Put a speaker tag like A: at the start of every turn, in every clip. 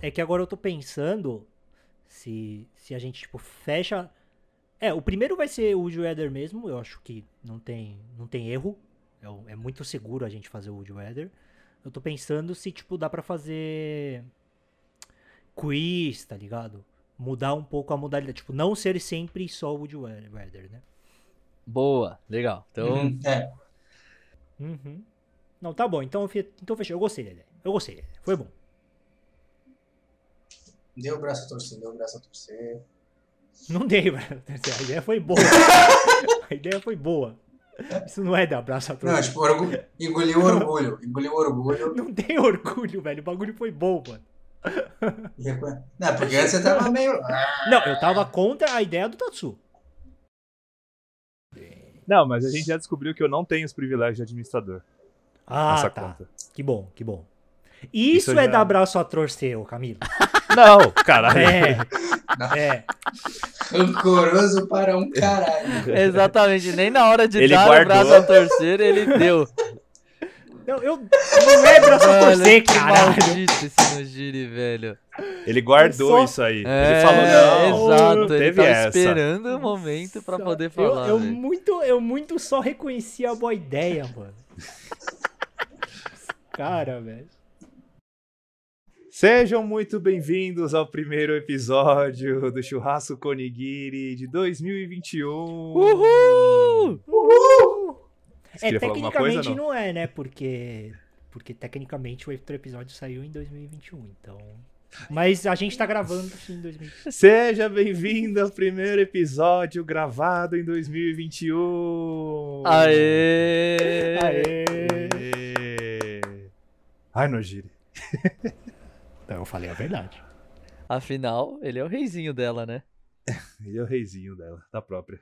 A: É que agora eu tô pensando se, se a gente, tipo, fecha. É, o primeiro vai ser o Weather mesmo, eu acho que não tem, não tem erro. É, o- é muito seguro a gente fazer o Weather. Eu tô pensando se, tipo, dá pra fazer quiz, tá ligado? Mudar um pouco a modalidade. Tipo, não ser sempre só o Weather, né?
B: Boa, legal. Então,
C: Uhum, é.
A: Uhum. Não, tá bom. Então, eu fi- então fechou. Eu gostei da ideia. Eu gostei da ideia. Foi bom.
C: Deu o braço a torcer, deu o braço a torcer.
A: Não dei, mano. A ideia foi boa. A ideia foi boa. Isso não é dar abraço a
C: Não,
A: todos.
C: tipo, orgu... engoliu o orgulho. Engoliu o orgulho.
A: Não dei orgulho, velho. O bagulho foi bom, mano.
C: e reconhe- Não, porque antes você tava meio.
A: Não, eu tava contra a ideia do Tatsu.
D: Não, mas a gente já descobriu que eu não tenho os privilégios de administrador
A: Ah,
D: nessa
A: tá.
D: conta.
A: Que bom, que bom. Isso,
D: Isso já-
A: é dar abraço a torcer, ô Camilo.
D: Não, caralho.
A: É. é.
C: Rancoroso para um caralho.
B: exatamente, nem na hora de
D: Ele
B: dar
D: guardou.
B: o braço a torcer, ele deu.
A: Não, eu não é abraço a torcer,
B: que
A: caralho.
B: maldito esse Nojiri, velho.
D: Ele guardou
A: Só-
D: isso aí.
B: É,
D: ele falou, não,
B: exato,
D: não
B: ele
D: teve
B: tava
D: essa.
B: esperando o momento pra poder
A: Eu-
B: falar.
A: Eu,
B: velho.
A: muito, eu muito só reconheci a boa ideia, mano. Cara, velho.
D: Sejam muito bem-vindos ao primeiro episódio do Churrasco Conigiri de 2021.
B: Uhul!
A: É,
D: Você queria falar alguma
A: tecnicamente
D: coisa,
A: não?
D: não?
A: é, né? Porque. Porque tecnicamente o outro episódio saiu em 2021, então. Mas a gente tá gravando sim, em 2021.
D: Seja bem-vindo ao primeiro episódio gravado em 2021.
B: Aê!
A: um. Aê!
D: Aê. Ai, Nojiri.
A: Então eu falei a verdade.
B: Afinal, ele é o reizinho dela, né?
D: Ele é o reizinho dela, da própria.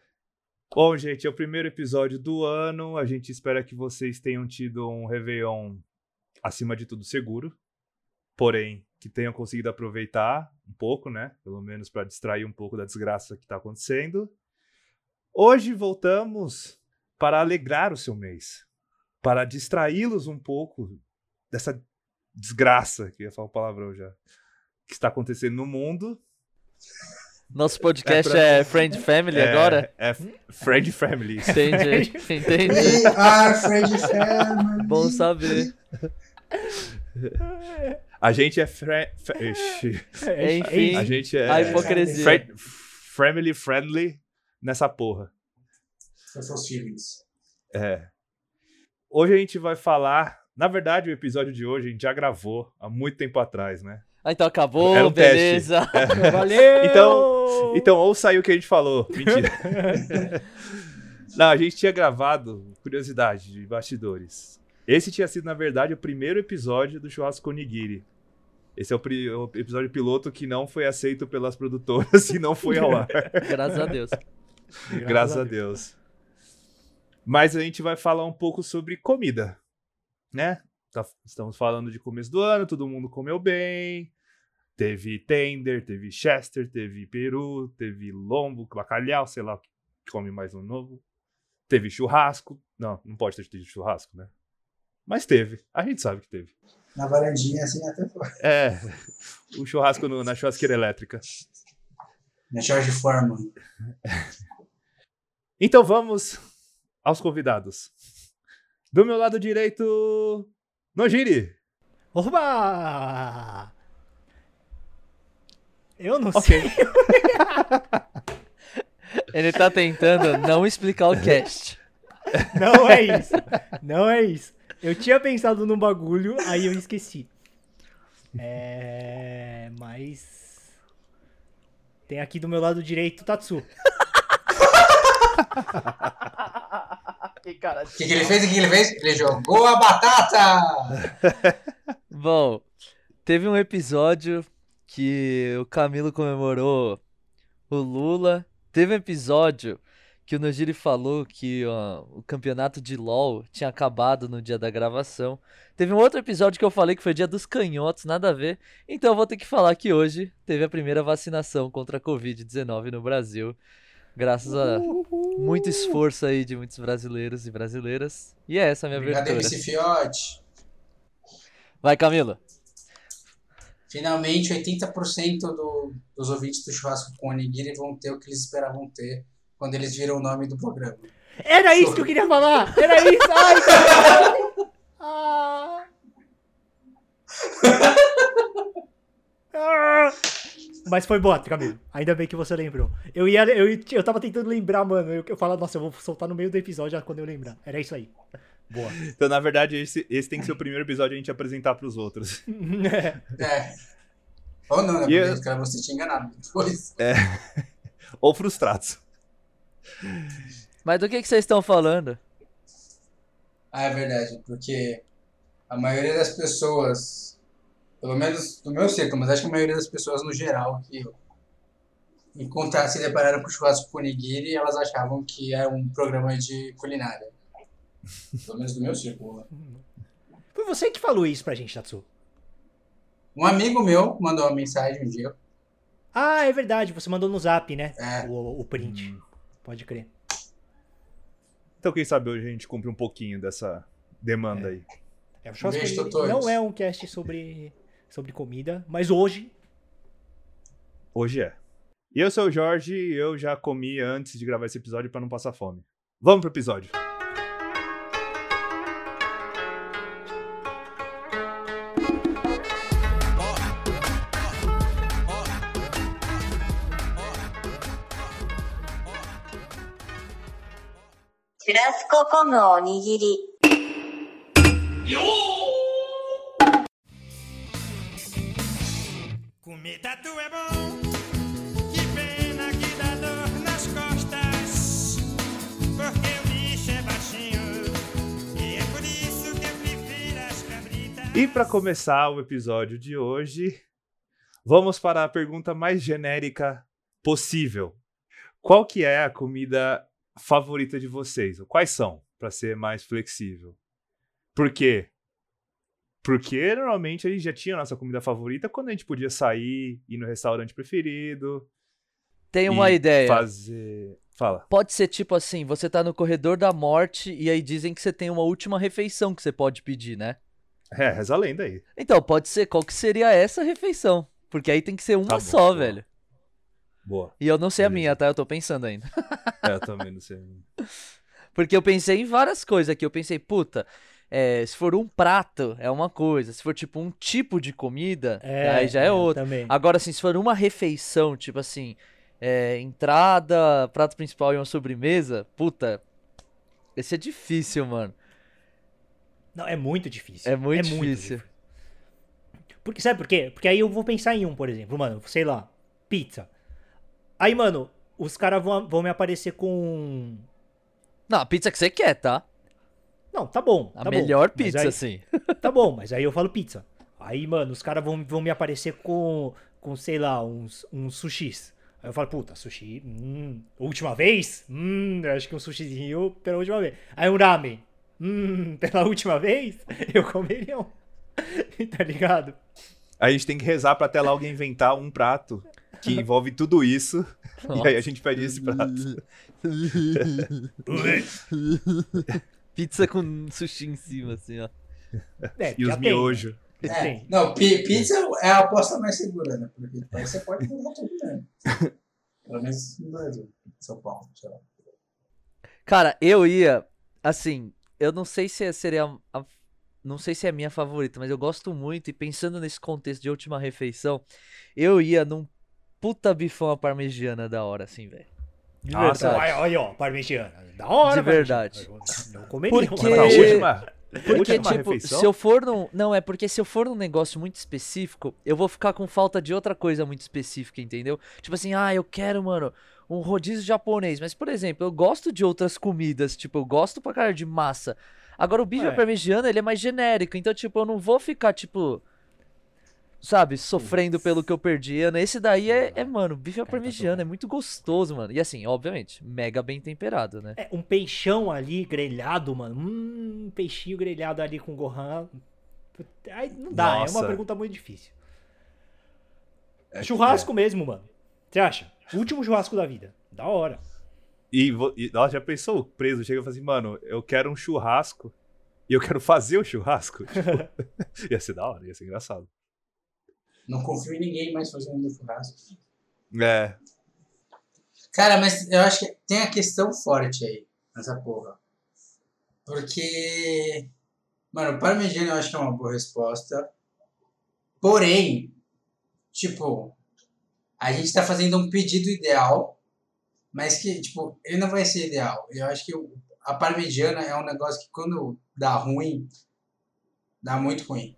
D: Bom, gente, é o primeiro episódio do ano. A gente espera que vocês tenham tido um Réveillon, acima de tudo, seguro. Porém, que tenham conseguido aproveitar um pouco, né? Pelo menos para distrair um pouco da desgraça que tá acontecendo. Hoje voltamos para alegrar o seu mês. Para distraí-los um pouco dessa desgraça, que eu ia falar um palavrão já, que está acontecendo no mundo.
B: Nosso podcast
D: É
B: é,
D: pra-
B: Friend Family agora?
D: É, Fred Family.
B: Entendi, entendi.
C: We are Fred Family.
B: Bom saber.
D: A gente é. Fre fe- Ixi.
B: Enfim.
D: a gente é.
B: A hipocrisia.
D: Fre- family friendly nessa porra.
C: Foi seus filhos.
D: É. Hoje a gente vai falar. Na verdade, o episódio de hoje a gente já gravou há muito tempo atrás, né?
B: Ah, então acabou,
D: Era um teste. É.
B: beleza.
A: Valeu!
D: Então- Então, ou saiu o que a gente falou. Mentira. Não, a gente tinha gravado, curiosidade, de bastidores. Esse tinha sido, na verdade, o primeiro episódio do Churrasco Onigiri. Esse é o, pri- o episódio piloto que não foi aceito pelas produtoras e não foi ao ar,
B: Graças a Deus.
D: graças, a Deus. Mas a gente vai falar um pouco sobre comida, né? Tá- estamos falando de começo do ano, todo mundo comeu bem. Teve tender, teve chester, teve peru, teve lombo, bacalhau, sei lá o que come mais um novo. Teve churrasco. Não, não pode ter tido churrasco, né? Mas teve. A gente sabe que teve.
C: Na varandinha, assim, até foi.
D: É, o churrasco no- na churrasqueira elétrica.
C: Na George Foreman.
D: Então vamos aos convidados. Do meu lado direito, Nojiri.
A: Opa! Eu não sei.
B: Ele tá tentando não explicar o cast.
A: Não é isso. Não é isso. Eu tinha pensado num bagulho, aí eu esqueci. É. Mas. Tem aqui do meu lado direito o Tatsu.
C: O que, que ele fez? O que, que ele fez? Ele jogou a batata!
B: Bom, teve um episódio que o Camilo comemorou o Lula. Teve um episódio que o Nojiri falou que ó, o campeonato de LoL tinha acabado no dia da gravação. Teve um outro episódio que eu falei que foi dia dos canhotos, nada a ver. Então eu vou ter que falar que hoje teve a primeira vacinação contra a Covid-19 no Brasil. Graças a muito esforço aí de muitos brasileiros e brasileiras. E é essa a minha
C: Cadê
B: abertura.
C: esse fiote?
B: Vai, Camilo.
C: Finalmente, 80% do, dos ouvintes do Churrasco com Onigiri vão ter o que eles esperavam ter quando eles viram o nome do programa.
A: Era isso que eu queria falar! Era isso! Ai, caralho! Ah. Ah. Mas foi boa, Camilo. Ainda bem que você lembrou. Eu ia, eu, eu tava tentando lembrar, mano. Eu, eu falo, nossa, eu vou soltar no meio do episódio já quando eu lembrar. Era isso aí. Boa.
D: Então, na verdade, esse, esse tem que ser o primeiro episódio a gente apresentar pros outros.
C: É. Ou não, né?
D: E
C: Porque
D: eu-
C: os caras vão se sentir enganados depois.
D: Ou frustrados.
B: Mas do que, que vocês estão falando?
C: Ah, é verdade, porque a maioria das pessoas, pelo menos do meu círculo, mas acho que a maioria das pessoas no geral que eu encontrar, se depararam com o churrasco com onigiri, elas achavam que era um programa de culinária. Pelo menos do meu círculo. né?
A: Foi você que falou isso pra gente, Tatsu.
C: Um amigo meu mandou uma mensagem um dia.
A: Ah, é verdade. Você mandou no zap, né?
C: É.
A: O, o print. Pode crer.
D: Então, quem sabe hoje a gente cumpre um pouquinho dessa demanda aí.
A: É, o
C: Beijo,
A: Churrasco
C: doutores.
A: não é um cast sobre, sobre comida, mas hoje
D: Hoje é. E eu sou o Jorge e eu já comi antes de gravar esse episódio pra não passar fome. Vamos pro episódio.
E: シュラスココムおにぎり。
F: Comer tatu é bom, que pena que dá dor nas costas. Porque o bicho é baixinho, e é por isso que eu prefiro as cabritas.
D: E pra começar o episódio de hoje, vamos para a pergunta mais genérica possível. Qual que é a comida favorita de vocês? Quais são, Pra ser mais flexível? Por quê? Porque normalmente a gente já tinha a nossa comida favorita quando a gente podia sair, ir no restaurante preferido,
B: Tem uma
D: e
B: ideia.
D: fazer, fala.
B: Pode ser tipo assim, você tá no corredor da morte e aí dizem que você tem uma última refeição que você pode pedir, né?
D: É, reza a lenda aí.
B: Então, pode ser qual que seria essa refeição? Porque aí tem que ser uma
D: bom,
B: só,
D: tá.
B: velho.
D: Boa.
B: E eu não sei a
D: Beleza.
B: minha, tá? Eu tô pensando ainda.
D: É, eu também não sei.
B: Porque eu pensei em várias coisas aqui. Eu pensei, puta, é, se for um prato, é uma coisa. Se for tipo um tipo de comida,
A: é.
B: aí já é,
A: eu
B: outra.
A: Também.
B: Agora, assim, se for uma refeição, tipo assim, é, entrada, prato principal e uma sobremesa, puta, esse é difícil, mano.
A: Não, é muito difícil.
B: É muito difícil.
A: Porque, sabe por quê? Porque aí eu vou pensar em um, por exemplo, mano, sei lá, pizza. Aí, mano, os caras vão, vão me aparecer com. um-
B: Não, a pizza que você quer, tá?
A: Não, tá bom.
B: A
A: tá bom,
B: melhor
A: mas
B: pizza,
A: aí-
B: assim.
A: Tá bom, mas aí eu falo pizza. Aí, mano, os caras vão, vão me aparecer com, com sei lá, uns, uns sushis. Aí eu falo, puta, sushi, hum, última vez? Hum, eu acho que um sushizinho pela última vez. Aí um ramen, hum, pela última vez? Eu comeria um. tá ligado?
D: A gente tem que rezar pra até lá alguém inventar um prato que envolve tudo isso. E aí a gente pede esse prato.
B: Pizza com sushi em cima, assim, ó.
A: É,
D: E
A: já
D: os
A: tem, né?
D: miojos.
C: É.
A: Tem.
C: Não, pi- pizza é a aposta mais segura, né? Porque depois você pode mudar tudo, né? Pelo menos no Brasil, em São Paulo, sei lá.
B: Cara, eu ia. Assim, eu não sei se seria. a- a- não sei se é a minha favorita, mas eu gosto muito. E pensando nesse contexto de última refeição, eu ia num puta bifão à parmegiana da hora, assim, velho.
A: De
D: Nossa,
A: verdade. Olha, olha, ó, parmegiana. Da hora,
B: De verdade.
A: parmegiana. Eu comeria um
B: Porque-
D: Pra
A: parmegiana.
D: última,
A: É
B: Porque,
D: última
B: tipo,
D: refeição.
B: se eu for num. Não, é porque se eu for num negócio muito específico, eu vou ficar com falta de outra coisa muito específica, entendeu? Tipo assim, ah, eu quero, mano, um rodízio japonês. Mas, por exemplo, eu gosto de outras comidas. Tipo, eu gosto pra caralho de massa. Agora, o bife
A: É.
B: à parmegiana, ele é mais genérico. Então, tipo, eu não vou ficar, tipo. Sabe, sofrendo pelo que eu perdi. Ana. Esse daí é, é, mano, bife à
A: Cara, tá
B: parmegiana.
A: tocando.
B: É muito gostoso, mano. E assim, obviamente, mega bem temperado, né?
A: É, um peixão ali grelhado, mano. Hum, peixinho grelhado ali com Gohan. Puta, Aí não dá, é
D: Nossa.
A: uma pergunta muito difícil.
D: É,
A: churrasco mesmo, mano. Você acha? Último churrasco da vida. Da hora.
D: E, vo- e nossa, já pensou? O preso chega e fala assim, mano, eu quero um churrasco e eu quero fazer o churrasco. Tipo, ia ser da hora, ia ser engraçado.
C: Não confio em ninguém mais fazendo churrasco.
D: É.
C: Cara, mas eu acho que tem a questão forte aí nessa porra. Porque. Mano, parmegiana eu acho que é uma boa resposta. Porém, tipo, a gente tá fazendo um pedido ideal, mas que, tipo, ele não vai ser ideal. Eu acho que o- a parmegiana é um negócio que quando dá ruim, dá muito ruim.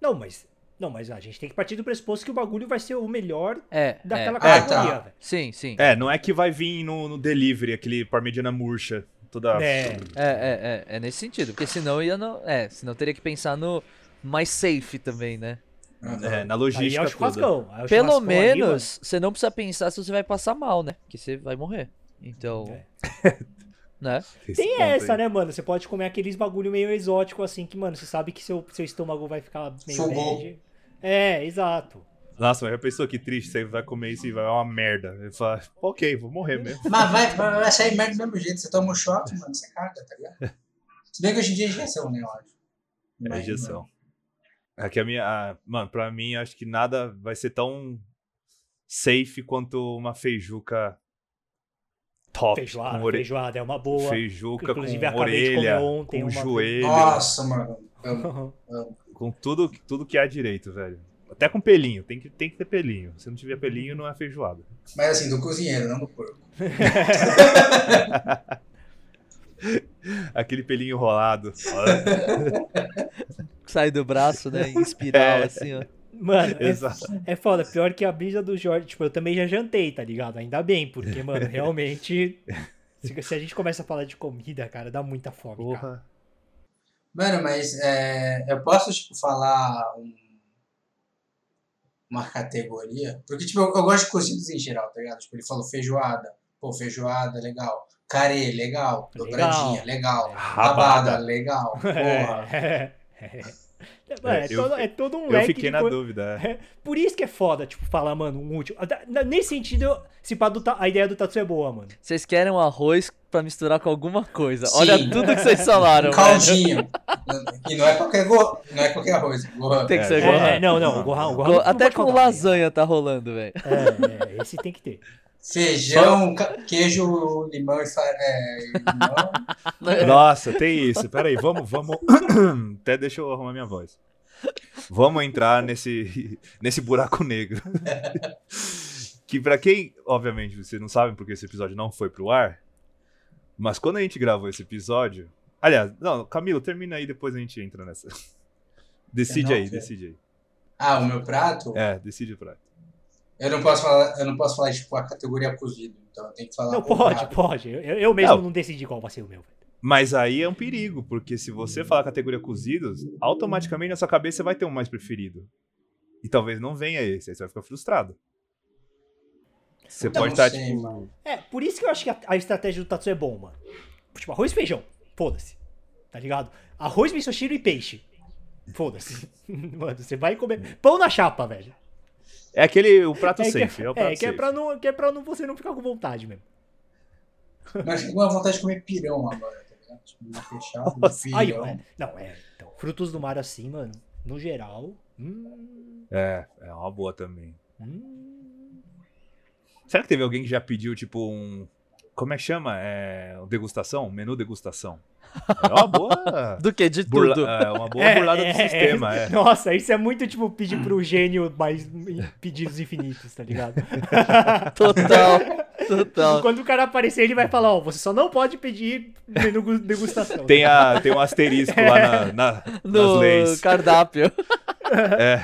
A: Não, mas. Não, mas a gente tem que partir do pressuposto que o bagulho vai ser o melhor
B: É,
A: daquela
B: é.
C: Ah, tá.
A: categoria, velho.
B: Sim, sim.
D: É, não é que vai vir no, no delivery aquele parmegiana murcha. Toda.
A: É.
B: É, é, é, é nesse sentido, porque senão ia não, é, senão teria que pensar no mais safe também, né?
D: É, na
A: Aí
D: logística
A: é o
D: toda.
A: churrascão. aí é o
B: Pelo
A: churrascão ali,
B: menos você não precisa pensar se você vai passar mal, né? Porque você vai morrer. Então,
A: É.
B: né?
A: mano. Tem essa, né, mano? Você pode comer aqueles bagulho meio exótico assim, que, mano, você sabe que seu, seu estômago vai ficar meio
C: Fogou.
A: bege. É, exato.
D: Nossa, mas já pensou que triste, você vai comer isso e vai é uma merda. Eu falo, ok, vou morrer mesmo.
C: Mas vai, vai, vai sair merda do mesmo jeito. Você toma um choque, mano, você caga, tá ligado? Se bem que hoje em dia é injeção, né, eu acho.
D: É
C: Mas,
D: injeção. É que a minha. a- mano, pra mim, acho que nada vai ser tão safe quanto uma feijuca top.
A: Feijoada,
D: com ore-
A: feijoada é uma boa.
D: Feijuca
A: Inclusive,
D: com
A: acabei de
D: orelha,
A: comer ontem
D: com
A: uma-
D: joelho,
C: Nossa, mano. amo.
D: com tudo, tudo que há direito, velho. Até com pelinho, tem que, tem que ter pelinho. Se não tiver pelinho, não é feijoada.
C: Mas assim, do cozinheiro, não do porco.
D: Aquele pelinho enrolado.
B: Sai do braço, né? Em espiral,
D: É.
B: assim, ó.
A: Mano, é,
D: Exato.
A: é foda. Pior que a brisa do Jorge. Tipo, eu também já jantei, tá ligado? Ainda bem, porque, mano, realmente. Se se a gente começa a falar de comida, cara, dá muita fome, cara.
D: Porra.
C: Mano, mas é, eu posso, tipo, falar um- uma categoria? Porque, tipo, eu, eu gosto de cozidos em geral, tá ligado? Tipo, ele falou feijoada. Pô, feijoada, legal. Carê,
A: Legal.
C: legal. Dobradinha, legal. Rabada,
D: Rabada.
C: legal. Porra.
A: É, é. Mano, é,
D: É, eu-
A: todo, é todo um
D: Eu
A: leque
D: fiquei
A: de
D: na
A: coi-
D: dúvida. é.
A: Por isso que é foda, tipo, falar, mano, um último. Da- na- Nesse sentido, eu- se pá, do ta- a ideia do Tatsu é boa, mano.
B: Vocês querem um arroz pra misturar com alguma coisa.
C: Sim.
B: Olha tudo que vocês falaram,
C: Um
B: velho.
C: caldinho. e não é qualquer, go... não é qualquer arroz. Gohan.
B: Tem que ser
D: É,
B: Gohan.
A: É, não, não, o Gohan, o Gohan
B: Go-
A: não
B: Até
A: pode
B: com
A: faltar.
B: lasanha tá rolando, velho.
A: É, é, esse tem que ter.
C: Feijão, ca- queijo, limão e farinha. limão.
D: Nossa, tem isso. Peraí, vamos, vamos. Até deixa eu arrumar minha voz. Vamos entrar nesse, nesse buraco negro. que pra quem, obviamente, vocês não sabem porque esse episódio não foi pro ar. Mas quando a gente gravou esse episódio. Aliás, não, Camilo, termina aí, depois a gente entra nessa. Decide
C: Não,
D: aí,
C: cara.
D: decide aí.
C: Ah, o meu prato?
D: É, decide pra.
C: Eu não posso falar, eu não posso falar tipo a categoria cozido, então eu tenho que falar.
A: Não,
C: o
A: pode,
C: prato.
A: pode. Eu, eu mesmo
D: Tá Não.
A: não decidi qual vai ser o meu.
D: Mas aí é um perigo, porque se você falar categoria cozidos, automaticamente na sua cabeça você vai ter um mais preferido. E talvez não venha esse, aí você vai ficar frustrado. Você
C: Eu
D: pode
C: Então, não
D: estar,
C: sei,
D: tipo.
C: mano.
A: É, por isso que eu acho que a, a estratégia do Tatsu é bom, mano. Tipo, arroz e feijão. Foda-se. Tá ligado? Arroz, miso e peixe. Foda-se. mano, você vai comer. Pão na chapa, velho.
D: É aquele o prato
A: é,
D: safe.
A: que,
D: é o
A: é,
D: prato
A: que é
D: safe.
A: pra não, que é pra não, você não ficar com vontade mesmo.
C: Mas fico com uma vontade de comer pirão agora, tá ligado? Tipo, um fechado, um
A: Nossa, aí, ó,
C: pirão.
A: é. Não, é. Então, frutos do mar assim, mano. No geral. Hum,
D: É, é uma boa também.
A: hum.
D: Será que teve alguém que já pediu, tipo, um. Como é que chama? É. Degustação? Menu degustação. É uma boa.
B: Do que? De
D: burla-
B: tudo.
D: é uma boa burlada do sistema, é.
A: Nossa, isso é muito tipo pedir pro gênio mais pedidos infinitos, tá ligado?
B: Total. Total.
A: Quando o cara aparecer, ele vai falar, ó, você só não pode pedir menu gu- degustação.
D: Tem, a, tem um asterisco lá na, na- nas
B: No
D: leis.
B: cardápio.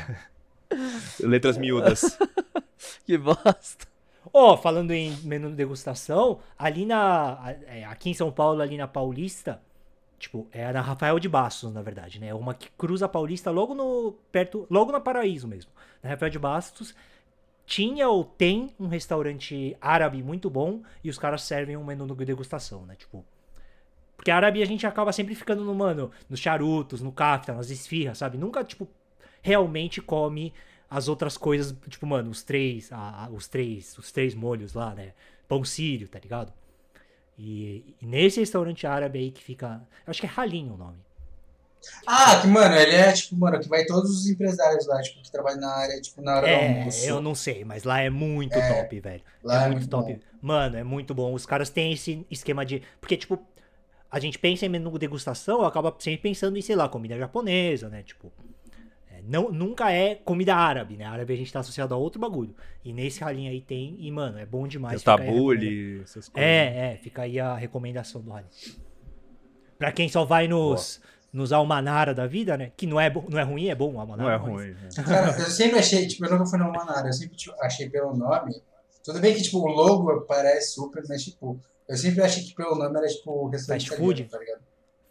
D: Letras miúdas.
B: Que bosta.
A: Ó, falando em menu degustação, ali na... a- é, aqui em São Paulo, ali na Paulista, tipo, é a na Rafael de Bastos, na verdade, né? É uma que cruza a Paulista logo no... perto... logo na Paraíso mesmo. Na Rafael de Bastos tinha ou tem um restaurante árabe muito bom e os caras servem um menu de degustação, né? Tipo, Porque árabe a gente acaba sempre ficando no, mano, nos charutos, no cafta, nas esfirras, sabe? Nunca, tipo, realmente come as outras coisas, tipo, mano, os três, a- a- os três, os três molhos lá, né? Pão sírio, tá ligado? E, e nesse restaurante árabe aí que fica, eu acho que é Halim o nome.
C: Ah, que, mano, ele é, tipo, mano, que vai todos os empresários lá, tipo, que trabalham na área, tipo, na hora do
A: É,
C: almoço.
A: eu não sei, mas lá é muito
C: É,
A: top, velho.
C: lá
A: é muito top. Mano, é muito bom. Os caras têm esse esquema de. Porque, tipo, a gente pensa em menu degustação, acaba sempre pensando em, sei lá, comida japonesa, né? Tipo. é, não, nunca é comida árabe, né? Árabe a gente tá associado a outro bagulho. E nesse ralinho aí tem, e, mano, é bom demais. né?
D: Mas
A: fica aí a recomenda-
D: tabule, essas coisas.
A: É, é, fica aí a recomendação do ralinho. Pra quem só vai nos, nos almanara da vida, né? Que não é, bo- não é ruim, é bom o almanara.
D: Não é
A: mas-
D: ruim. né?
C: Cara, eu sempre achei, tipo, eu nunca fui no Manara, eu sempre tipo, achei pelo nome. Tudo bem que, tipo, o logo parece super, mas, tipo, eu sempre achei que pelo nome era, tipo, o restaurante
A: Fast
C: italiano,
A: food?
C: tá ligado?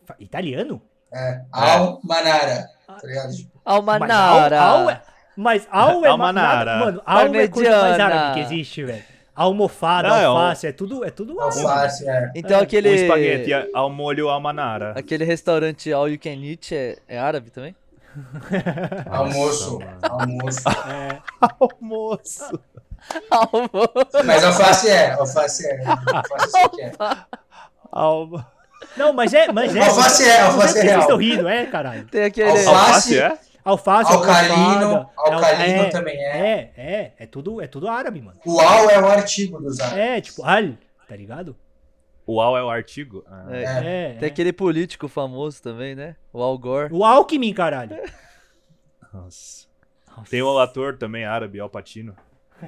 A: Fa- Italiano?
C: É, Al Manara, tá ligado? Tipo,
A: Mas Al- Al
B: Almanara.
A: é- Mas Al é
D: Almanara.
A: Almanara. Mano, Al é coisa mais
B: Parmegiana.
A: árabe que existe, velho. Almofada,
D: Não, é o-
A: alface, é tudo, é tudo árabe.
C: alface, é.
B: Então
D: Um
B: aquele,
D: espaguete a- ao molho amanara.
B: aquele restaurante All You Can Eat é, é árabe também?
C: Almoço, almoço.
D: Almoço.
B: Almoço.
C: Mas alface é, alface é. Alface eu sei que é.
D: Alma.
A: Não, mas é, mas é.
C: Alface
A: Não sei
C: é, alface
A: por
C: é
A: que Vocês estão
C: real.
A: rindo, é, caralho.
B: Tem aquele...
C: Alfa-
D: Alface, é?
A: Alface,
C: Alcalino,
A: almofada, é,
C: alcalino
A: é,
C: também é.
A: É, é, é tudo, é tudo árabe, mano.
C: O al é o artigo dos árabes.
A: É, tipo, al, tá ligado?
D: O al é o artigo? Ah.
B: É,
C: É.
A: É.
B: Tem
A: é.
B: aquele político famoso também, né? O Al Gore.
A: O Alckmin, caralho.
D: Nossa. Tem o ator também árabe, Al Pacino.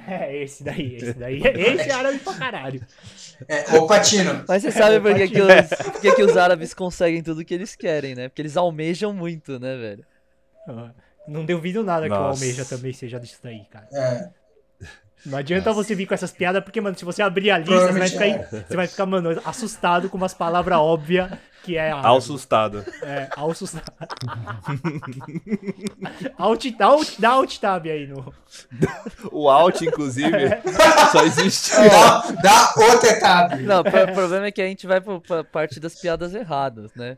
A: É, esse daí, esse daí. Esse é árabe pra caralho.
C: É, o Patino.
B: Mas você sabe por que,
A: Pode-
B: que, os, por que que os árabes conseguem tudo que eles querem, né? Porque eles almejam muito, né, velho?
A: Ah, Não duvido nada que o
D: Nossa.
A: Almeja também seja disso daí, cara.
C: É.
A: Não adianta você vir com essas piadas, porque, mano, se você abrir a lista, você vai ficar,
C: Provavelmente
A: você vai ficar mano, assustado com umas palavras óbvias que é.
D: Al Sustado.
A: É, ao assustado. alt, dá alt, dá alt tab aí no.
D: O Alt, inclusive, só existe.
C: Dá, dá o tetado.
B: Não, o pro- problema é que a gente vai pra, pra parte das piadas erradas, né?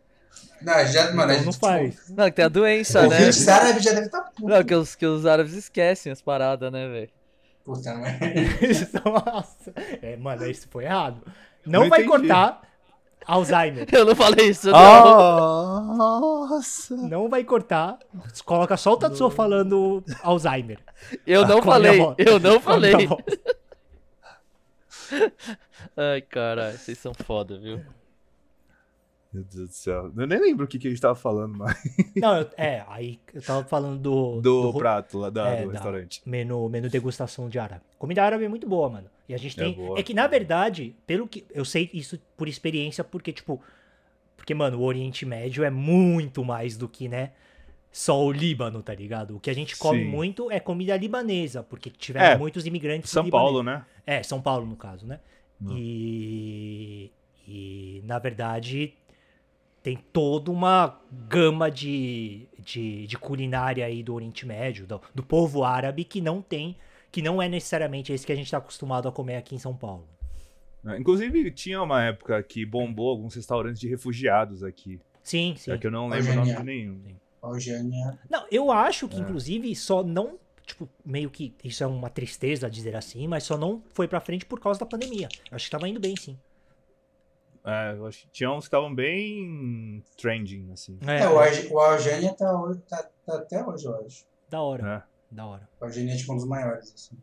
C: Não, já, mano,
A: Então Não,
C: a gente,
A: não
C: tipo,
A: faz.
B: Não, que tem a doença,
C: o
B: né?
C: vídeo da árabe já deve tá estar puto.
B: Não, que os, que os árabes esquecem as paradas, né, velho?
C: Puta, né?
A: Nossa. É, mano, isso foi errado. Não,
D: Não
A: vai
D: entendi.
A: cortar Alzheimer.
B: Eu não falei isso,
D: Ah!
B: não.
A: Ah!
D: Nossa.
A: Não vai cortar. Coloca só o Tatsuo falando Alzheimer.
B: Eu não
A: Ah, Com a
B: falei,
A: minha voz.
B: eu não
A: Com a minha
B: falei.
A: voz.
B: Ai, caralho, vocês são foda, viu?
D: Meu Deus do céu. Eu nem lembro o que, que a gente tava falando mais.
A: Não, eu- é, aí eu tava falando do.
D: Do
A: ro-
D: prato lá da-
A: É,
D: do
A: da-
D: restaurante.
A: Menu, menu degustação de árabe. Comida árabe é muito boa, mano. E a gente
D: É
A: tem.
D: boa.
A: É, que, na verdade, pelo que. Eu sei isso por experiência, porque, tipo. Porque, mano, o Oriente Médio é muito mais do que, né? Só o Líbano, tá ligado? O que a gente come
D: Sim.
A: muito é comida libanesa, porque tiveram
D: É,
A: muitos imigrantes
D: São
A: libaneses.
D: Paulo, né?
A: É, São Paulo, no caso, né?
D: Hum.
A: E, e, na verdade, tem toda uma gama de, de, de culinária aí do Oriente Médio, do, do povo árabe, que não tem, que não é necessariamente esse que a gente tá acostumado a comer aqui em São Paulo.
D: É, Inclusive, tinha uma época que bombou alguns restaurantes de refugiados aqui.
A: Sim, sim.
D: Só É que eu não lembro o nome de
C: Eugênia.
D: nenhum.
C: O Jânia.
A: Não, eu acho que, inclusive, só não. Tipo, meio que isso é uma tristeza dizer assim, mas só não foi pra frente por causa da pandemia. Eu acho que tava indo bem, sim.
D: É, eu acho que tinha uns que estavam bem trending, assim.
C: É, o Al- o Aljânia tá, hoje- tá, tá até hoje, eu acho.
A: da hora,
D: né?
A: da hora.
C: O Aljânia é tipo um dos maiores, assim.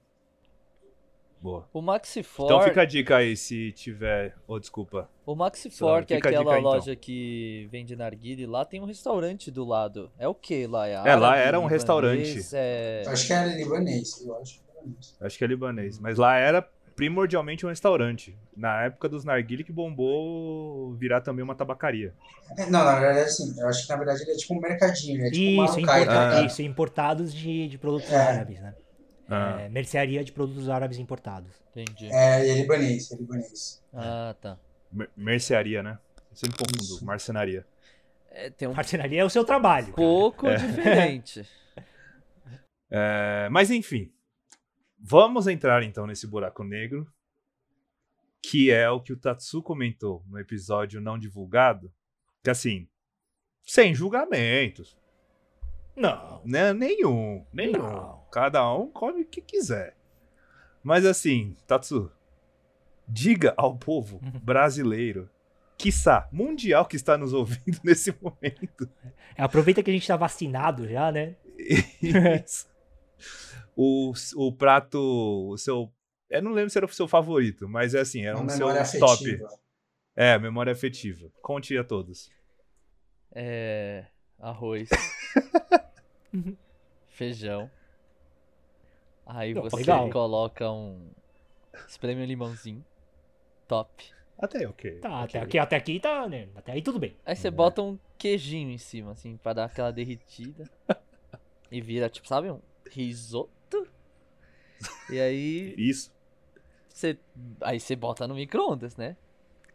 D: Boa.
B: O Maxi Ford,
D: Então fica a dica aí se tiver. Ô, desculpa.
B: o Maxi
D: Sabe,
B: Ford, que é
D: fica a dica
B: aquela
D: aí, então.
B: loja que vende narguile, lá tem um restaurante do lado. É o que lá? É,
D: É, lá
B: árabe,
D: era um
B: libanês,
D: restaurante.
B: é-
C: Eu acho que era libanês, eu acho.
D: Acho que é
A: Hum.
D: libanês. Mas lá era primordialmente um restaurante. Na época dos narguile que bombou virar também uma tabacaria.
C: É, Não, na verdade, assim, eu acho que na verdade ele é tipo um mercadinho, ele é tipo um
A: Isso,
C: Maracai, tá
A: importa-
C: ligado?
A: isso, é importados de, de produtos
C: É.
A: árabes, né?
D: Ah.
A: É, mercearia de produtos árabes importados.
B: Entendi.
C: É, e é libanês, é libanês.
B: Ah, tá.
D: Mer- mercearia, né? Eu sempre confundo. Marcenaria.
B: É, tem um
A: Marcenaria é o seu trabalho. cara.
B: pouco diferente.
D: É, mas enfim. Vamos entrar então nesse buraco negro. Que é o que o Tatsu comentou no episódio não divulgado. Que assim. Sem julgamentos.
A: Não.
D: Né? Nenhum, nenhum.
A: Não.
D: Cada um come o que quiser. Mas assim, Tatsu, diga ao povo brasileiro quiçá, mundial que está nos ouvindo nesse momento.
A: Aproveita que a gente tá vacinado já, né?
D: Isso. o, o prato, o seu. Eu não lembro se era o seu favorito, mas é assim, era
C: Uma
D: um seu
C: memória
D: top.
C: afetiva.
D: É, memória afetiva. Conte a todos.
B: É. Arroz. feijão. Aí
A: Não,
B: você
A: legal.
B: coloca um. Espreme um limãozinho. Top.
D: Até aí, ok.
A: Tá,
D: ok.
A: até aqui, até aqui tá, né? Até aí tudo bem.
B: Aí
D: É.
B: você bota um queijinho em cima, assim, pra dar aquela derretida. e vira, tipo, sabe, um risoto. E aí
D: Isso.
B: você. Aí você bota no micro-ondas, né?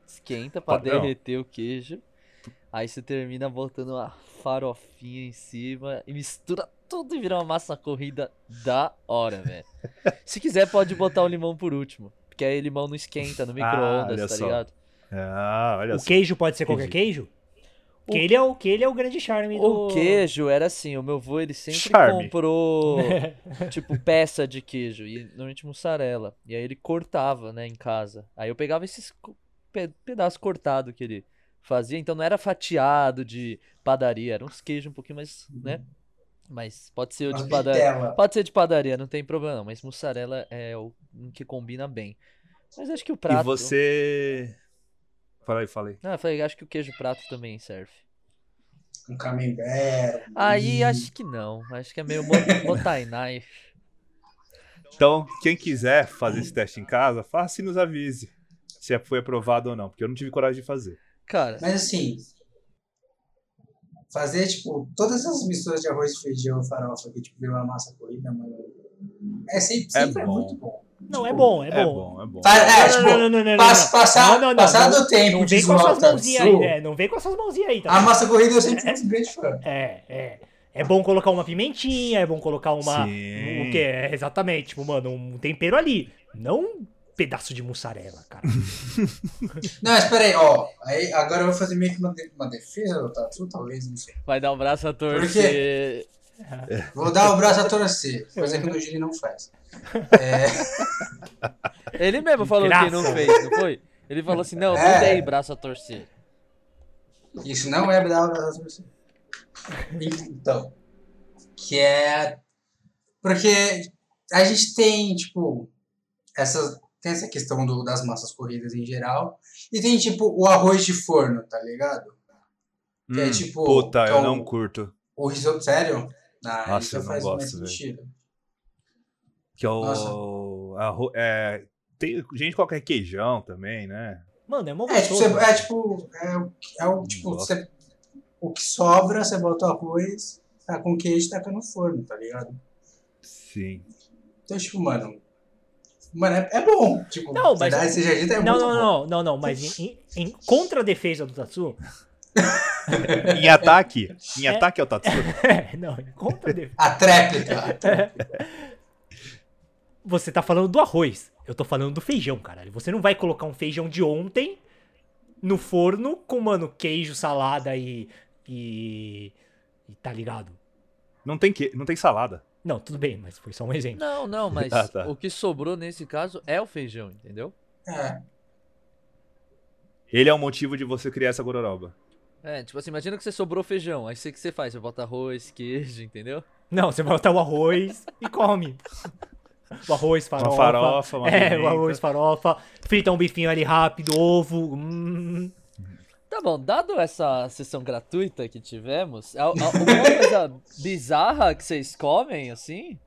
B: Esquenta pra
D: Padrão.
B: derreter o queijo. Aí você termina botando uma farofinha em cima e mistura tudo e vira uma massa corrida da hora, velho. Se quiser, pode botar o limão por último. Porque aí limão não esquenta no micro-ondas,
D: Ah, olha
B: tá
D: só.
B: ligado?
D: Ah, olha
A: O
D: só.
A: queijo pode ser qualquer queijo? Que ele, é o, que ele é o grande charme do.
B: O queijo era assim, o meu avô ele sempre
D: Charme.
B: comprou tipo peça de queijo e normalmente mussarela. E aí ele cortava, né, em casa. Aí eu pegava esses co- pe pedaços cortados que ele fazia, então não era fatiado de padaria, eram uns queijos um pouquinho mais,
D: Uhum.
B: né? Mas pode ser o de
D: Ah,
C: Uma
B: padaria.
D: é.
C: vitela.
B: Pode ser de padaria, não tem problema, não, mas mussarela é o um que combina bem. Mas acho que o prato.
D: E você. Fala aí, fala aí.
B: Não, eu falei, acho que o queijo prato também serve.
C: Um camembert. um
B: Aí
C: milho.
B: acho que não. Acho que é meio mo- Motainai.
D: Então, quem quiser fazer esse teste em casa, faça e nos avise se é- foi aprovado ou não, porque eu não tive coragem de fazer.
B: Cara,
C: Mas assim, fazer, tipo, todas essas misturas de arroz, feijão e farofa que, tipo, viram uma massa corrida, mano, é sempre,
D: É
C: sempre é,
D: bom.
C: muito bom.
A: Não, é bom, é bom.
D: É bom, é bom.
C: Para, é, tipo,
A: não, não, não, não, não,
C: pas-
A: não.
C: passar-
A: Não, não, não,
C: passar
A: não,
C: do tempo
A: Não vem
C: diz
A: com
C: o
A: essas
C: Walter
A: mãozinhas aí,
C: Sul.
A: né? Não vem com essas mãinhas aí, tá?
C: A massa corrida eu sempre fui um grande fã.
A: É, é. É bom colocar uma pimentinha, é bom colocar uma.
D: Sim.
A: O que? É, exatamente, tipo, mano, um tempero ali. Não um pedaço de mussarela, cara.
C: Não, mas peraí, ó. Aí, agora eu vou fazer meio que uma, de- uma defesa do Tatu, talvez, não sei.
B: vai dar um braço a torcer.
C: quê? Vou dar o braço a torcer, coisa que o Gini não faz. É,
B: Ele mesmo falou que não
A: graça.
B: fez, não foi? Ele falou assim: não, eu não
C: É.
B: dei braço a torcer.
C: isso não é dar o braço a torcer. Então, que é. Porque a gente tem, tipo, essas, tem essa questão do, das massas corridas em geral, e tem, tipo, o arroz de forno, tá ligado? Que é
D: Hum,
C: tipo.
D: Puta, eu
C: então,
D: não curto.
C: O risoto, sério? Ah,
D: Nossa,
C: isso
D: eu não
C: faz mais
D: gosto, velho.
C: sentido.
D: Que é o.
C: Nossa.
D: arro- é, tem gente com qualquer é queijão também, né?
A: Mano, é mó
C: É tipo,
A: gostoso.
C: você- é tipo, é, o- é o tipo,
D: Gosto.
C: você- o que sobra, você bota o arroz, tá com queijo, taca no forno, tá ligado?
D: Sim.
C: Então, tipo, mano, mano, é, é bom. Tipo,
A: Não,
C: você
A: mas-
C: dá esse jeito é
A: Não,
C: muito
A: não,
C: bom.
A: não, não, não, mas em, em, em contradefesa do Tatsu.
B: É.
D: Em ataque? Em ataque tá ao tatu?
A: É, não, em contradefesa.
C: A tréplica.
A: Você tá falando do arroz. Eu tô falando do feijão, caralho. Você não vai colocar um feijão de ontem no forno com, mano, queijo, salada e. e. e tá ligado?
D: Não tem, que... não tem salada.
A: Não, tudo bem, mas foi só um exemplo.
B: Não, não, mas
D: Ah, tá.
B: o que sobrou nesse caso é o feijão, entendeu?
C: É,
D: Ele é o motivo de você criar essa gororoba.
B: É, tipo assim, imagina que você sobrou feijão. Aí você- o que você faz? Você bota arroz, queijo, entendeu?
A: Não, você vai botar o arroz e come. O arroz, farofa.
D: Uma farofa, uma
A: É, o
D: pimenta.
A: arroz, farofa. Frita um bifinho ali rápido, ovo. Hum.
B: Tá bom, dado essa sessão gratuita que tivemos, a- a- alguma coisa bizarra que vocês comem, assim?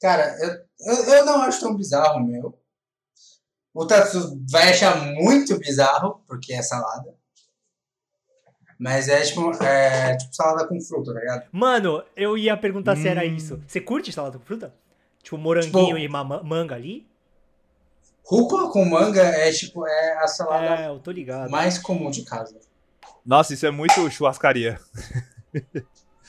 C: cara, eu, eu, eu não acho tão bizarro o meu. O Tatsu vai achar muito bizarro, porque é salada. Mas é tipo, é, tipo salada com fruta, tá ligado?
A: Mano, eu ia perguntar se
D: Hum.
A: era isso. Você curte salada com fruta? Tipo, moranguinho
C: Tipo-
A: e mama- manga ali?
C: Rúcula com manga é tipo, é a salada
A: É, eu tô ligado.
C: mais comum de casa.
D: Nossa, isso é muito churrascaria.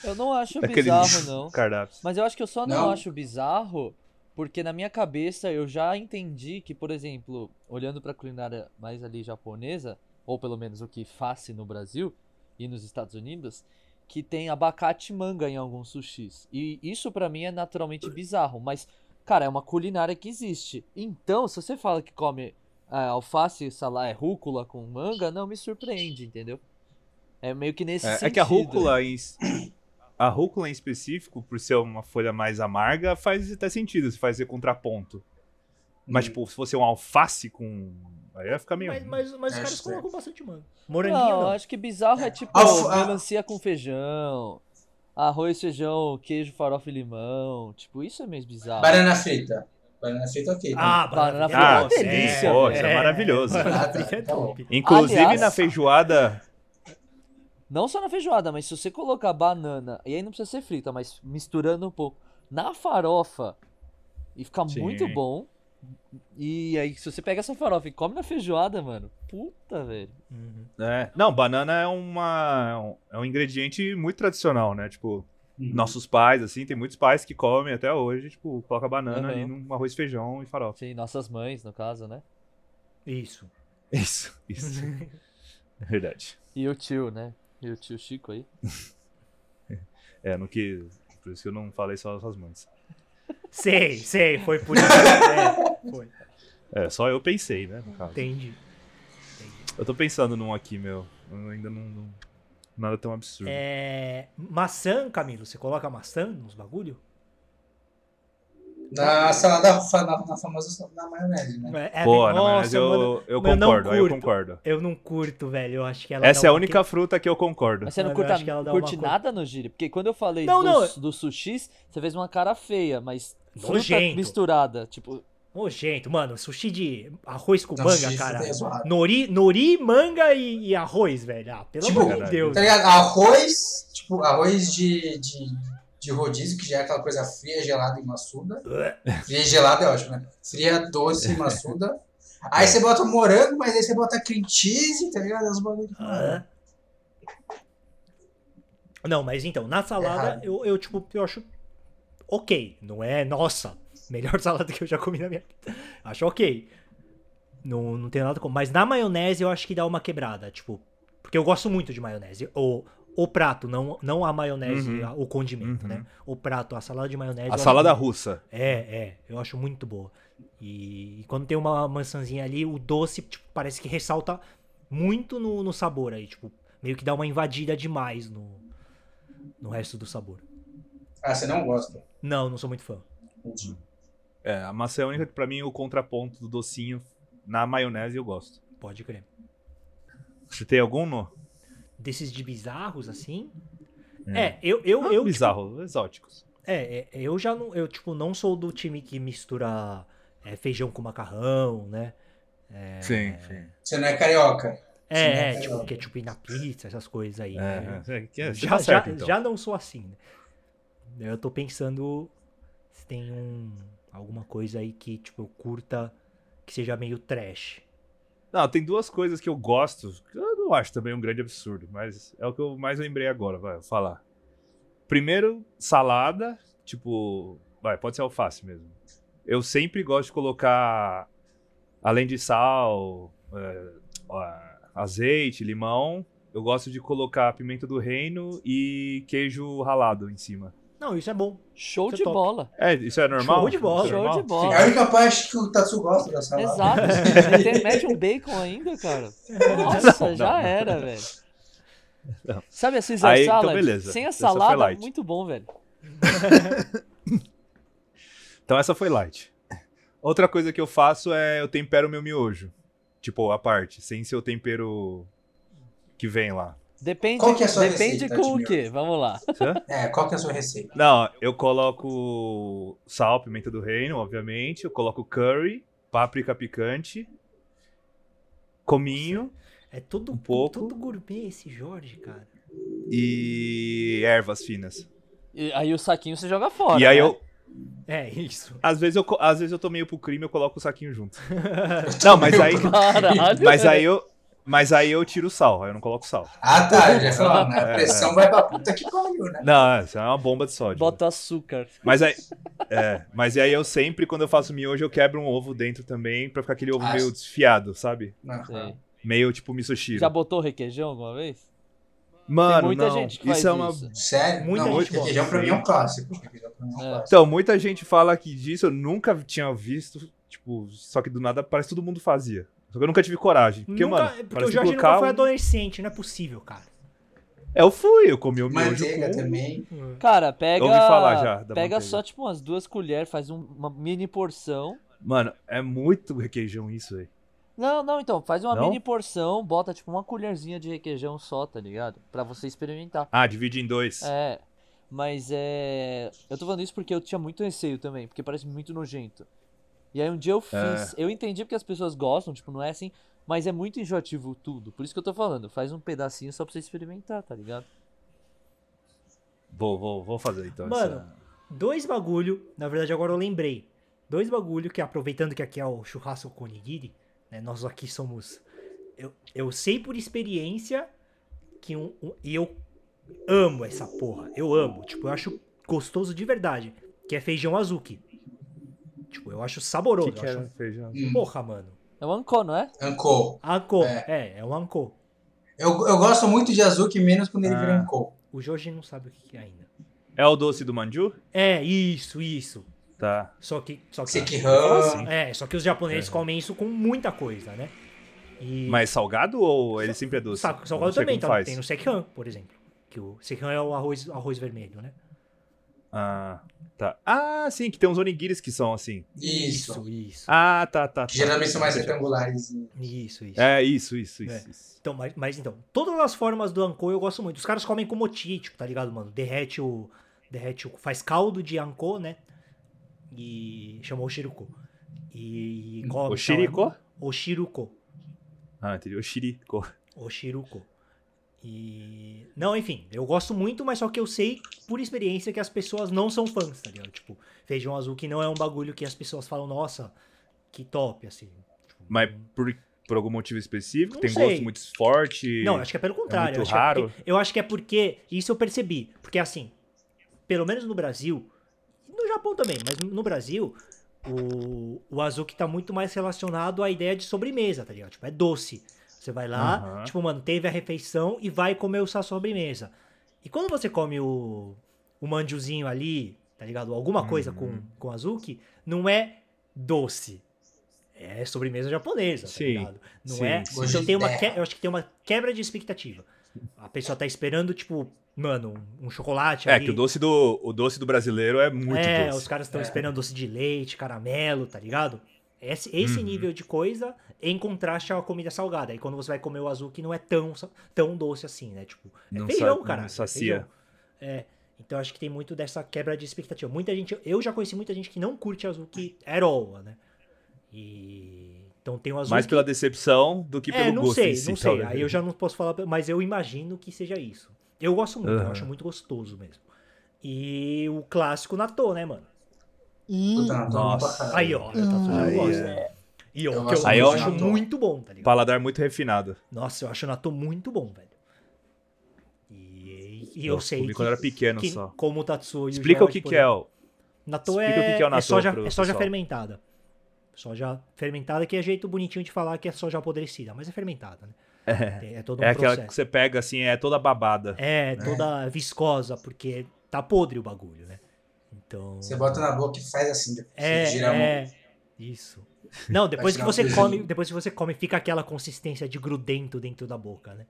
B: Eu não acho
D: Aquele
B: é bizarro, não.
D: cardápio.
B: Mas eu acho que eu só não,
C: Não?
B: acho bizarro, porque na minha cabeça eu já entendi que, por exemplo, olhando pra culinária mais ali japonesa, ou pelo menos o que faz no Brasil e nos Estados Unidos, que tem abacate e manga em alguns sushis. E isso pra mim é naturalmente bizarro, mas cara, é uma culinária que existe. Então, se você fala que come ah, alface, sei lá, é rúcula com manga, não me surpreende, entendeu? É meio que nesse
D: É,
B: sentido.
D: é que a rúcula em. A rúcula em específico, por ser uma folha mais amarga, faz até sentido se fazer contraponto.
B: Hum.
D: Mas, tipo, se fosse um alface com. Aí ia ficar meio.
A: Mas, mas, mas os
C: É
A: caras
C: estranho.
A: colocam bastante manga.
B: Não,
A: Moranguinho não.
B: eu acho que bizarro é tipo
C: Alfa- ah.
B: melancia com feijão, arroz, feijão, queijo, farofa e limão. Tipo, isso é meio bizarro.
C: Banana frita. Banana frita, ok.
A: Ah, banana
B: Banana frita é
A: frita
D: Ah,
B: uma
D: sim,
B: delícia,
D: pô,
B: velho.
D: isso é maravilhoso.
A: Banana frita é top.
C: tá
D: Inclusive
B: Aliás-
D: na feijoada.
B: Não só na feijoada, mas se você colocar banana, e aí não precisa ser frita, mas misturando um pouco na farofa, e fica
D: Sim.
B: muito bom. E aí, se você pega essa farofa e come na feijoada, mano, puta, velho.
A: Uhum.
D: né? Não, banana é uma. É um ingrediente muito tradicional, né? Tipo,
C: Uhum.
D: nossos pais, assim, tem muitos pais que comem até hoje, tipo, coloca banana
B: Aham.
D: ali num arroz, feijão e farofa.
B: Sim, nossas mães, no caso, né?
A: Isso.
D: Isso, isso. é verdade.
B: E o tio, né? E o tio Chico aí.
D: É, no que. Por isso que eu não falei só as mães.
A: Sei, sei, foi por isso. É, foi.
D: É, só eu pensei, né? no caso.
A: Entendi.
D: Eu tô pensando num aqui, meu. Eu ainda não. não- nada tão
C: Uhum.
D: absurdo.
A: É, maçã, Camilo, você coloca maçã nos bagulho?
C: Na salada, fa- na, na famosa na maionese, né?
A: É, é,
D: Pô,
A: bem-
D: na verdade
A: nossa,
D: eu,
A: mano,
D: eu
A: mas eu não
D: concordo, aí eu
A: curto.
D: concordo.
A: eu não curto, velho. Eu acho que ela
D: Essa
A: dá um
D: é a
A: uma
D: única fruta que eu concordo.
B: Mas você não
A: Mas eu
B: curta,
A: acho que ela dá
B: curte
A: uma cor-
B: nada no giri? Porque quando eu falei
A: Não,
B: dos- do, sushis, você fez uma cara feia, mas fruta
A: Nojento.
B: misturada. Tipo,
A: Nojento, mano. Sushi de arroz com
C: Não,
A: manga,
C: sushi
A: cara.
C: tem é zoado.
A: Nori, nori, manga e, e arroz, velho. Ah, pelo
C: Tipo,
A: amor de
D: Caralho.
A: Deus.
C: Tá ligado? Arroz, tipo, arroz de, de, de rodízio, que já é aquela coisa fria, gelada e maçuda. Fria e gelada é ótimo, né? Fria, doce e maçuda. Aí você bota morango, mas aí você bota cream cheese, tá ligado? É uns bagulho que-
A: Ah. Não, mas então, na salada,
C: Errado.
A: eu, eu, tipo, eu acho ok. Não é, nossa, melhor salada que eu já comi na minha vida. Acho ok. Não, não tem nada como. Mas na maionese eu acho que dá uma quebrada, tipo. Porque eu gosto muito de maionese. O, o prato, não, não a maionese,
D: Uhum.
A: a- o condimento,
D: Uhum.
A: né? O prato, a salada de maionese. eu
D: A
A: acho
D: salada
A: muito-
D: russa.
A: É, é. Eu acho muito boa. E, e quando tem uma maçãzinha ali, o doce tipo, parece que ressalta muito no, no sabor aí. Tipo, meio que dá uma invadida demais no, no resto do sabor.
C: Ah, você não gosta.
A: Não, não sou muito fã.
C: Entendi.
D: É, a maçã é a única que pra mim o contraponto do docinho na maionese eu gosto.
A: Pode crer.
D: Você tem algum no?
A: Desses de bizarros, assim.
D: É.
A: É, eu, eu,
D: Não
A: eu, tipo,
D: bizarro, exóticos.
A: É, é, eu já não, eu tipo não sou do time que mistura é, feijão com macarrão, né?
D: Sim, sim.
C: Você não é carioca.
A: É,
C: Sim,
A: é
C: é
A: tipo
C: verdade.
A: ketchup na pizza, essas coisas aí. né?
D: É, é, que é, você
A: já,
D: tá certo,
A: já,
D: então.
A: já não sou assim. né? Eu tô pensando se tem um, alguma coisa aí que, tipo, eu curta que seja meio trash.
D: Não, tem duas coisas que eu gosto. que Eu não acho também um grande absurdo, mas é o que eu mais lembrei agora, vai vou falar. Primeiro, salada, tipo, vai, pode ser alface mesmo. Eu sempre gosto de colocar além de sal, é, ó, azeite, limão, eu gosto de colocar pimenta do reino e queijo ralado em cima.
A: Não, isso é bom.
B: show
A: Isso é
B: de
A: top.
B: bola.
D: É, isso é normal?
A: Show de bola.
D: Isso é
B: Show
D: normal?
B: de bola.
C: É a única parte que o Tatsu gosta da salada.
B: Exato. Mete- Mete um bacon ainda, cara. Nossa,
D: não,
B: já
D: não.
B: era, velho.
D: Não.
B: Sabe a Caesar
D: Aí, então,
B: Salad?
D: beleza.
B: Sem a
D: Essa foi
B: salada,
D: light.
B: muito bom, velho.
D: Então essa foi light. Outra coisa que eu faço é eu tempero meu miojo. Tipo, a parte, sem ser o tempero que vem lá.
B: Depende,
C: Qual que é a sua
B: depende
C: receita,
B: com o
C: Admir?
B: quê? Vamos lá.
C: É, qual que é a sua receita?
D: Não, eu coloco sal, pimenta do reino, obviamente. Eu coloco curry, páprica picante, cominho
A: É tudo,
D: Um pouco.
A: tudo gourmet esse Jorge, cara.
D: e ervas finas.
B: E aí o saquinho você joga fora.
D: e aí
B: né?
D: eu,
A: É isso.
D: às vezes eu, co- às vezes eu tô meio pro crime, eu coloco o saquinho junto. Não, mas aí,
B: Caralho.
D: mas aí eu, mas aí eu tiro o sal, aí eu não coloco sal.
C: Ah, tá, eu já ia falar, né?
A: É,
C: A pressão vai pra puta que pariu, né?
D: Não, isso é uma bomba de sódio.
B: Bota açúcar.
D: Mas aí, é, mas aí eu sempre, quando eu faço miojo, eu quebro um ovo dentro também pra ficar aquele ovo
C: Ah.
D: meio desfiado, sabe?
C: Não.
B: Sim.
D: Meio tipo misoshiro.
B: Já botou requeijão alguma vez? Tem
D: Mano,
B: muita
D: não,
B: gente que
D: isso
B: faz
D: é uma...
B: isso.
C: Sério?
A: Muita
C: não,
A: gente
C: requeijão
D: gosta.
C: pra mim é um clássico. Requeijão pra mim é um
B: É.
C: clássico.
D: Então, muita gente fala que disso eu nunca tinha visto, tipo, só que do nada parece que todo mundo fazia. Só que eu nunca tive coragem. Porque,
A: Nunca-
D: mano,
A: porque o
D: parece
A: Jorge
D: colocar
A: nunca foi
D: um-
A: adolescente, não é possível, cara.
D: É, eu fui, eu comi o miojo
C: Manteiga
D: com...
C: também.
B: Cara, pega.
D: ouvi falar já
B: pega
D: da manteiga.
B: só, tipo, umas duas colheres, faz um- uma mini porção.
D: Mano, é muito requeijão isso, velho.
B: Não, não, então, faz uma
D: Não?
B: mini porção, bota tipo uma colherzinha de requeijão só, tá ligado? Pra você experimentar.
D: Ah, divide em dois.
B: É, mas é. Eu tô falando isso porque eu tinha muito receio também, porque parece muito nojento. E aí um
D: É.
B: dia eu fiz. Eu entendi porque as pessoas gostam, tipo, não é assim, mas é muito enjoativo tudo. Por isso que eu tô falando, faz um pedacinho só pra você experimentar, tá ligado?
D: Vou, vou, vou fazer então.
A: Mano,
D: essa-
A: Dois bagulho, na verdade agora eu lembrei. Dois bagulho que aproveitando que aqui é o churrasco com onigiri, né, nós aqui somos eu, eu sei por experiência que um, um- e eu amo essa porra. Eu amo, tipo, eu acho gostoso de verdade, que é feijão azuki. Tipo, eu acho
D: O
A: saboroso,
D: que é? que
A: eu
D: era
A: acho.
D: feijão?
A: Porra, mano.
B: É um ancô, não é?
C: Anko.
A: Anko,
C: É.
A: é, é um anko.
C: Eu, eu gosto muito de azuki, menos quando ele
D: Ah.
A: É.
C: vira Anko.
A: O Jorge não sabe o que que é ainda.
D: É o doce do manju?
A: É, isso, isso.
D: Tá.
A: Só que só que
C: Sekihan.
D: Sim.
A: É, só que os japoneses comem isso com muita coisa, né? E
D: Mas salgado ou ele sempre é doce?
A: sa-
D: Eu não
A: salgado
D: sei
A: também,
D: como
A: tá?
D: faz.
A: Tem no Sekihan, por exemplo. Que o Sekihan é o arroz, arroz vermelho, né?
D: Ah, tá. Ah, sim, que tem uns onigiris que são assim.
C: Isso.
A: Isso,
D: Ah, tá, tá. tá.
C: Que Geralmente são mais retangulares.
A: isso. isso.
D: É, isso, isso, isso.
A: É.
D: isso.
A: Então, mas, mas então, todas as formas do Anko eu gosto muito. Os caras comem com moti, tipo, tá ligado, mano? Derrete o. Derrete o. Faz caldo de Anko, né? E. Chamou o Shiruko. E. e come, é,
D: O shiriko?
A: O Shiruko.
D: Ah, entendi. O shiriko.
A: O Shiruko. E. Não, enfim, eu gosto muito, mas só que eu sei por experiência que as pessoas não são fãs, tá ligado? Tipo, feijão azul que não é um bagulho que as pessoas falam, nossa, que top, assim. Tipo,
D: Mas
A: não-
D: por, por algum motivo específico?
A: Não
D: tem
A: sei.
D: gosto muito forte?
A: Não, acho que é pelo contrário.
D: muito
A: acho que é porque-
D: raro.
A: eu acho que é porque. Isso eu percebi. Porque assim, pelo menos no Brasil, no Japão também, mas no Brasil, o, o Azuki tá muito mais relacionado à ideia de sobremesa, tá ligado? Tipo, é doce. Você vai lá,
D: Aham.
A: tipo, mano, teve a refeição e vai comer essa sobremesa. E quando você come o, o mandiozinho ali, tá ligado? Alguma coisa com,
D: Uhum.
A: com Azuki, não é doce. É sobremesa japonesa, tá
D: Sim,
A: ligado? Não
D: sim,
A: é?
D: sim.
A: Então tem uma,
C: Gosto
A: que-
C: de
A: eu acho que tem uma quebra de expectativa. A pessoa tá esperando, tipo, mano, um, um chocolate
D: É,
A: ali.
D: que o doce do, o doce do brasileiro é muito
A: É, os
D: doce.
A: caras estão esperando doce de leite, caramelo, tá ligado? Esse, esse
D: Uhum.
A: nível de coisa em contraste à comida salgada. E quando você vai comer o azul, que não é tão, sa- tão doce assim, né? Tipo, é
D: Não
A: feijão,
D: sa-
A: cara.
D: não sacia.
A: É. Então acho que tem muito dessa quebra de expectativa. Muita gente, eu já conheci muita gente que não curte azul que at all, né? E então tem o azul
D: Mais pela decepção do que
A: é,
D: pelo
A: não
D: gosto
A: sei,
D: em si,
A: não sei.
D: talvez.
A: Aí eu já não posso falar, mas eu imagino que seja isso. Eu gosto muito, eu
D: Aham.
A: acho muito gostoso mesmo. E o clássico Natô, né, mano?
C: Puta, não, tô
D: Nossa.
C: pra caralho.
A: Aí, ó, Natô já
D: Aí,
A: eu gosto. né? E ó,
C: Eu
A: que eu,
C: gosto
D: é. muito
A: eu
D: de
A: acho
C: natto.
A: muito bom, tá ligado?
D: Paladar muito refinado.
A: Nossa, eu acho o Natô muito bom, velho. E, e eu
D: Eu
A: sei
D: comi
A: que,
D: quando era pequeno
A: que
D: só.
A: como o Tatsuo e
D: Explica
A: o
D: o que, que é, ó.
A: Natô
D: Explica o que
A: é,
D: que é o
A: é
D: natto
A: soja,
D: pro
A: é soja
D: pessoal.
A: fermentada. Soja fermentada que é jeito bonitinho de falar que é soja apodrecida, mas é fermentada, né? É, é todo um
D: É aquela
A: processo.
D: que você pega assim, é toda
C: Tá,
D: babada.
A: É,
C: né?
A: toda viscosa, porque tá podre o bagulho, né? Então.
C: Você bota na boca e faz assim.
A: é,
C: você gira a mão.
A: é, isso. Não, depois que
C: tirar
A: você
C: um
A: come,
C: pezinho.
A: depois que você come, fica aquela consistência de grudento dentro da boca, né?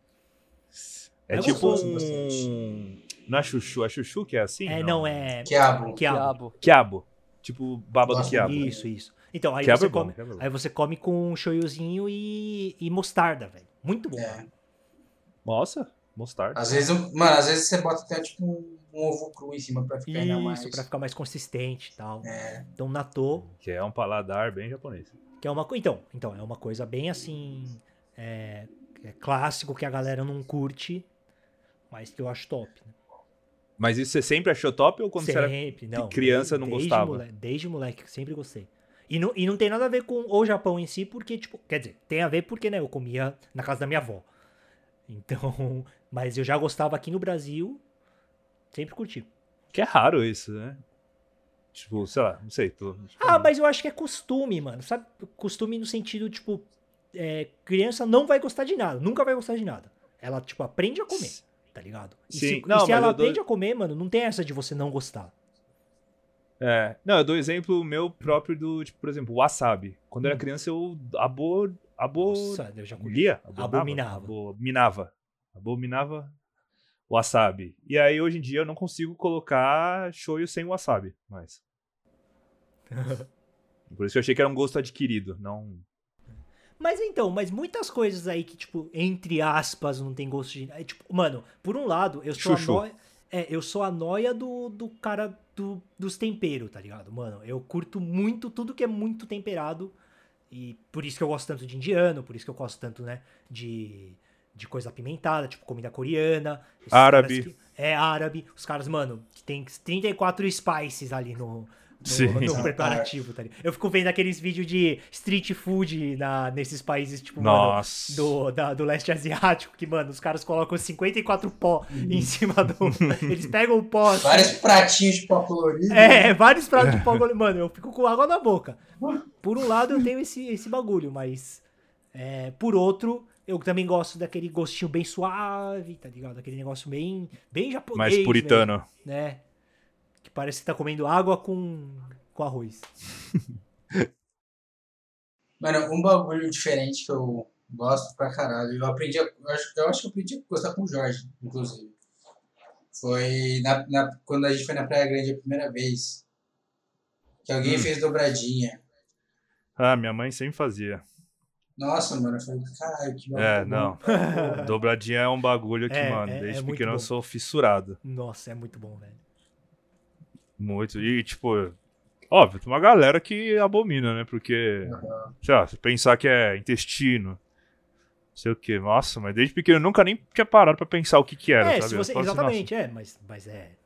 D: É,
A: É
D: tipo
C: gostoso,
D: um... Não é chuchu, é chuchu que é assim?
A: é, não, é.
C: Quiabo.
A: Quiabo.
D: Quiabo. Tipo baba do
C: Nossa,
D: quiabo.
A: Isso, isso. Então, aí
D: Quiabo
A: você
D: é bom,
A: come.
D: quiabo é bom.
A: Aí você come com um shoyuzinho e, e mostarda, velho. Muito bom.
C: É.
A: mano.
D: Nossa, mostarda.
C: Às vezes, um- mano, às vezes você bota até tipo um, um ovo cru em cima pra ficar ainda mais.
A: Isso, pra ficar mais consistente e tal.
C: É.
A: Então, natô,
D: Que é um paladar bem japonês.
A: Que é uma co- então, então é uma coisa bem assim é, é clássico que a galera não curte, mas que eu acho top. Né?
D: Mas isso você sempre achou top ou quando você era...
A: sempre, não.
D: criança, não
A: desde
D: gostava?
A: Moleque, desde moleque, eu sempre gostei. E não, e não tem nada a ver com o Japão em si, porque tipo, quer dizer, tem a ver porque né, eu comia na casa da minha avó. Então, mas eu já gostava aqui no Brasil, sempre curti.
D: Que é raro isso, né? Tipo, sei lá, não sei. Tô...
A: Ah, mas eu acho que é costume, mano. Sabe? Costume no sentido, tipo, é, criança não vai gostar de nada, nunca vai gostar de nada. Ela, tipo, aprende a comer, tá ligado? E
D: Sim.
A: se, e
D: Não,
A: se
D: mas
A: ela
D: eu dou-
A: aprende a comer, mano, não tem essa de você não gostar. Hum.
D: É. Não, eu dou exemplo meu próprio do, tipo, por exemplo, wasabi. Quando eu era criança, eu abo- Abo...
A: Nossa, eu já curti.
D: Lia?
A: Abominava.
D: Abominava. Abominava wasabi. E aí, hoje em dia, eu não consigo colocar shoyu sem wasabi mais. Por isso que eu achei que era um gosto adquirido. Não...
A: Mas então, mas muitas coisas aí que, tipo, entre aspas, não tem gosto de. É, tipo, mano, por um lado, eu sou
D: Chuchu.
A: a noia. É, eu sou a noia do, do cara do, dos temperos, tá ligado? Mano, eu curto muito tudo que é muito temperado. E por isso que eu gosto tanto de indiano, por isso que eu gosto tanto, né, de, de coisa apimentada, tipo comida coreana. esses caras
D: Árabe.
A: que- é árabe. Os caras, mano, que tem 34 spices ali no,
D: Sim.
A: no, no preparativo, tá ligado? Eu fico vendo aqueles vídeos de street food na, nesses países, tipo, mano,
D: Nossa.
A: do, da- do leste asiático, que, mano, os caras colocam 54 pó
D: Uhum.
A: em cima do. Eles pegam o pó. assim,
C: Vários pratinhos de pó colorido.
A: é, vários pratos de pó gole- Mano, eu fico com água na boca. Por um lado, eu tenho esse, esse bagulho, mas. é, por outro, eu também gosto daquele gostinho bem suave, tá ligado? Aquele negócio bem, bem japonês.
D: Mais
A: mesmo,
D: puritano.
A: né? Que parece que tá comendo água com, com arroz.
C: Mano, um bagulho diferente que eu gosto pra caralho. Eu aprendi, a- eu acho, eu acho que eu aprendi a gostar com o Jorge, inclusive. Foi na, na- quando a gente foi na Praia Grande a primeira vez. Que alguém
D: Hum.
C: fez dobradinha.
D: Ah, minha mãe sempre fazia.
C: Nossa, mano, eu falei, caralho, que bagulho.
D: É,
C: bom.
D: não. Dobradinha é um bagulho que,
A: tá É,
D: mano,
A: é- é
D: desde
A: muito
D: pequeno eu
A: bom.
D: sou fissurado.
A: Nossa, é muito bom, velho.
D: Muito. E, tipo, óbvio, tem uma galera que abomina, né? Porque, sei lá, se pensar que é intestino, não sei o quê. Nossa, mas desde pequeno eu nunca nem tinha parado pra pensar o que que era,
A: é,
D: sabe?
A: se
D: Eu
A: você,
D: falo assim, nossa,
A: exatamente, é, mas, mas é.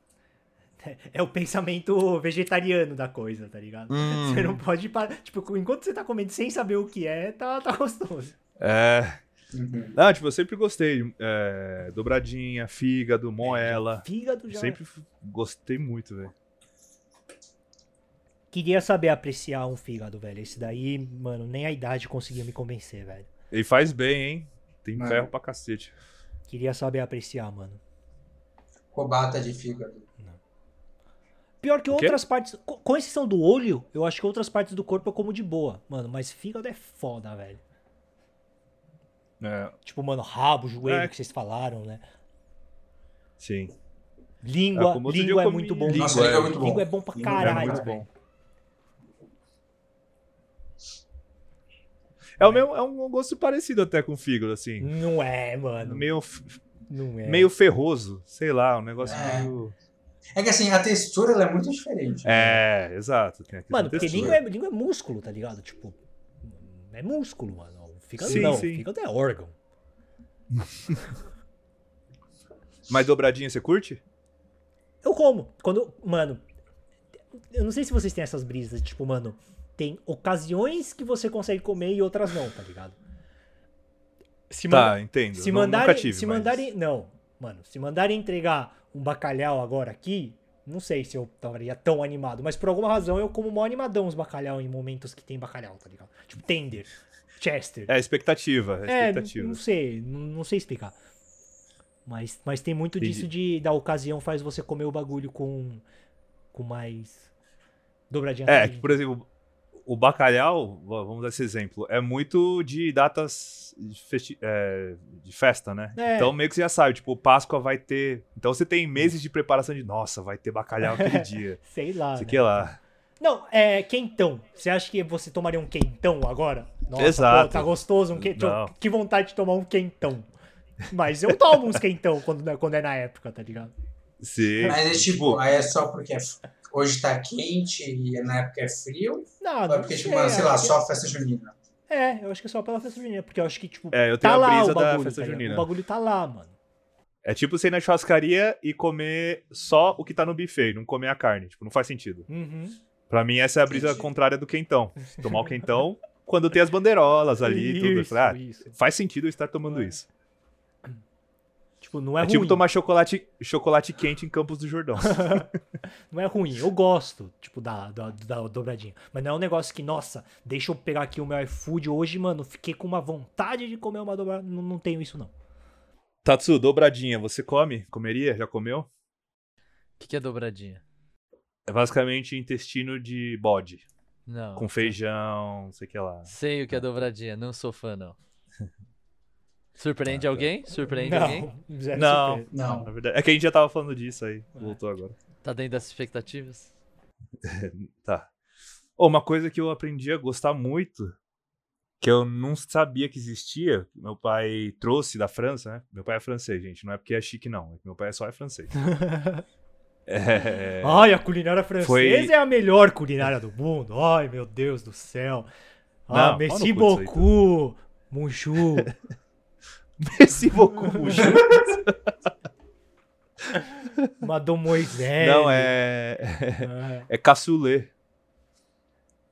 A: É o pensamento vegetariano da coisa, tá ligado?
B: Hum.
A: Você não pode parar. Tipo, enquanto você tá comendo sem saber o que é, tá, tá gostoso.
D: É.
C: Uhum.
D: Não, tipo, eu sempre gostei. É, dobradinha, fígado, moela.
A: Fígado É, tipo, já.
D: Ah, Sempre f- gostei muito, velho.
A: é. Queria saber apreciar um fígado, velho. Esse daí, mano, nem a idade conseguiu me convencer, velho.
D: E faz bem, hein? Tem
C: Mano.
D: ferro pra cacete.
A: Queria saber apreciar, mano.
C: Cobata de fígado.
A: Pior que
D: O quê?
A: outras partes. co- Com exceção do olho, eu acho que outras partes do corpo eu como de boa, mano. Mas fígado é foda, velho.
D: É,
A: Tipo, mano, rabo, joelho,
D: É.
A: que vocês falaram, né?
D: sim. Ah,
A: Língua,
D: como outro dia eu
A: língua é
D: comi
A: muito bom.
D: língua, né?
C: Nossa, língua é muito bom.
A: Língua é bom pra
C: Língua é
A: caralho.
C: muito
A: velho.
D: bom. É, o meu, é um gosto parecido até com fígado, assim.
A: Não é, mano.
D: Meio, f-
A: Não é.
D: meio ferroso, sei lá, um negócio
C: É.
D: meio.
C: É que assim, a textura ela é muito diferente.
D: É, exato. Tem aqui
A: Mano,
D: essa
A: porque
D: textura.
A: língua é, língua é músculo, tá ligado? Tipo, é músculo, mano. O fígado
D: Sim,
A: não.
D: sim.
A: O fígado é órgão. é-
D: Mas dobradinha você curte?
A: Eu como. Quando. Mano. Eu não sei se vocês têm essas brisas, tipo, mano, tem ocasiões que você consegue comer e outras não, tá ligado? Se
D: tá, entendo.
A: Se
D: Nu-
A: mandarem,
D: Nunca tive,
A: se
D: mas-
A: mandarem, não, mano, se mandarem entregar um bacalhau agora aqui, não sei se eu estaria tão animado, mas por alguma razão eu como mó animadão os bacalhau em momentos que tem bacalhau, tá ligado? Tipo tender, chester.
D: É expectativa, é
A: É, não,
D: expectativa.
A: não sei, não, não sei explicar. Mas, mas tem muito
D: Entendi.
A: disso de da ocasião faz você comer o bagulho com com mais dobradinha.
D: É, que,
A: rapidinho.
D: por exemplo, o bacalhau, v- vamos dar esse exemplo, é muito de datas de, festi- é, de festa, né?
A: É.
D: Então meio que você já sabe, tipo, Páscoa vai ter. Então você tem meses de preparação de, nossa, vai ter bacalhau aquele dia.
A: sei lá.
D: Isso
A: né?
D: aqui lá.
A: Não, é quentão. Você acha que você tomaria um quentão agora? Nossa,
D: Exato.
A: pô, tá gostoso um quentão.
D: Não.
A: Que vontade de tomar um quentão. Mas eu tomo uns quentão quando, quando é na época, tá ligado?
D: Sim.
C: Mas é tipo, aí é só porque é f- hoje tá quente e na época é frio.
A: Não,
C: Ou é
A: não
C: porque,
A: sei,
C: tipo, mano, sei lá,
A: acho que-
C: só festa junina.
A: É, eu acho que é só pela festa junina, porque eu acho que, tipo,
D: É, eu
A: tá
D: tenho a
A: lá
D: brisa
A: o
D: da
A: bagulho,
D: festa
A: tá ligado?
D: junina.
A: O bagulho tá lá, mano.
D: É tipo você ir na churrascaria e comer só o que tá no buffet, e não comer a carne. Tipo, não faz sentido.
A: Uhum.
D: Pra mim, essa é a brisa
C: Entendi.
D: contrária do quentão. Tomar o quentão quando tem as bandeirolas ali e tudo. Eu
A: Isso,
D: falei, ah,
A: isso.
D: faz sentido eu estar tomando isso.
A: Tipo, não
D: É,
A: é, ruim.
D: tipo tomar chocolate, chocolate quente em Campos do Jordão.
A: Não é ruim, eu gosto, tipo, da, da, da dobradinha. Mas não é um negócio que, nossa, deixa eu pegar aqui o meu iFood hoje, mano, fiquei com uma vontade de comer uma dobradinha. Não, não tenho isso, não.
D: Tatsu, dobradinha, você come? Comeria? Já comeu?
B: que, que é dobradinha?
D: É basicamente intestino de bode.
B: Não.
D: Com feijão, não sei o que lá.
B: Sei o que é dobradinha, não sou fã, não. Surpreende alguém? Surpreende alguém?
A: não, zero
D: Ah, tá. Não,
A: surpresa.
D: não,
C: Não.
D: na verdade. É que a gente já tava falando disso aí. Voltou agora.
B: Tá dentro das expectativas?
D: Tá. Ô, uma coisa que eu aprendi a gostar muito, que eu não sabia que existia, que meu pai trouxe da França, né? Meu pai é francês, gente. Não é porque é chique, não. é que Meu pai só é francês. É,
A: Ai, a culinária francesa
D: Foi-
A: é a melhor culinária do mundo. Ai, meu Deus do céu. Ah,
D: Não,
A: merci
D: pau no cu disso aí
A: beaucoup, Monchou.
D: Esse Bocujo.
A: Mademoiselle.
D: Não, é.
A: Ah.
D: É cassoulet.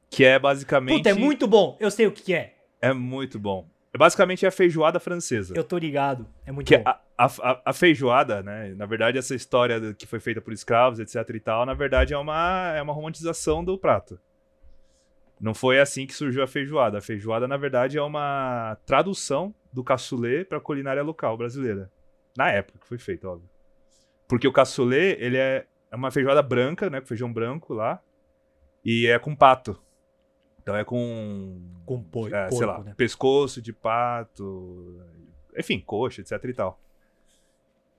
D: Que é basicamente.
A: Puta, é muito bom. Eu sei o que que é.
D: É muito bom. É basicamente a feijoada francesa.
A: Eu tô ligado. É muito
D: Que
A: bom.
D: a, a- a- a feijoada, né? Na verdade, essa história do- que foi feita por escravos, etc e tal, na verdade é uma, é uma romantização do prato. Não foi assim que surgiu a feijoada. A feijoada, na verdade, é uma tradução do cassoulet para culinária local brasileira. Na época que foi feita, óbvio. Porque o cassoulet, ele é, é uma feijoada branca, né? Com feijão branco lá. E é com pato. Então é com
A: Com poi,
D: é,
A: porco,
D: sei lá,
A: né?
D: pescoço de pato, enfim, coxa, etc e tal.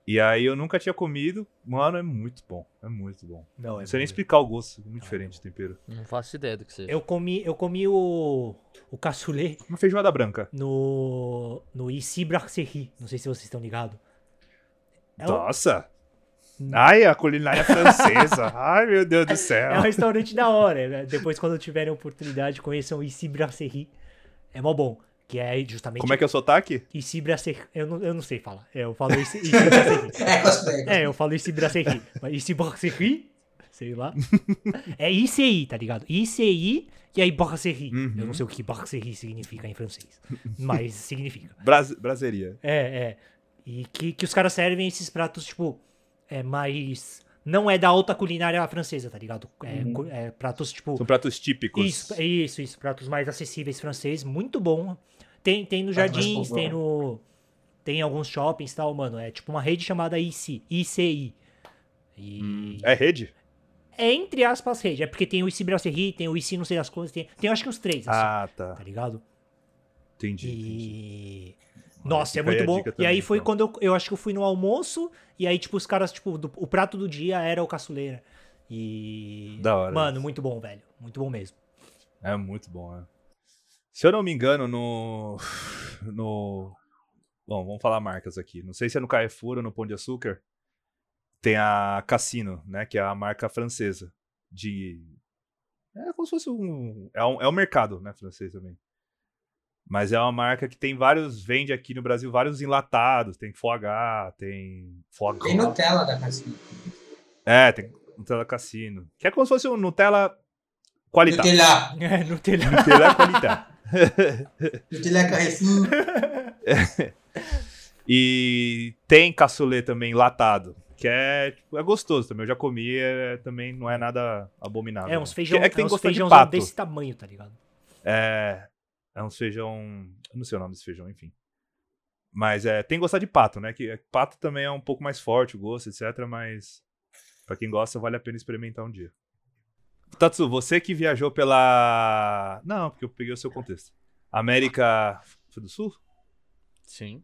D: E aí eu nunca tinha comido, mano, é muito bom, é muito bom.
A: Não, é
D: Não sei nem
A: bom.
D: explicar o gosto, é
A: Ah,
D: muito diferente o tempero.
B: Não faço ideia do que seja.
A: Eu comi, eu comi o, o cassoulet
D: Uma feijoada branca.
A: no, no Issy Brasserie. Não sei se vocês estão ligados.
D: Tá.
A: É, um- Hum.
D: Nossa! Ai, a culinária francesa. Ai, meu Deus do
A: é um
D: céu.
A: restaurante da hora. né? Depois, quando tiverem oportunidade, conheçam o Issy Brasserie. É mó bom. Que é justamente
D: Como é que é o sotaque?
A: Issy Brasserie. Eu não, eu não sei falar. É, eu falo Issy, Issy Brasserie.
C: É cosplay.
A: É, eu falo Issy Brasserie. Mas Issy Brasserie, sei lá. É ICI, tá ligado? ICI e aí Brasserie.
D: Uhum.
A: Eu não sei o que Brasserie significa em francês. Mas significa.
D: Bras braseria.
A: É, é. E que, que os caras servem esses pratos, tipo, é mais. Não é da alta culinária francesa, tá ligado? É,
D: Uhum.
A: cu- é pratos, tipo.
D: São pratos típicos.
A: Isso, é isso, isso. Pratos mais acessíveis francês, muito bom. Tem, tem no
C: Prato mais
A: Jardins, tem no. Tem em alguns shoppings e tal, mano. É tipo uma rede chamada IC, ICI. E.
D: É rede?
A: É entre aspas rede, é porque tem o IC Brasserie, tem o IC não sei das coisas, tem, tem acho que uns três, assim,
D: Ah, tá.
A: tá ligado?
D: Entendi. entendi.
A: E. Nossa, é
D: Fica aí
A: muito
D: a
A: bom.
D: dica
A: e aí
D: também,
A: foi
D: então.
A: quando eu, eu acho que eu fui no almoço, e aí, tipo, os caras, tipo, do- o prato do dia era o caçuleira. E.
D: Da hora
A: Mano,
D: isso.
A: muito bom, velho. Muito bom mesmo.
D: É muito bom, né? Se eu não me engano, no. no bom, vamos falar marcas aqui. Não sei se é no Carrefour ou no Pão de Açúcar. Tem a Cassino, né? Que é a marca francesa. De. É como se fosse um. É um, é um mercado, né? Francês também. Mas é uma marca que tem vários. Vende aqui no Brasil vários enlatados. Tem foie gras, tem. Foie
C: Tem
D: gras.
C: Nutella da casinha.
D: É, tem Nutella Cassino. Que é como se fosse um Nutella. Qualidade.
C: Nutella.
A: É, no telhado.
D: Nutella qualidade.
C: Nutella é Carrefour.
D: E tem cassoulet também latado, que é, tipo, é gostoso também. Eu já comi, é, também não é nada abominável.
A: É uns feijão,
D: É que tem
A: é uns
D: gosto de
A: feijãozão
D: pato.
A: desse tamanho, tá ligado?
D: É, é uns feijão, eu não sei o nome desse feijão, enfim. Mas é, tem gostar de pato, né? Que é, pato também é um pouco mais forte o gosto, etc, mas pra quem gosta vale a pena experimentar um dia. Tatsu, você que viajou pela Não, porque eu peguei o seu contexto. América do Sul? que
B: Sim.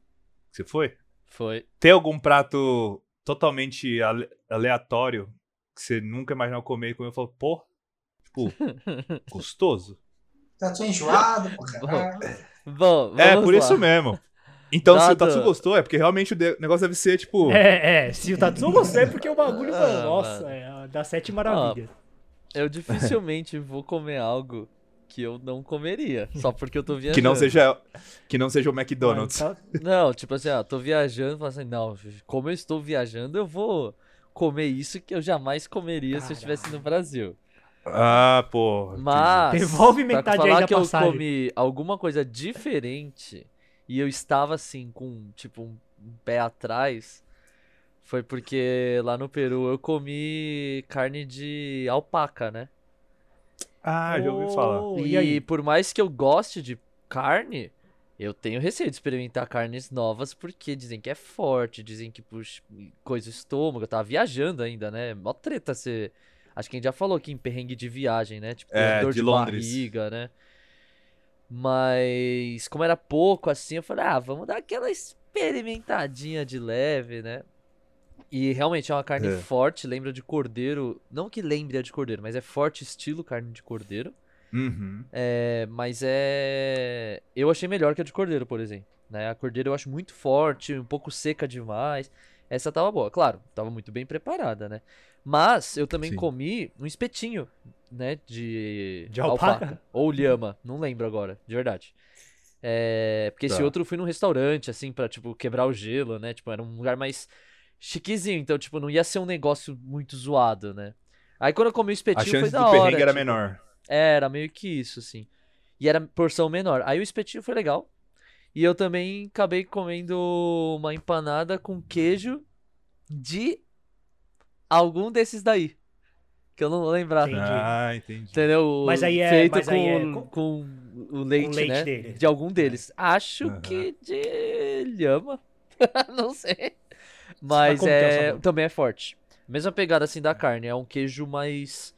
D: Você foi?
B: Foi.
D: Tem algum prato totalmente ale- aleatório que você nunca imaginou comer e comeu e falou, pô, tipo, gostoso?
C: Tá tudo enjoado, pô,
A: Uhum.
C: caralho.
B: Bom,
D: Ah. é,
B: vamos
D: por
B: lá.
D: isso mesmo. Então, se o
B: Dado-
D: Tatsu gostou, é porque realmente o de- negócio deve ser, tipo,
A: É, é. Se o Tatsu não gostar, é porque o bagulho,
B: Ah,
A: mano, nossa,
B: mano.
A: é a das sete maravilhas.
D: Ah,
B: Eu dificilmente vou comer algo que eu não comeria. Só porque eu tô viajando.
D: que, não seja, que não seja o
A: Mano,
D: McDonald's.
A: tá-
B: Não, tipo assim, ó, tô viajando, falo assim, não, como eu estou viajando, eu vou comer isso que eu jamais comeria se eu estivesse no Brasil.
D: Ah, pô.
B: Mas
A: Devolve
B: pra
A: metade
B: falar
A: aí da
B: que
A: passagem.
B: eu comi alguma coisa diferente e eu estava assim com tipo um um pé atrás, foi porque lá no Peru eu comi carne de alpaca, né?
D: Ah, já ouvi falar.
A: Oh,
B: e
A: e aí?
B: por mais que eu goste de carne, eu tenho receio de experimentar carnes novas porque dizem que é forte, dizem que puxa coisa o estômago. Eu tava viajando ainda, né? Mó treta você Acho que a gente já falou aqui em perrengue de viagem, né? Tipo,
D: É,
B: dor
D: de
B: de,
D: Londres.
B: barriga, né? Mas como era pouco assim, eu falei, ah, vamos dar aquela experimentadinha de leve, né? E realmente é uma carne
D: É.
B: forte, lembra de cordeiro. Não que lembre a de cordeiro, mas é forte estilo carne de cordeiro.
D: Uhum.
B: É, mas é. Eu achei melhor que a de cordeiro, por exemplo. Né? A cordeiro eu acho muito forte, um pouco seca demais. Essa tava boa, claro, tava muito bem preparada, né? Mas eu também
D: Sim.
B: comi um espetinho, né? De,
A: De alpaca?
B: Ou lhama, não lembro agora, de verdade. É, porque esse
D: Tá.
B: outro eu fui num restaurante, assim, pra, tipo, quebrar o gelo, né? Tipo, era um lugar mais chiquezinho, então, tipo, não ia ser um negócio muito zoado, né? Aí quando eu comi o
D: A
B: espetinho foi
D: chance do
B: da hora.
D: perrengue era
B: tipo,
D: menor.
B: é, Era meio que isso, assim. E era porção menor. Aí o espetinho foi legal. E eu também acabei comendo uma empanada com queijo de algum desses daí. Que eu não vou lembrar. né?
A: Sim. Entendi.
D: Ah, entendi.
B: Entendeu?
A: Mas aí é-
B: Feito
A: mas
B: com,
A: aí é co-
B: com o leite,
A: leite
B: né?
A: dele. É.
B: De algum deles. Acho
D: Aham.
B: que de lhama. não sei. Mas
A: como que é o
B: é,
A: sabor?
B: também é forte. Mesma pegada assim da carne. É um queijo mais.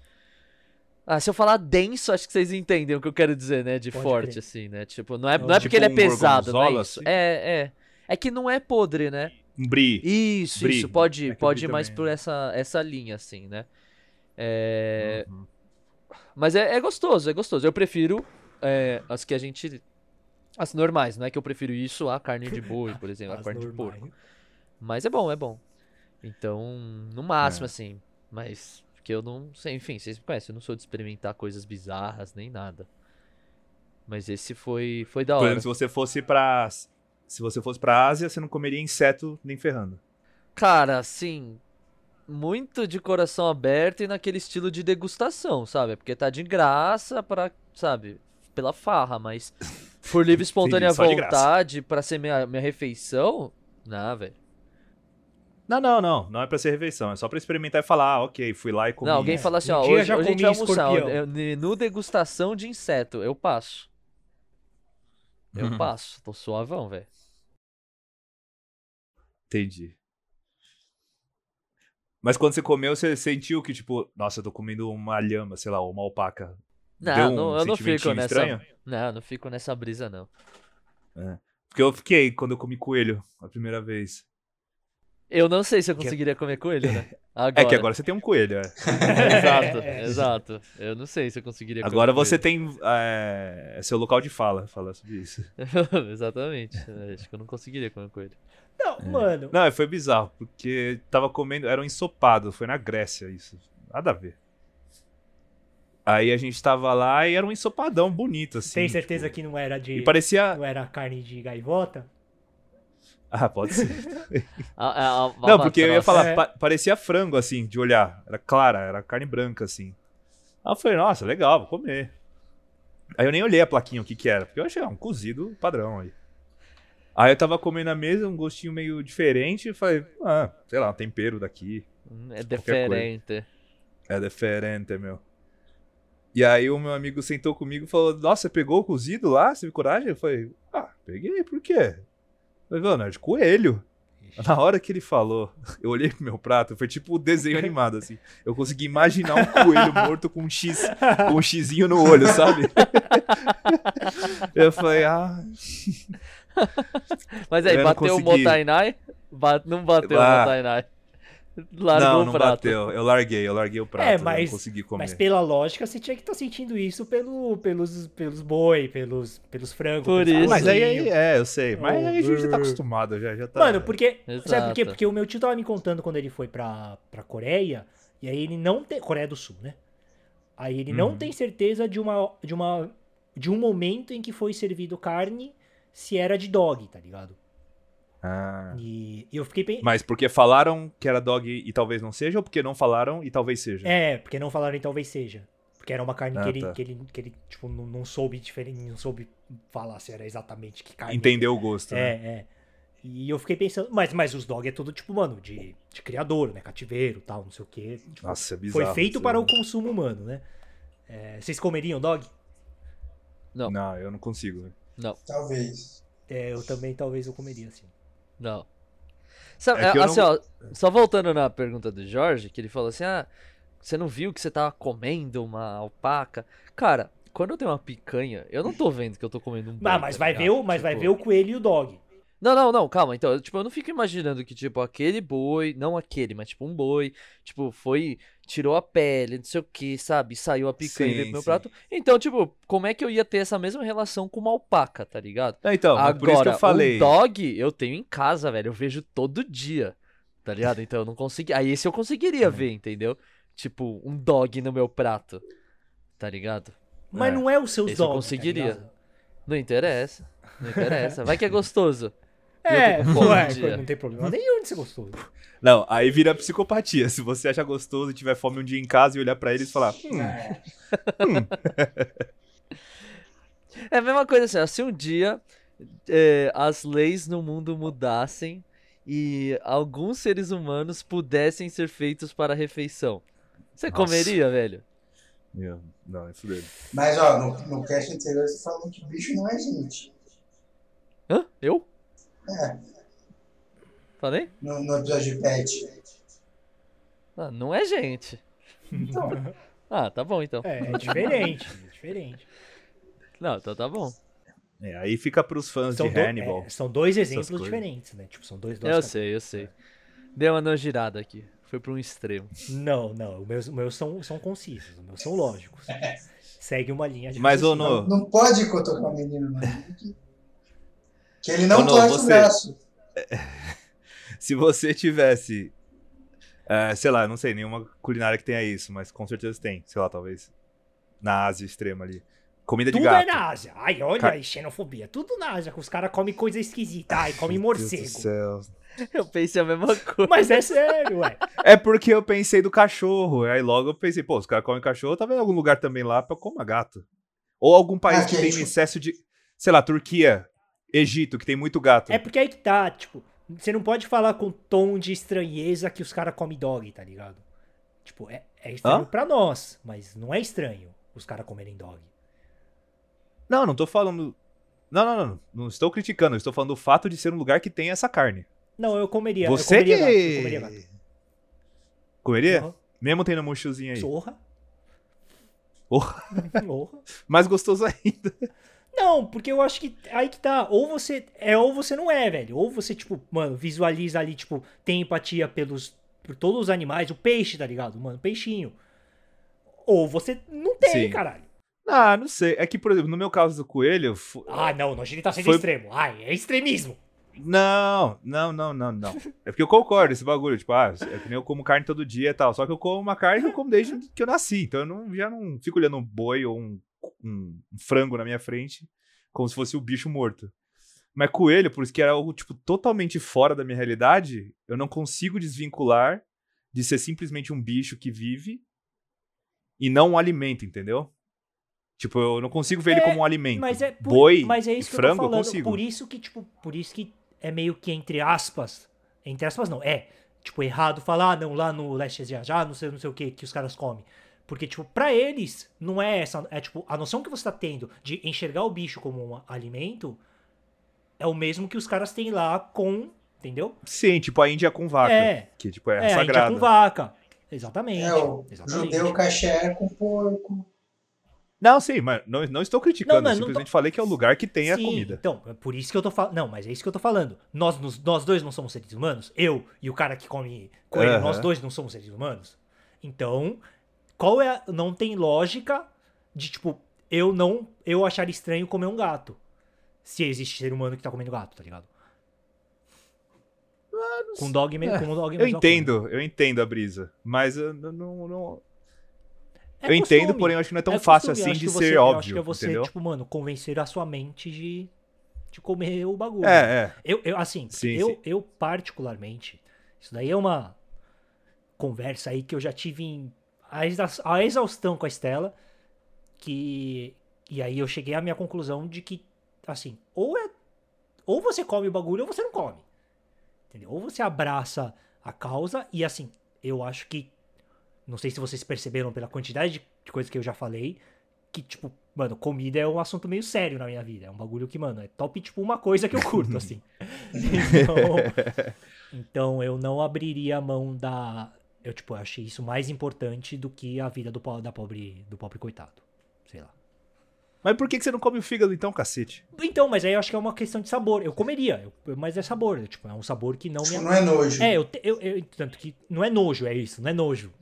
B: Ah, se eu falar denso, acho que vocês entendem o que eu quero dizer, né? De
A: Pode
B: forte,
A: crer.
B: assim, né? Tipo, não é,
A: Não,
B: não é
D: tipo
B: porque ele é
D: um
B: pesado, não é
D: gorgonzola,
B: isso.
D: assim?
B: É, é. É que não é podre, né?
D: Um brie.
B: Isso,
D: Brie.
B: isso.
D: É
B: Pode,
D: que eu
B: pode
D: vi
B: ir mais
D: também.
B: por essa, essa linha, assim, né? É.
D: Uhum.
B: Mas é, é gostoso, é gostoso. Eu prefiro é, as que a gente. As normais, não é que eu prefiro isso à carne de boi, por exemplo, a
A: As
B: carne de
A: normais.
B: porco. Mas é bom, é bom. Então, no máximo,
D: É.
B: assim. Mas. Porque eu não sei, enfim, vocês me conhecem, eu não sou de experimentar coisas bizarras nem nada. Mas esse foi, foi da
D: Por
B: hora.
D: exemplo, se você fosse pra. Se você fosse pra Ásia, você não comeria inseto nem ferrando.
B: Cara, assim. Muito de coração aberto e naquele estilo de degustação, sabe? Porque tá de graça pra, sabe? Pela farra, mas por livre e espontânea
D: só de graça.
B: vontade pra ser minha, minha refeição. Não, velho.
D: Não, não, não. Não é pra ser refeição. É só pra experimentar e falar, ah, ok, fui lá e comi.
B: Não, alguém fala assim, ó,
A: Um dia
B: hoje,
A: já
B: hoje a gente vai
A: comi
B: almoçar. ó,
A: escorpião.
B: é, No degustação de inseto, eu passo. Eu
D: Uhum.
B: passo, tô suavão, velho.
D: Entendi. Mas quando você comeu, você sentiu que, tipo, nossa, eu tô comendo uma lhama, sei lá, ou uma alpaca.
B: Não,
D: Deu um
B: não- eu não
D: sentimentinho
B: fico nessa.
D: estranho?
B: Não, não fico nessa brisa, não.
D: Porque eu fiquei quando eu comi coelho a primeira vez.
B: Eu não sei se eu conseguiria comer coelho, né?
D: É que agora você tem um coelho, é.
B: Exato, exato. Eu não sei se eu conseguiria.
D: Agora
B: comer
D: você tem é, seu local de fala, falar sobre isso.
B: coelho. Exatamente. Eu Acho que eu não conseguiria comer coelho.
A: Não, mano.
D: É. Não, foi bizarro, porque tava comendo, era um ensopado, foi na Grécia isso. Nada a ver. Aí a gente tava lá e era um ensopadão bonito, assim.
A: tem certeza
D: tipo,
A: que não era de.
D: E parecia.
A: Não era carne de gaivota?
D: Ah, pode ser.
B: A- a- a-
D: Não, porque eu ia
B: albatroz.
D: falar,
A: É.
D: pa- parecia frango, assim, de olhar. Era clara, era carne branca, assim. Aí eu falei, nossa, legal, vou comer. Aí eu nem olhei a plaquinha, o que que era, porque eu achei ah, um cozido padrão aí. Aí eu tava comendo a mesa, um gostinho meio diferente, e falei, ah, sei lá, um tempero daqui.
B: Hum, É
D: qualquer coisa.
B: diferente.
D: É diferente, meu. E aí o meu amigo sentou comigo e falou, nossa, você pegou o cozido lá? Você teve coragem? Eu falei, ah, peguei, por quê? Eu falei, mano, é de coelho. Na hora que ele falou, eu olhei pro meu prato, foi tipo um desenho animado, assim. Eu consegui imaginar um coelho morto com um X, com um xizinho no olho, sabe? Eu falei, ah,
B: Mas aí,
D: Eu não
B: bateu o
D: consegui.
B: Motainai? Ba- Não bateu o
D: Ah.
B: Motainai. Largou
D: não,
B: o
D: não
B: prato.
D: bateu. Eu larguei, eu larguei o prato, eu
A: É, mas-
D: não consegui comer.
A: Mas pela lógica, você tinha que estar sentindo isso pelo, pelos, pelos boi, pelos, pelos frangos.
B: Por
A: pelos
B: isso.
D: Mas aí,
A: passarinho.
D: aí- é, eu sei. Mas aí a gente já tá
A: Oh,
D: acostumado, já, já tá.
A: Mano, porque. Sabe por quê?
B: Exato.
A: Porque o meu tio tava me contando quando ele foi pra, pra Coreia, e aí ele não tem. Coreia do Sul, né? Aí ele não
D: Uhum.
A: tem certeza de uma. de uma. de um momento em que foi servido carne se era de dog, tá ligado?
D: Ah.
A: E e eu fiquei pensando.
D: Mas porque falaram que era dog e talvez não seja, ou porque não falaram e talvez seja?
A: É, porque não falaram e talvez seja. Porque era uma carne
D: Ah,
A: que, ele,
D: tá.
A: que ele, que ele, tipo, não, não soube diferente, não soube falar se era exatamente que carne.
D: Entendeu o gosto,
A: É,
D: né?
A: é. E eu fiquei pensando, mas, mas os dog é tudo, tipo, mano, de, de criador, né? Cativeiro tal, não sei o quê. Tipo,
D: Nossa, é bizarro.
A: foi feito
D: isso.
A: para o consumo humano, né? É, vocês comeriam dog?
B: Não.
D: Não, eu não consigo.
C: Talvez.
A: É, eu também talvez eu comeria, assim.
B: Não. Sabe,
D: É que eu
B: assim,
D: não-
B: ó, só voltando na pergunta do Jorge, que ele falou assim: ah, Você não viu que você tava comendo uma alpaca? Cara, quando eu tenho uma picanha, eu não tô vendo que eu tô comendo um boi,
A: Ah,
D: é
A: mas
B: tá
A: vai
B: ligado?
A: ver o, mas vai
B: Tipo,
A: ver o coelho e o dog.
B: Não, não, não, calma. Então, eu, tipo, eu não fico imaginando que, tipo, aquele boi, não aquele, mas tipo, um boi, tipo, foi, tirou a pele, não sei o que, sabe? Saiu a picanha e veio
D: Sim,
B: pro meu
D: sim.
B: prato. Então, tipo, como é que eu ia ter essa mesma relação com uma alpaca, tá ligado?
D: Não, então, mas
B: Agora,
D: por isso que eu falei.
B: um dog eu tenho em casa, velho. Eu vejo todo dia. Tá ligado? Então eu não consegui. Aí esse eu conseguiria
D: Uhum.
B: ver, entendeu? Tipo, um dog no meu prato. Tá ligado?
A: Mas
D: É,
A: não é os seus
B: esse eu
A: dogs. tá
B: conseguiria.
A: ligado?
B: Não interessa. Não interessa. Vai que é gostoso.
A: é,
B: tô com fome um
A: ué,
B: dia.
A: não tem problema nenhum de ser gostoso.
D: Não, aí vira psicopatia. Se você achar gostoso e tiver fome um dia em casa e olhar pra eles e falar, hum,
C: É,
B: É a mesma coisa assim, ó, se um dia é, as leis no mundo mudassem e alguns seres humanos pudessem ser feitos para refeição. Você
D: Nossa.
B: comeria, velho?
D: meu, não, é fudeu.
C: Mas, ó, no, no cast anterior você falou que bicho não é gente.
B: Hã? Eu?
C: É,
B: Falei?
C: no, no episódio de pet.
B: Ah, não é gente. Ah, tá bom então.
A: É, é diferente, é diferente.
B: Não, então tá bom.
D: É, aí fica pros fãs
A: São,
D: de
A: do-
D: Hannibal.
A: é, são dois exemplos
D: coisas.
A: diferentes, né? Tipo, são dois dois
B: Eu sei, eu sei. Deu uma girada aqui. Foi pra um extremo.
A: Não, não. Os meus, os meus são, são concisos, os meus são lógicos. Segue uma linha de
D: Mas, ô,
A: raciocínio.
D: no,
C: Não pode cutucar o menino, mano. Que- Que ele não
D: Ô, Nô,
C: torce o
D: você-
C: braço.
D: se você tivesse, é, sei lá, não sei, nenhuma culinária que tenha isso, mas com certeza tem, sei lá, talvez, na Ásia extrema ali. Comida de
A: Tudo
D: gato.
A: é na Ásia. Ai, olha
D: Ca-
A: aí, xenofobia. Tudo na Ásia, que os caras comem coisa esquisita. Ai, comem
D: Meu Deus do
A: morcego.
D: céu.
B: Eu pensei a mesma coisa.
A: Mas é sério, ué.
D: É porque eu pensei do cachorro. Aí logo eu pensei, pô, os caras comem cachorro, talvez em algum lugar também lá pra comer gato. Ou algum país
C: Ah,
D: que
C: que
D: tem
C: isso.
D: excesso de. Sei lá, Turquia, Egito, que tem muito gato.
A: É porque aí que tá, tipo, você não pode falar com tom de estranheza que os caras comem dog, tá ligado? Tipo, é, é estranho
D: Hã?
A: pra nós, mas não é estranho os caras comerem dog.
D: Não, não tô falando. Não, não, não, não. Não estou criticando, eu estou falando do fato de ser um lugar que tem essa carne.
A: Não, eu comeria.
D: Você
A: eu comeria
D: que.
A: gato, eu comeria gato.
D: Comeria?
A: Uhum.
D: Mesmo tendo murchozinho aí.
A: Zorra.
D: Orra.
A: Orra.
D: Mais gostoso ainda.
A: Não, porque eu acho que aí que tá. Ou você é ou você não é, velho. Ou você, tipo, mano, visualiza ali, tipo, tem empatia pelos, por todos os animais, o peixe, tá ligado? Mano, peixinho. Ou você não tem,
D: Sim.
A: caralho.
D: Ah, não sei. É que, por exemplo, no meu caso do coelho. fu-
A: Ah, não, nós ele tá sendo
D: Foi-
A: extremo. Ai, é extremismo.
D: Não, não, não, não, não. É porque eu concordo esse bagulho, tipo, ah, é que nem eu como carne todo dia e tal. Só que eu como uma carne que eu como desde que eu nasci. Então eu não, já não fico olhando um boi ou um, um frango na minha frente como se fosse o bicho morto. Mas coelho, por isso que era algo, tipo, totalmente fora da minha realidade, eu não consigo desvincular de ser simplesmente um bicho que vive e não um alimento, entendeu? Tipo, eu não consigo ver ele
A: É,
D: como um alimento.
A: Mas é por-
D: boi
A: mas é
D: e
A: isso que
D: frango,
A: eu tô falando.
D: consigo.
A: Por isso que, tipo, por isso que é meio que entre aspas. Entre aspas, não, é. Tipo, errado falar, ah, não, lá no leste asiático, ah, não sei, não sei o que, que os caras comem. Porque, tipo, pra eles, não é essa. É tipo, a noção que você tá tendo de enxergar o bicho como um alimento é o mesmo que os caras têm lá com. Entendeu?
D: Sim, tipo a Índia com vaca.
A: É.
D: Que, tipo,
A: é,
D: é,
A: a gente é
D: sagrado.
A: com vaca. Exatamente.
C: É o
A: exatamente.
C: judeu caché com porco.
D: Não, sim, mas não, não estou
A: Não,
D: criticando.
A: não,
D: eu
A: não
D: simplesmente falei que é o lugar que tem a comida.
A: Então, é por isso que eu tô falando. Não, mas é isso que eu tô falando. Nós, nos- nós dois não somos seres humanos? Eu e o cara que come coelho,
D: Aham.
A: nós dois não somos seres humanos? Então, qual é. a- Não tem lógica de, tipo, eu não. Eu achar estranho comer um gato. Se existe ser humano que tá comendo gato, tá ligado? Com dog mesmo.
D: É,
A: com dog
D: Eu
A: mesma
D: entendo, eu entendo a brisa. Mas eu não. não- não-
A: coisa.
D: eu
A: É
D: entendo,
A: costume.
D: porém eu acho que não é tão
A: É
D: fácil
A: costume, eu
D: assim
A: acho
D: de
A: que
D: ser
A: você- Eu acho
D: óbvio.
A: que é você,
D: entendeu?
A: tipo, mano, convencer a sua mente de, de comer o bagulho.
D: É, é.
A: Eu, eu assim,
D: Sim,
A: eu,
D: sim.
A: eu particularmente, isso daí é uma conversa aí que eu já tive em, a, exa- a exaustão com a Estela, que e aí eu cheguei à minha conclusão de que assim, ou é ou você come o bagulho ou você não come. Entendeu? Ou você abraça a causa e assim, eu acho que não sei se vocês perceberam pela quantidade de, de coisa que eu já falei, que tipo, mano, comida é um assunto meio sério na minha vida, é um bagulho que, mano, é top tipo uma coisa que eu curto assim. Então, então eu não abriria a mão da, Eu, tipo, achei isso mais importante do que a vida do, po- da pobre, do pobre coitado. Sei lá.
D: Mas por que, que você não come o fígado então, cacete?
A: Então, mas aí eu acho que é uma questão de sabor. Eu comeria, eu- eu- mas é sabor. é, Tipo, é um sabor que não me.
C: Tipo, não é nojo.
A: É, eu, te- eu, eu- Tanto que. Não é nojo, é isso, não é nojo.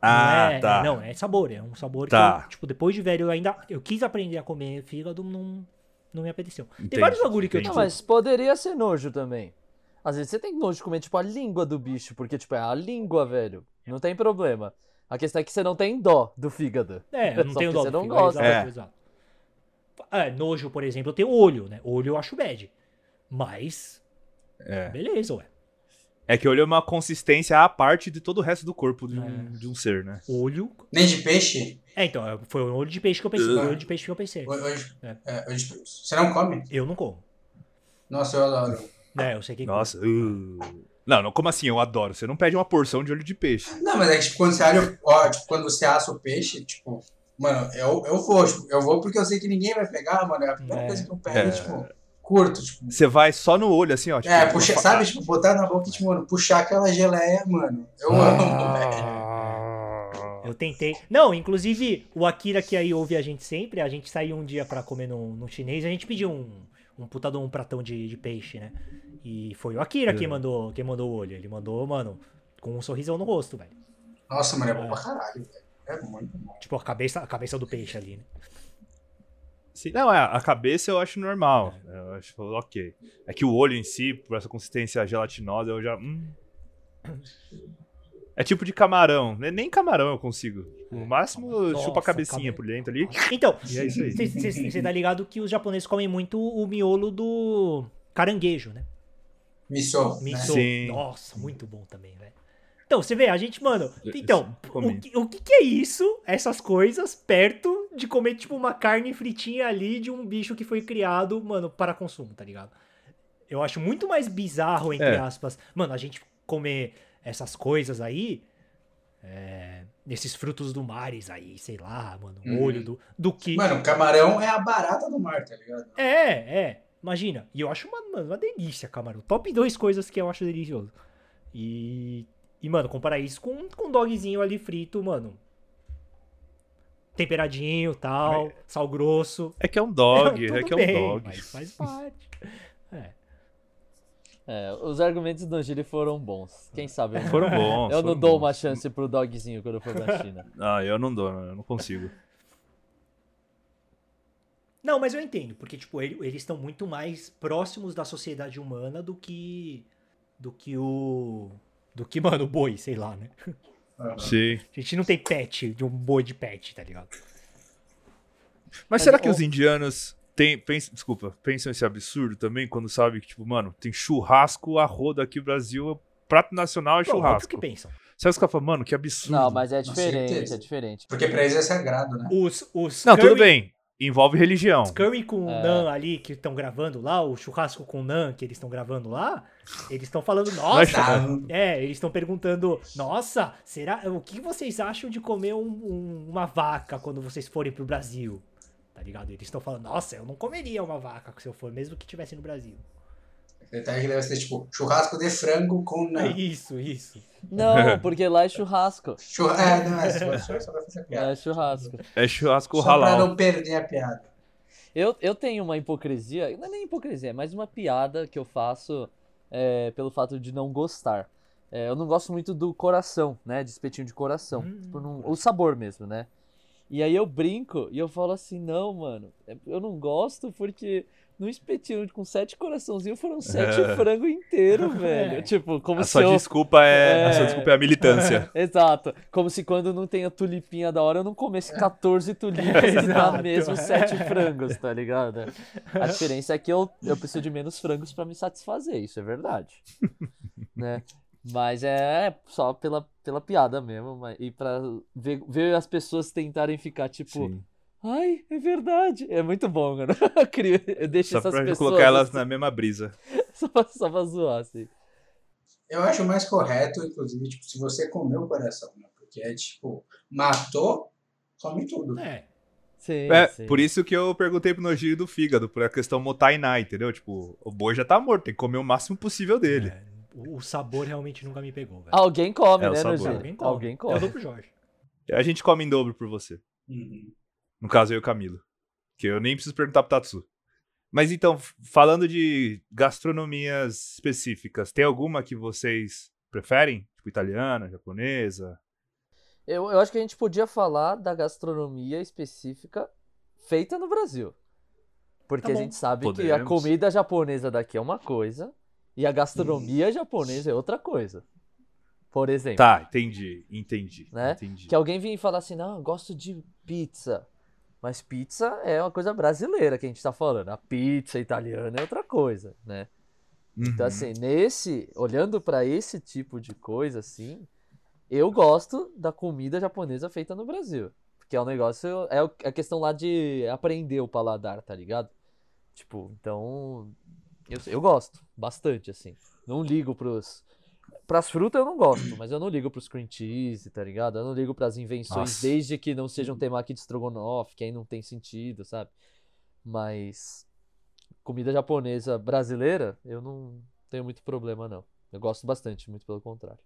D: Ah,
A: não é,
D: tá.
A: Não, é sabor. É um sabor
D: Tá.
A: que, eu, tipo, depois de velho, eu ainda. Eu quis aprender a comer fígado, não, não me apeteceu.
D: Entendi,
A: Tem vários bagulho que eu
D: entendi.
A: tipo,
B: Não, mas poderia ser nojo também. Às vezes você tem nojo de comer, tipo, a língua do bicho, porque, tipo, é a língua, velho. Não tem problema. A questão é que você não tem dó do fígado.
A: É, eu não
B: Só
A: tenho
B: porque
A: dó
B: você
A: do
B: não
A: filme,
B: gosta.
A: Exato,
D: É.
A: exato. É, nojo, por exemplo, eu tenho olho, né? Olho eu acho bad. Mas,
D: É.
A: beleza, ué.
D: É que olho é uma consistência à parte de todo o resto do corpo de um,
A: É.
D: de um ser, né?
A: Olho.
C: Nem de peixe?
A: É, então, é, foi o olho de peixe que eu pensei. Foi o olho de peixe que eu pensei.
C: Hoje,
A: É.
C: é, hoje- você não come?
A: Eu não como.
C: Nossa, eu adoro.
A: É, eu sei que.
D: Nossa. uh. Não, não, como assim? Eu adoro. Você não pede uma porção de olho de peixe.
C: Não, mas é que tipo, quando você alha, ó, tipo, quando você assa o peixe, tipo, mano, eu, eu vou, tipo, eu vou porque eu sei que ninguém vai pegar, mano. É a primeira
A: É.
C: coisa que eu pego,
D: É.
C: tipo, curto, tipo.
D: Você vai só no olho, assim, ó. tipo,
C: É, puxar, sabe, tipo, botar na boca, e, tipo, mano, puxar aquela geleia, mano. Eu
D: Ah.
C: amo, velho.
A: Eu tentei. Não, inclusive, o Akira que aí ouve a gente sempre, a gente saiu um dia pra comer num, num chinês e a gente pediu um, um putadão, um pratão de, de peixe, né? E foi o Akira
D: É.
A: quem mandou, quem mandou o olho. Ele mandou, mano, com um sorrisão no rosto, velho.
C: Nossa, mano, é bom pra caralho, velho. É muito bom.
A: Tipo, a cabeça, a cabeça do peixe ali, né?
D: Sim, Não, é, a cabeça eu acho normal. Eu acho ok. É que o olho em si, por essa consistência gelatinosa, eu já. hum. É tipo de camarão. né? Nem camarão eu consigo. O máximo eu
A: Nossa,
D: chupa a cabecinha
A: cabe-
D: por dentro ali.
A: Então,
D: E é isso aí.
A: você tá ligado que os japoneses comem muito o miolo do caranguejo, né?
C: Missou. Né?
A: Miso.
D: Sim.
A: Nossa, muito bom também, velho. Então, você vê, a gente, mano. Então,
D: eu comi.
A: o, que- o que, que é isso, essas coisas, perto de comer, tipo, uma carne fritinha ali de um bicho que foi criado, mano, para consumo, tá ligado? Eu acho muito mais bizarro, entre
D: É.
A: aspas, mano, a gente comer essas coisas aí. é, esses frutos do mares aí, sei lá, mano, o
C: Uhum.
A: olho do, do que.
C: Mano, camarão é a barata do mar, tá ligado?
A: É, é. Imagina. E eu acho uma, mano, uma delícia, camarão. Top dois coisas que eu acho delicioso. E. E, mano, comparar isso com, com um dogzinho ali frito, mano. Temperadinho tal, sal grosso.
D: É que é um dog,
A: Tudo
D: é que é um
A: bem,
D: dog.
A: Mas faz parte.
B: É, os argumentos do Gili foram bons. Quem sabe? eu não-
D: Foram bons.
B: Eu não
D: foram
B: dou
D: bons.
B: uma chance pro dogzinho quando eu for na China.
D: Ah, eu não dou, eu não consigo.
A: Não, mas eu entendo, porque, tipo, ele- eles estão muito mais próximos da sociedade humana do que. Do que o. Do que, mano, o boi, sei lá, né?
D: Sim.
A: A gente não tem pet, de um boi de pet, tá ligado?
D: Mas será que os indianos têm, pens- desculpa, pensam esse absurdo também quando sabem que, tipo, mano, tem churrasco a roda aqui no Brasil, prato nacional é
A: Bom, óbvio que
D: churrasco.
A: pensam.
D: Sabe os caras falam, mano, que absurdo.
B: Não, mas é diferente,
C: certeza.
B: é diferente.
C: Porque pra eles é sagrado, né?
A: Os, os
D: Não, tudo
A: curry-
D: bem, envolve religião.
A: Os Curry com
B: É.
A: o Nan ali, que estão gravando lá, o churrasco com o Nan que eles estão gravando lá, eles estão falando, nossa!
C: Tá.
D: churrasco.
A: É, eles estão perguntando, nossa, será o que vocês acham de comer um- um- uma vaca quando vocês forem pro Brasil? Tá ligado? Eles estão falando, nossa, eu não comeria uma vaca se eu for, mesmo que tivesse no Brasil.
C: Detalhe que deve ser tipo churrasco de frango com
A: É
C: não.
A: isso, isso.
B: Não, porque lá é churrasco.
C: Churra... É, não, é só, só, só pra fazer a
B: Lá
C: piada.
B: é churrasco.
D: É churrasco
C: Só pra
D: halal.
C: não perder a piada.
B: Eu, eu tenho uma hipocrisia, não é nem hipocrisia, é mais uma piada que eu faço é, pelo fato de não gostar. É, eu não gosto muito do coração, né? De espetinho de coração.
A: Hum,
B: Tipo, não- o sabor mesmo, né? E aí eu brinco e eu falo assim, não, mano, é- eu não gosto porque no espetinho com sete coraçãozinhos foram sete
D: É.
B: frango inteiro, velho. Tipo, como
D: A
B: se
D: sua
B: eu...
D: desculpa é, a sua
B: É.
D: desculpa é a militância.
B: Exato. Como se quando não tem a tulipinha da hora, eu não comesse
D: É.
B: 14 tulipas e dá
A: Exato.
B: mesmo 7 frangos, tá ligado? A diferença é que eu, eu preciso de menos frangos pra me satisfazer, isso é verdade. né? Mas é só pela, pela piada mesmo, mas- e pra ver, ver as pessoas tentarem ficar tipo,
D: Sim.
B: ai, é verdade. É muito bom, cara. Eu, crio- eu deixo
D: Só
B: essas
D: pra
B: pessoas
D: colocar elas
B: assim,
D: na mesma brisa.
B: só, pra- só pra zoar, assim.
C: Eu acho mais correto, inclusive, tipo, se você comer o coração, né? Porque é tipo, matou, come tudo.
A: É.
B: Sim,
D: É,
B: sim.
D: por isso que eu perguntei pro Nojiri do fígado, por a questão Motainai, entendeu? Tipo, o boi já tá morto, tem que comer o máximo possível dele.
A: É, O, o sabor realmente nunca me pegou, velho.
B: Alguém come,
D: É, o
B: né,
D: sabor.
A: Alguém
B: Nojiri?
A: come.
B: Alguém
A: Eu
B: come.
A: dou pro Jorge.
D: A gente come em dobro por você.
C: Uhum.
D: No caso, eu e o Camilo. Que eu nem preciso perguntar pro Tatsu. Mas então, f- falando de gastronomias específicas, tem alguma que vocês preferem? Tipo, italiana, japonesa?
B: Eu, eu acho que a gente podia falar da gastronomia específica feita no Brasil. Porque
A: Tá
B: a
A: bom.
B: gente sabe que a
D: Podemos.
B: comida japonesa daqui é uma coisa e a gastronomia japonesa é outra coisa. Por exemplo,
D: Tá, entendi, entendi,
B: Né?
D: entendi.
B: que alguém vinha e falar assim: não, eu gosto de pizza. Mas pizza é uma coisa brasileira que a gente tá falando. A pizza italiana é outra coisa, né?
D: Uhum.
B: Então, assim, nesse, olhando pra esse tipo de coisa, assim, eu gosto da comida japonesa feita no Brasil. Porque é um negócio, é o- é a questão lá de aprender o paladar, tá ligado? Tipo, então, eu, eu gosto bastante, assim. Não ligo pros. Pras frutas eu não gosto, mas eu não ligo pros cream cheese, tá ligado? Eu não ligo pras invenções,
D: Nossa.
B: desde que não sejam temaki de estrogonofe, que aí não tem sentido, sabe? Mas comida japonesa brasileira, eu não tenho muito problema, não. Eu gosto bastante, muito pelo contrário.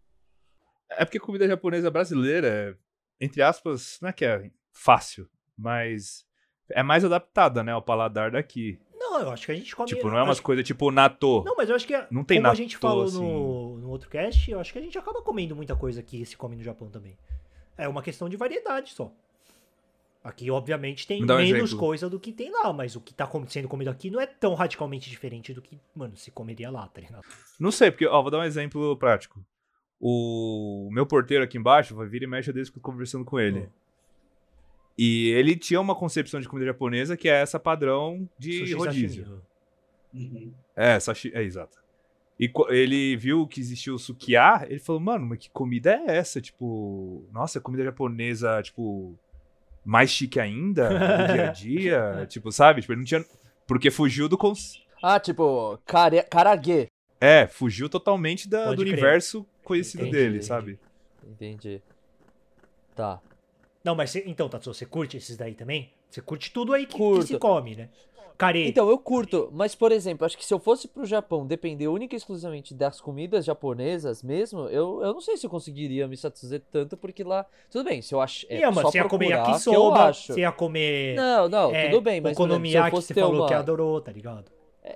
D: É porque comida japonesa brasileira, é, entre aspas, não é que é fácil, mas é mais adaptada, né, ao paladar daqui.
A: Não, eu acho que a gente come.
D: Tipo, não é umas
A: acho-
D: coisas tipo natto.
A: Não, mas eu acho que. é
D: Não tem
A: como
D: nada
A: a gente falou
D: assim.
A: no, no outro cast, eu acho que a gente acaba comendo muita coisa que se come no Japão também. É uma questão de variedade só. Aqui, obviamente, tem
D: Me dá um
A: menos
D: exemplo.
A: coisa do que tem lá, mas o que tá com- sendo comido aqui não é tão radicalmente diferente do que, mano, se comeria lá, tá ligado?
D: Não sei, porque, ó, vou dar um exemplo prático. O meu porteiro aqui embaixo, vai vir e mexe, eu desço conversando com ele.
B: Hum.
D: E ele tinha uma concepção de comida japonesa que é essa padrão de
A: Sushi,
D: rodízio.
A: sashimi.
C: Uhum.
D: É, sashi... é, exato. E co- ele viu que existia o sukiá, ele falou, mano, mas que comida é essa? Tipo, nossa, comida japonesa, tipo, mais chique ainda, do dia a dia, tipo, sabe? Tipo, ele não tinha... Porque fugiu do... Cons...
B: Ah, tipo, care... karague.
D: É, fugiu totalmente da-
A: Pode
D: do
A: crer.
D: universo conhecido
B: Entendi,
D: dele,
B: entendi.
D: sabe?
B: Entendi. Tá.
A: Não, mas cê- então, Tatsu, você curte esses daí também? Você curte tudo aí que, que
B: Curto.
A: se come, né? Careta.
B: Então, eu curto, mas, por exemplo, acho que se eu fosse pro Japão depender única e exclusivamente das comidas japonesas mesmo, eu, eu não sei se eu conseguiria me satisfazer tanto, porque lá. Tudo bem, se eu acho. É,
A: Ia, mano,
B: só
A: você ia comer
B: procurar, que eu
A: yakisoba,
B: acho.
A: você ia comer.
B: Não, não,
A: é,
B: tudo bem, mas. por exemplo, se eu
A: Okonomiyaki,
B: fosse
A: você
B: ter
A: falou que É,
B: uma-
A: adorou, tá ligado?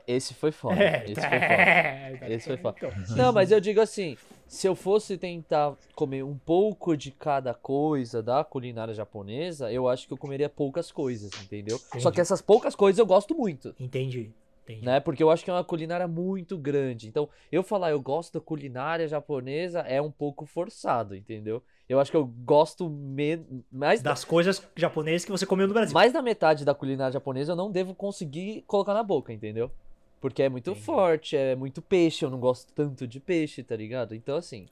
B: Esse foi foda.
A: tá,
B: Esse foi foda.
A: foda.
B: Esse foi foda.
A: Então,
B: Não, mas eu digo assim, se eu fosse tentar comer um pouco de cada coisa da culinária japonesa, eu acho que eu comeria poucas coisas, entendeu? Só
A: Entendi.
B: que essas poucas coisas eu gosto muito,
A: entendi, entendi.
B: né? Porque eu acho que é uma culinária muito grande. Então, eu falar eu gosto da culinária japonesa é um pouco forçado, entendeu? Eu acho que eu gosto men- mais da,
A: Das coisas japonesas que você comeu no Brasil.
B: mais da metade da culinária japonesa eu não devo conseguir colocar na boca, entendeu? Porque é muito
A: Entendi.
B: forte, é muito peixe, eu não gosto tanto de peixe, tá ligado? Então, assim,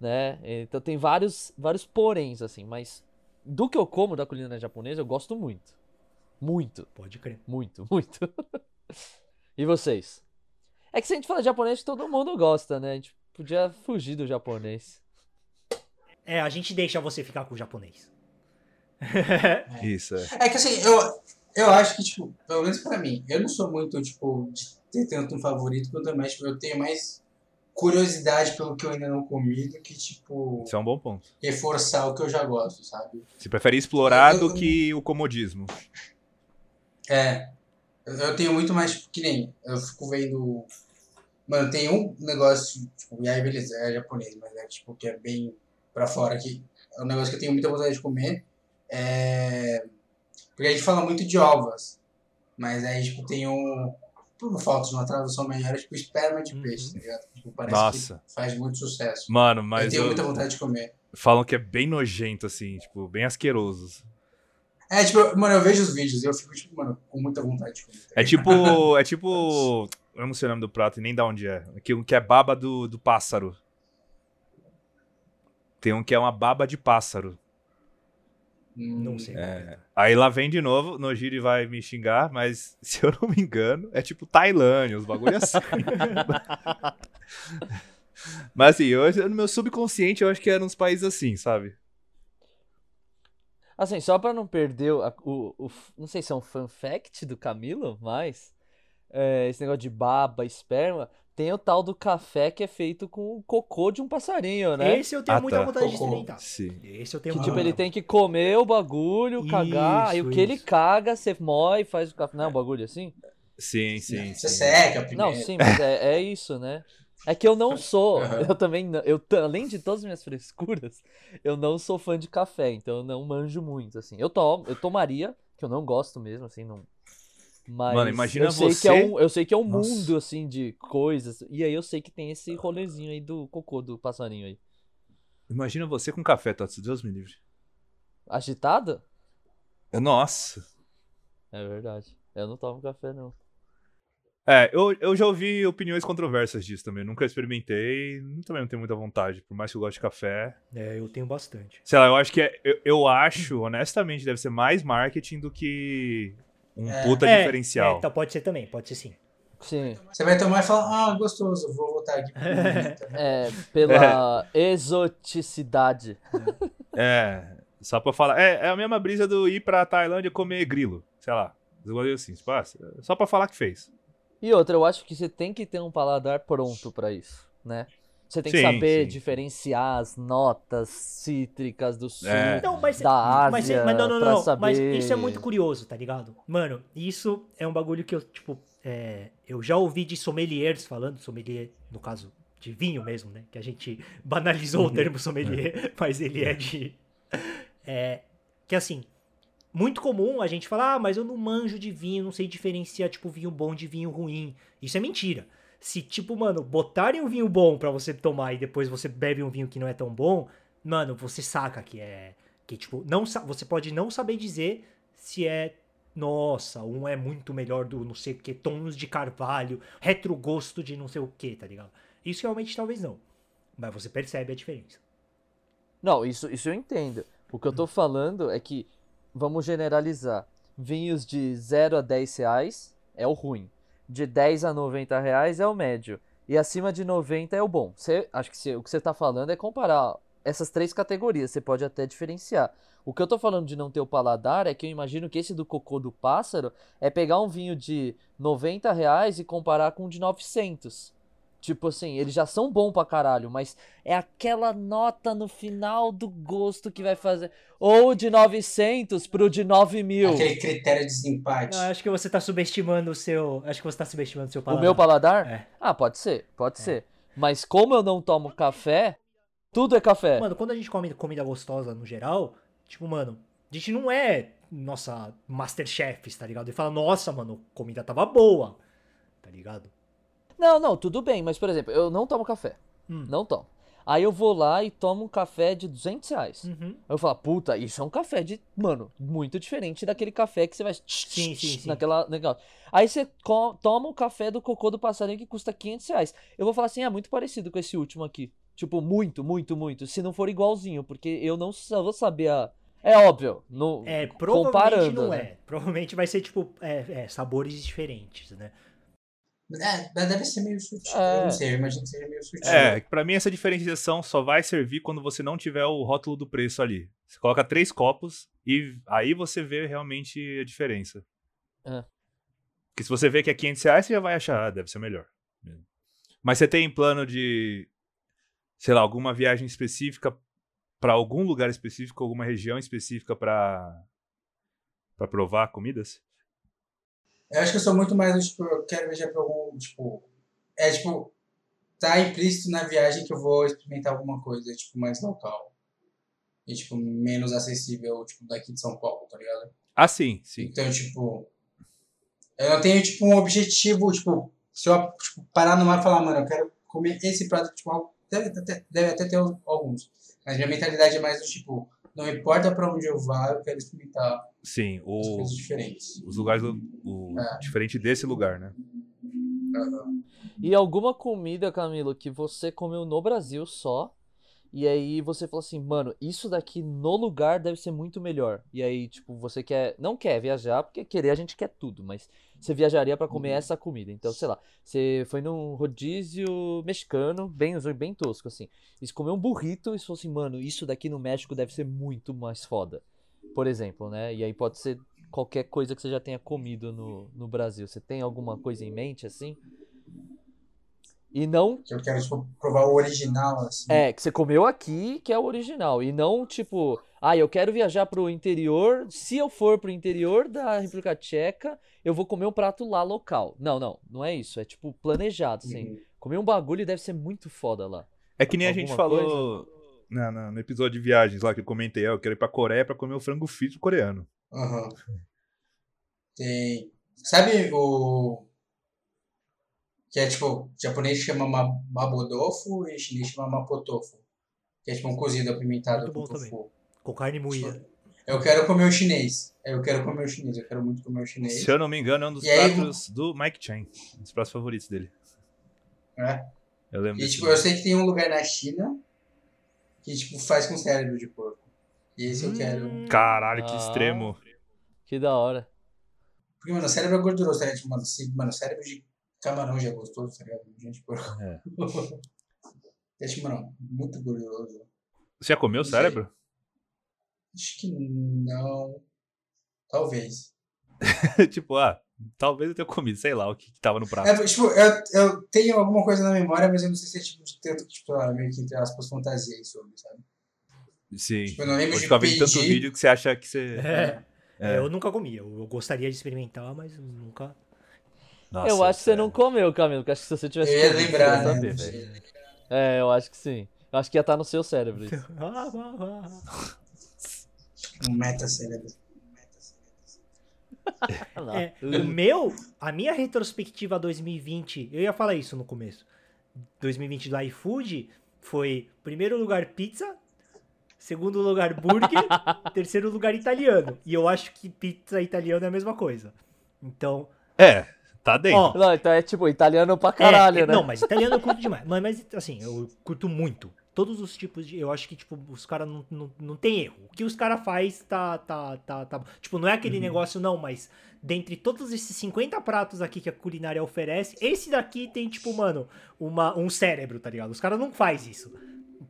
B: né? Então tem vários, vários poréns, assim, mas do que eu como da culinária japonesa, eu gosto muito. Muito,
A: Pode crer.
B: muito, muito. e vocês? É que se a gente fala japonês, todo mundo gosta, né? A gente podia fugir do japonês.
A: É, a gente deixa você ficar com o japonês.
D: Isso, é.
C: É que assim, eu, eu acho que, tipo, pelo menos pra mim, eu não sou muito, tipo, de ter tanto um favorito quanto mais, tipo, eu tenho mais curiosidade pelo que eu ainda não comi do que, tipo,
D: Isso é um bom ponto.
C: reforçar o que eu já gosto, sabe?
D: Você prefere explorar
C: Eu-
D: do que o comodismo.
C: É. Eu- Eu tenho muito mais, tipo, que nem, eu fico vendo. Mano, tem um negócio, tipo, e aí beleza, é japonês, mas é tipo, que é bem pra fora aqui. É um negócio que eu tenho muita vontade de comer. É. Porque a gente fala muito de ovas. Mas aí, tipo, tem um. Por falta de uma tradução melhor, é tipo esperma de
A: Uhum.
C: peixe, tá ligado? Tipo, parece
D: Nossa.
C: que faz muito sucesso.
D: Mano,
C: eu
D: mas
C: tenho
D: eu-
C: muita vontade de comer.
D: falam que é bem nojento, assim, tipo, bem asqueroso.
C: É, tipo, eu- mano, eu vejo os vídeos e eu fico, tipo, mano, com muita vontade de comer. tá
D: É tipo. É tipo. Eu não sei o nome do prato e nem da onde é. Aquilo que é baba do, do pássaro. Tem um que é uma baba de pássaro.
C: Hum,
A: Não sei.
D: É. Aí lá vem de novo, Nojiri vai me xingar, mas se eu não me engano, é tipo Tailândia, os bagulhos assim. mas assim, eu, no meu subconsciente eu acho que era uns países assim, sabe?
B: Assim, só pra não perder o, a- o- o f- Não sei se é um fun fact do Camilo, mas. é, esse negócio de baba, esperma. Tem o tal do café que é feito com o cocô de um passarinho, né?
A: Esse eu tenho
D: Ah,
A: muita
D: tá.
A: vontade de
C: Cocô.
A: experimentar.
D: Sim.
A: Esse eu tenho
B: Que
A: muita
B: tipo, ele
A: vontade.
B: tem que comer o bagulho, cagar, aí o
A: Isso,
B: que ele
A: isso.
B: caga, você moe e faz o café. Não, é um bagulho assim?
D: Sim, sim.
C: né?
D: é?
C: Você
D: sim.
C: seca primeiro.
B: Não, sim, mas é, é isso, né? É que eu não sou,
C: Aham.
B: eu também, não- eu, ta- além de todas as minhas frescuras, eu não sou fã de café, então eu não manjo muito, assim. Eu tomo, eu tomaria, que eu não gosto mesmo, assim, não. Mas
D: Mano, imagina
B: eu sei
D: você-
B: que é um, eu sei que é um
D: Nossa.
B: mundo assim de coisas, e aí eu sei que tem esse rolezinho aí do cocô do passarinho aí.
D: Imagina você com café, Tots, Deus me livre.
B: Agitada?
D: Nossa.
B: É verdade. Eu não tomo café não.
D: É, eu, eu já ouvi opiniões controversas disso também. Nunca experimentei. Também não tenho muita vontade. Por mais que eu goste de café.
A: É, eu tenho bastante.
D: Sei lá, eu acho que é. Eu, eu acho, honestamente, deve ser mais marketing do que um
C: É.
D: puta
A: É,
D: diferencial.
A: é, tá, pode ser também, pode ser sim.
B: Sim.
C: Você vai tomar e falar, ah, gostoso, vou voltar aqui. pro menino também."
B: É, pela exoticidade.
D: É, só pra falar. É, é a mesma brisa do ir pra Tailândia comer grilo, sei lá. Eu gosto assim, tipo, ah, só pra falar que fez.
B: E outra, eu acho que você tem que ter um paladar pronto pra isso, né? Você tem que
D: Sim,
B: saber
D: sim.
B: diferenciar as notas cítricas do suco.
D: É.
A: Não, Então, mas,
B: Da
A: mas,
B: Ásia,
A: mas não, não,
B: pra
A: não. Mas
B: saber-
A: isso é muito curioso, tá ligado? Mano, isso é um bagulho que eu, tipo, é, eu já ouvi de sommeliers falando, sommelier, no caso, de vinho mesmo, né? Que a gente banalizou
B: Uhum.
A: o termo sommelier, mas ele é de. é, que assim, muito comum a gente falar, ah, mas eu não manjo de vinho, não sei diferenciar, tipo, vinho bom de vinho ruim. Isso é mentira. Se, tipo, mano, botarem um vinho bom pra você tomar e depois você bebe um vinho que não é tão bom, mano, você saca que é. Que, tipo, não sa- você pode não saber dizer se é. Nossa, um é muito melhor do não sei o que, tons de carvalho, retrogosto de não sei o que, tá ligado? Isso realmente talvez não. Mas você percebe a diferença.
B: Não, isso, isso eu entendo. O que eu tô falando é que, vamos generalizar, vinhos de 0 a 10 reais é o ruim. De 10 a 90 reais é o médio. E acima de 90 é o bom. Você, acho que você- o que você tá falando é comparar essas três categorias. Você pode até diferenciar. O que eu tô falando de não ter o paladar é que eu imagino que esse do cocô do pássaro é pegar um vinho de 90 reais e comparar com um de 900. Tipo assim, eles já são bons pra caralho, mas é aquela nota no final do gosto que vai fazer. Ou de 900 pro de 9 mil.
C: Aquele critério de desempate.
A: Não, acho que você tá subestimando o seu. Acho que você tá subestimando o seu
B: O
A: paladar.
B: meu paladar?
A: É.
B: Ah, pode ser, pode ser. Mas como eu não tomo café, tudo é café.
A: Mano, quando a gente come comida gostosa no geral, tipo, mano, a gente não é, nossa, Masterchefs, tá ligado? E fala, nossa, mano, comida tava boa, tá ligado?
B: Não, não, tudo bem, mas por exemplo, eu não tomo café.
A: Hum.
B: Não tomo. Aí eu vou lá e tomo um café de 200 reais.
A: Uhum.
B: Aí eu falo, puta, isso é um café de. Mano, muito diferente daquele café que você vai.
A: Sim, sim, sim.
B: Naquela. Legal. Aí você co- toma o café do cocô do passarinho que custa 500 reais. Eu vou falar assim, é muito parecido com esse último aqui. Tipo, muito, muito, muito. Se não for igualzinho, porque eu não sa- vou saber a. É óbvio. Não...
A: É, provavelmente
B: Comparando,
A: não
B: né?
A: é. Provavelmente vai ser, tipo, é, é, sabores diferentes, né?
C: É, mas deve ser meio sutil.
B: É.
C: Eu não sei, eu imagino que seja meio sutil.
D: É, pra mim essa diferenciação só vai servir quando você não tiver o rótulo do preço ali. Você coloca três copos e aí você vê realmente a diferença.
B: É.
D: Porque se você vê que é 500 reais, você já vai achar, ah, deve ser melhor. Mas você tem plano de, sei lá, alguma viagem específica pra algum lugar específico, alguma região específica pra para provar comidas?
C: Eu acho que eu sou muito mais, do tipo, eu quero viajar pra algum, tipo... É, tipo, tá implícito na viagem que eu vou experimentar alguma coisa, tipo, mais local. E, tipo, menos acessível, tipo, daqui de São Paulo, tá ligado?
D: Ah, sim, sim.
C: Então, tipo, eu não tenho, tipo, um objetivo, tipo, se eu tipo, parar no mar e falar, mano, eu quero comer esse prato, tipo, al- deve até, deve até ter al- alguns. Mas minha mentalidade é mais do tipo, não importa pra onde eu vá, eu quero experimentar
D: Sim,
C: as
D: o,
C: coisas diferentes.
D: os lugares do- o-
C: É.
D: diferente desse lugar, né?
B: E alguma comida, Camilo, que você comeu no Brasil só, e aí você falou assim, mano, isso daqui no lugar deve ser muito melhor. E aí, tipo, você quer, não quer viajar, porque querer a gente quer tudo, mas você viajaria pra comer essa comida. Então, sei lá, você foi num rodízio mexicano, bem, bem tosco, assim. E você comeu um burrito e você falou assim, mano, isso daqui no México deve ser muito mais foda. Por exemplo, né? E aí pode ser qualquer coisa que você já tenha comido no, no Brasil. Você tem alguma coisa em mente, assim? E não.
C: Que eu quero, tipo, provar o original, assim.
B: É, que você comeu aqui, que é o original. E não, tipo, ah, eu quero viajar pro interior. Se eu for pro interior da República Tcheca, eu vou comer um prato lá local. Não, não, não é isso. É tipo planejado, assim.
C: Uhum.
B: Comer um bagulho deve ser muito foda lá.
D: É que nem a gente
B: Alguma
D: falou na, na- no episódio de viagens lá que eu comentei, ó, eu quero ir pra Coreia pra comer o frango frito coreano.
C: Aham. Tem. Sabe o. Que é tipo, japonês chama ma mabodofo e chinês chama mapotofo. Que é tipo um cozido apimentado
A: Muito
C: com
A: bom também.
C: tofu.
A: Com carne moída.
C: Tipo, Eu quero comer o chinês. É, Eu quero comer o chinês. Eu quero muito comer o chinês.
D: Se eu não me engano, é um dos
C: E aí-
D: pratos do Mike Chen, um dos pratos favoritos dele.
C: É.
D: Eu lembro.
C: E
D: disso.
C: tipo, eu sei que tem um lugar na China que tipo faz com cérebro de porco. E esse
A: Hum.
C: eu quero.
D: Caralho, que
B: Ah.
D: extremo.
B: Que da hora.
C: Porque, mano, o cérebro é gorduroso, tá ligado? Tipo, Mano, se- mano, o cérebro de camarão já é gostoso, tá ligado? Gente, porco.
D: É.
C: É tipo, mano, muito gorduroso.
D: Você já comeu o
C: Não sei.
D: cérebro?
C: Acho que não. Talvez.
D: tipo, ah, talvez eu tenha comido, sei lá o que, que tava no prato.
C: É, porque, tipo, eu, eu tenho alguma coisa na memória, mas eu não sei se é tipo de tanto que, tipo, ah, meio que entre aspas, fantasiei sobre, sabe?
D: Sim.
C: Tipo, eu não lembro
D: Hoje
C: de
D: fica vendo tanto
C: pedir.
D: vídeo que você acha que você.
A: É.
D: É.
A: É, Eu nunca comi. Eu eu gostaria de experimentar, mas nunca.
D: Nossa, é.
B: eu acho que você não
D: sério.
B: comeu, Camilo, que acho que se você tivesse
C: Eu ia
B: comido, você
C: lembrar,
B: ia
C: né?
B: saber,
C: Não
B: velho.
C: sei.
B: É, eu acho que sim. Eu acho que ia estar no seu cérebro isso.
A: Ah, ah, ah.
C: Um meta cérebro.
B: Ah, não.
A: É, o meu, a minha retrospectiva 2020, eu ia falar isso no começo. 2020 do iFood foi primeiro lugar pizza, segundo lugar burger, terceiro lugar italiano. E eu acho que pizza e italiano é a mesma coisa. Então,
D: É, tá dentro.
A: ó,
B: Não, então é tipo italiano pra caralho,
A: é,
B: né?
A: Não, mas italiano eu curto demais. Mas, mas, assim, eu curto muito. Todos os tipos de. Eu acho que, tipo, os caras não, não, não tem erro. O que os caras faz tá, tá, tá, tá. Tipo, não é aquele
B: Uhum.
A: negócio, não, mas dentre todos esses 50 pratos aqui que a culinária oferece, esse daqui tem, tipo, mano, uma, um cérebro, tá ligado? Os caras não faz isso.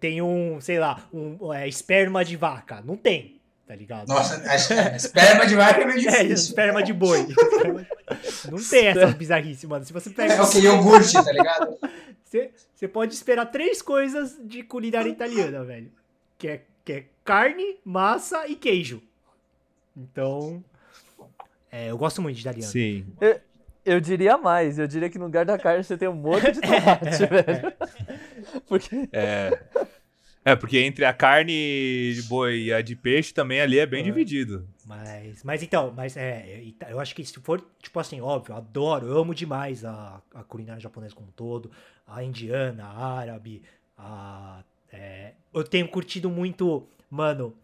A: Tem um, sei lá, um é, esperma de vaca. Não tem, tá ligado?
C: Nossa, acho que é. esperma de vaca é meio
A: É,
C: difícil.
A: esperma de boi. Não tem essas bizarrices, mano. Se você pega.
C: É, ok, iogurte, tá ligado?
A: Você você pode esperar três coisas de culinária italiana, velho. Que é, que é carne, massa e queijo. Então. é, eu gosto muito de italiano.
D: Sim.
B: Eu diria mais, eu diria que no lugar da carne você tem um monte de tomate, velho. Porque
D: É. É, porque entre a carne de boi e a de peixe também ali é bem dividido.
A: Mas, mas então, mas é, Ita- eu acho que se for, tipo assim, óbvio, eu adoro, eu amo demais a, a culinária japonesa como um todo, a indiana, a árabe, a. é, eu tenho curtido muito, mano,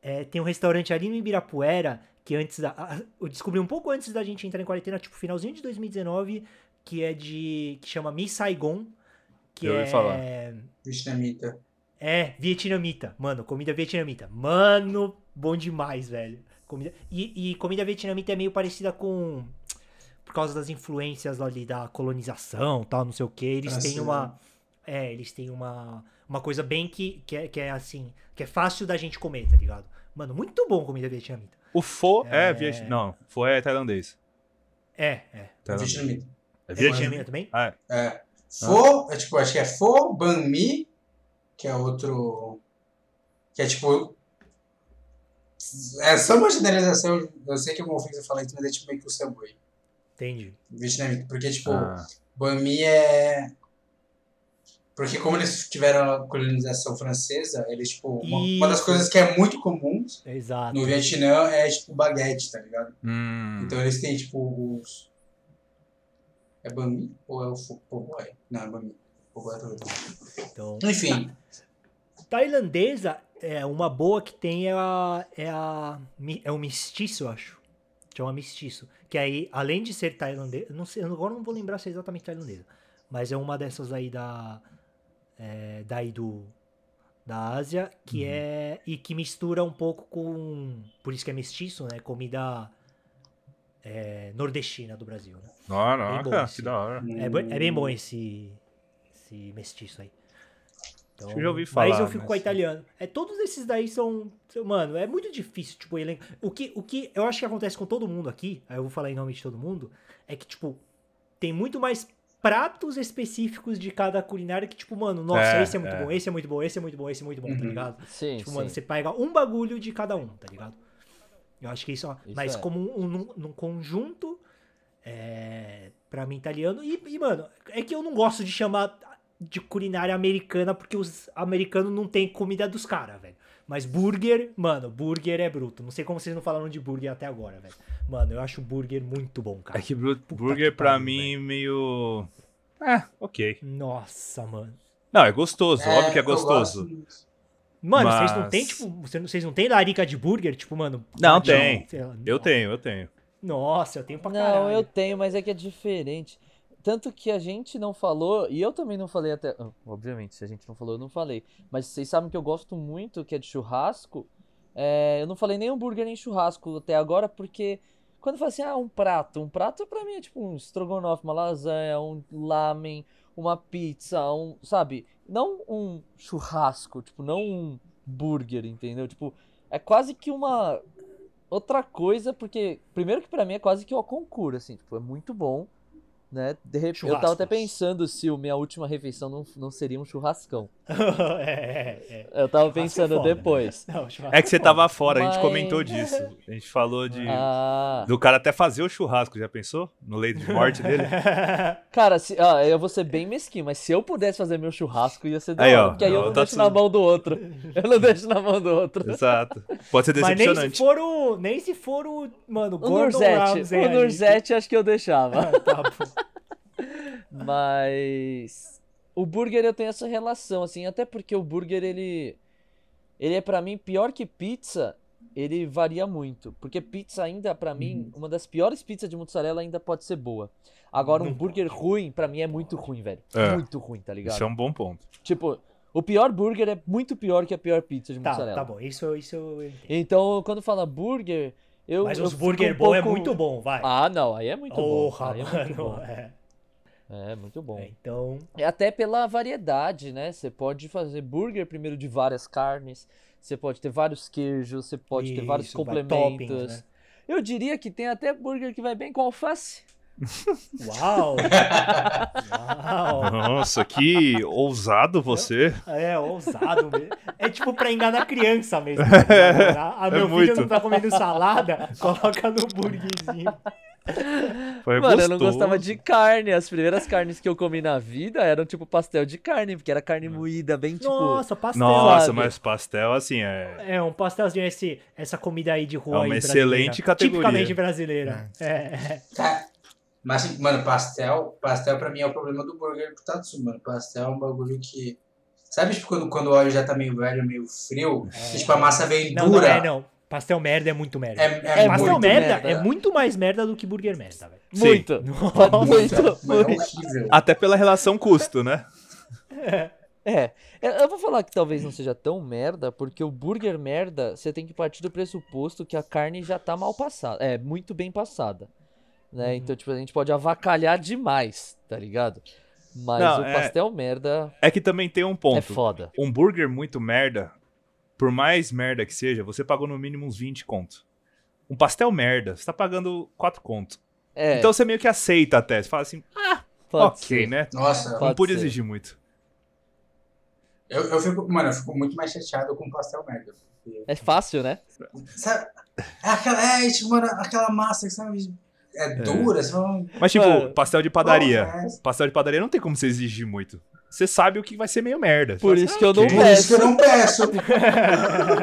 A: é, tem um restaurante ali no Ibirapuera, que antes da. a- a- eu descobri um pouco antes da gente entrar em quarentena, tipo, finalzinho de 2019, que é de. que chama Mi Saigon, que
D: Eu ouvi
A: é.
D: falar.
C: Vietnamita.
A: É, vietnamita. Mano, comida vietnamita. Mano, bom demais, velho. Comida... E, e comida vietnamita é meio parecida com. Por causa das influências ali da
B: Então,
A: colonização tal, não sei o que. Eles têm
C: Brasileiro.
A: uma. É, eles têm uma. Uma coisa bem que, que, é, que é assim. Que é fácil da gente comer, tá ligado? Mano, muito bom comida vietnamita.
D: O pho é, viet... Não, pho é tailandês.
A: É, é.
D: Tailandês.
C: Vietnamita.
D: É vietnamita.
A: Vietnamita também?
D: Ah, é.
C: É. Fo, é, tipo, acho que é Fo, Ban Mi, que é outro. Que é tipo. É só uma generalização. Eu sei que é uma ofensa falar isso, mas é tipo meio que o Subway.
A: Entendi.
C: Vietnamita. Porque, tipo,
D: Ah,
C: Ban Mi é. Porque como eles tiveram a colonização francesa, eles, tipo, uma, uma das
A: Isso.
C: coisas que é muito comum
A: Exato.
C: no Vietnã é, tipo, baguete, tá ligado?
D: hum.
C: Então eles têm, tipo, os... É Ban Mi ou é o Fo? Pô, é. Não, é Ban Mi. Pô, é outro.
A: Então,
C: Enfim.
A: tailandesa, é, uma boa que tem é a, é a. mi- É o mestiço, eu acho. Chama mestiço. Que aí, além de ser tailandesa. Não sei, agora eu não vou lembrar se é exatamente tailandesa. Mas é uma dessas aí da. é, daí do. Da Ásia, que é. E que mistura um pouco com. Por isso que é mestiço, né? Comida. é, nordestina do Brasil, né?
D: Caraca,
A: Bem
D: que
A: bom,
D: da hora.
A: É, bo- é
D: Hum.
A: bem bom esse, esse mestiço aí. Então,
D: Acho que eu já ouvi falar,
A: Mas eu fico com a
D: mas-
A: italiana. É, todos esses daí são, são- Mano, é muito difícil, tipo, elenco. O que, o que eu acho que acontece com todo mundo aqui, aí eu vou falar em nome de todo mundo, é que, tipo, tem muito mais pratos específicos de cada culinária que, tipo, mano, nossa,
D: É,
A: esse é muito
D: é.
A: bom, esse é muito bom, esse é muito bom, esse é muito bom, tá
C: Uhum.
A: ligado?
B: Sim,
A: tipo,
B: sim.
A: mano, você pega um bagulho de cada um, tá ligado? Eu acho que isso, é uma-
B: Isso
A: mas
B: é.
A: como um, num, num conjunto, é, pra mim, italiano. E, e, mano, é que eu não gosto de chamar de culinária americana, porque os americanos não têm comida dos caras, velho. Mas burger, mano, burger é bruto. Não sei como vocês não falaram de burger até agora, velho. Mano, eu acho burger muito bom, cara.
D: É que bru-
A: que
D: burger pra
A: pariu,
D: mim meio. É, ok.
A: Nossa, mano.
D: Não, é gostoso, óbvio que é
C: eu gosto
D: gostoso.
C: muito.
A: Mano, vocês não
D: Mas-
A: têm, tipo, vocês não- vocês não têm larica de burger? Tipo, mano.
D: Não,
A: de-
D: tem.
A: sei lá,
D: Eu
A: nossa.
D: tenho, eu tenho.
A: Nossa,
B: é
A: eu tenho pra caralho.
B: Não, eu tenho, mas é que é diferente. Tanto que a gente não falou, e eu também não falei até. ah, Obviamente, se a gente não falou, eu não falei. Mas vocês sabem que eu gosto muito, que é de churrasco. É, eu não falei nem hambúrguer nem churrasco até agora, porque quando eu falo assim, ah, um prato. Um prato pra mim é tipo um estrogonofe, uma lasanha, um lamen, uma pizza, um. Sabe? Não um churrasco, tipo, não um burger, entendeu? Tipo, é quase que uma outra coisa, porque primeiro que pra mim é quase que o concura, assim, tipo, é muito bom, né? De repente, eu tava até
A: Churrascos.
B: pensando se a minha última refeição não, não seria um churrascão.
A: é, é, é.
B: Eu tava
A: Churrasco é
B: pensando
A: foda, né?
B: depois.
A: Não, churrasco
D: É que você
A: foda.
D: tava fora, a gente
B: Mas-
D: comentou disso. A gente falou de.
B: Ah,
D: Do cara até fazer o churrasco, já pensou? No leito de morte dele? tá
B: cara, se, ah, eu vou ser bem mesquinho, mas se eu pudesse fazer meu churrasco ia ser da
D: Aí,
B: hora,
D: ó,
B: porque aí eu
D: ó,
B: não
D: tá
B: deixo na
D: tudo.
B: mão do outro. Eu não deixo na mão do outro.
D: Exato. Pode ser
A: Mas nem se
D: decepcionante.
A: for o. Nem se for o. Mano,
B: O
A: Gordon
B: Nurzete,
A: Ramsay
B: o
A: ali.
B: Nurzete acho que eu deixava.
A: Ah, tá bom.
B: Mas o burger eu tenho essa relação assim, até porque o burger ele ele é pra mim pior que pizza, ele varia muito, porque pizza ainda pra mim,
A: Uhum.
B: uma das piores pizzas de mussarela ainda pode ser boa. Agora um
A: Não
B: burger ruim pra mim é muito ruim, velho.
D: É.
B: Muito ruim, tá ligado?
D: Isso é um bom ponto.
B: Tipo, o pior burger é muito pior que a pior pizza de
A: tá,
B: mussarela.
A: tá bom. Isso, eu- isso eu entendo.
B: Então, quando fala burger, eu
A: Mas
B: eu
A: os
B: fico
A: burger
B: um
A: bom é
B: pouco-
A: muito bom, vai.
B: Ah, não, aí é muito bom.
A: Porra,
B: aí é muito
A: mano.
B: bom.
A: é.
B: É, muito bom.
A: É, Então.
B: É Até pela variedade, né? Você pode fazer burger primeiro de várias carnes, você pode ter vários queijos, você pode ter vários
A: isso, vai,
B: complementos.
A: toppings, né?
B: Eu diria que tem até burger que vai bem com alface.
A: Uau! Uau!
D: Nossa, que ousado você.
A: É, ousado mesmo. É tipo pra enganar criança mesmo. tá ligado? A, a
D: É
A: meu filho
D: muito.
A: não tá comendo salada, coloca no burguerzinho.
D: Foi
B: Mano, eu não
D: É gostoso.
B: gostava de carne. As primeiras carnes que eu comi na vida eram tipo pastel de carne, porque era carne moída, bem tipo.
A: Nossa, pastel.
D: Nossa,
B: sabe?
D: mas pastel, assim, é.
A: É, um pastelzinho, esse, essa comida aí de rua.
D: É uma
A: aí
D: excelente
A: brasileira,
D: categoria.
A: Tipicamente brasileira. É.
C: Tá. Mas, assim, mano, pastel, pastel pra mim é o problema do burger pro Tatsu, mano. Pastel é um bagulho que. Sabe tipo, quando, quando o óleo já tá meio velho, meio frio? E, tipo, a massa vem
A: Não, não
C: dura.
A: é, não. Pastel merda é muito merda.
C: É, é,
B: É
A: pastel
C: muito
A: merda,
B: merda.
A: é muito mais merda do que burger merda, velho.
B: Sim. Muito.
A: Nossa.
B: Muito,
C: Mano, é
B: muito.
C: horrível.
D: Até pela relação custo, né?
B: É, eu eu vou falar que talvez não seja tão merda, porque o burger merda, você tem que partir do pressuposto que a carne já tá mal passada, é, muito bem passada, né?
D: Uhum.
B: Então, tipo, a gente pode avacalhar demais, tá ligado? Mas
D: Não,
B: o
D: é-
B: pastel merda
D: É que também tem um
B: é
D: ponto.
B: foda.
D: um burger muito merda, por mais merda que seja, você pagou no mínimo uns 20 conto. Um pastel merda, você tá pagando 4 conto.
B: É,
D: Então você meio que aceita até. Você fala assim,
B: pode
D: ok,
B: ser.
D: né?
C: Nossa,
D: Não
B: Pode
D: pude
B: ser.
D: exigir muito.
C: eu, eu fico, mano, eu fico muito mais chateado com pastel merda.
B: É fácil, né?
C: Sabe? É aquela, é, tipo, mano, aquela massa que sabe, é dura, você fala,
D: Mas, tipo,
B: Mano.
D: pastel de padaria.
C: "Porra, é essa?"
D: Pastel de padaria não tem como você exigir muito. Você sabe o que vai ser meio merda. Você
B: Por
D: fala assim, "Ah,
B: isso que eu não
D: ok.
C: Por é isso que
B: peço,
C: eu não peço.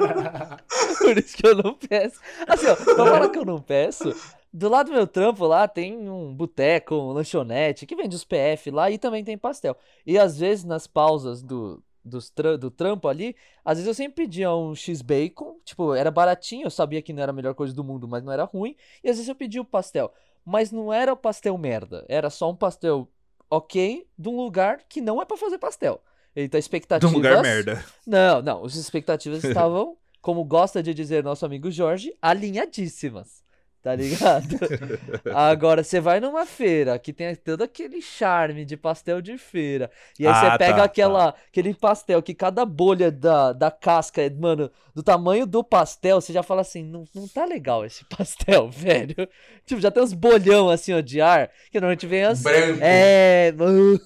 B: por isso que eu não peço. Assim, ó, pra falar que eu não peço, do lado do meu trampo lá tem um boteco, um lanchonete, que vende os PF lá e também tem pastel. E às vezes nas pausas do, dos tra- do trampo ali, às vezes eu sempre pedia um X-Bacon, tipo, era baratinho, eu sabia que não era a melhor coisa do mundo, mas não era ruim. E às vezes eu pedia o pastel, mas não era o pastel merda, era só um pastel ok de um lugar que não é pra fazer pastel. Então a
D: De
B: expectativa
D: um lugar merda.
B: não, não. As expectativas estavam, como gosta de dizer nosso amigo Jorge, alinhadíssimas. Tá ligado? Agora, você vai numa feira que tem todo aquele charme de pastel de feira. E aí
D: Ah,
B: você pega
D: tá,
B: aquela, aquele pastel que cada bolha da, da casca é, mano, do tamanho do pastel, você já fala assim: não, não tá legal esse pastel, velho. Tipo, já tem uns bolhão assim, ó, de ar, que normalmente vem as.
C: Branco.
B: É, mano,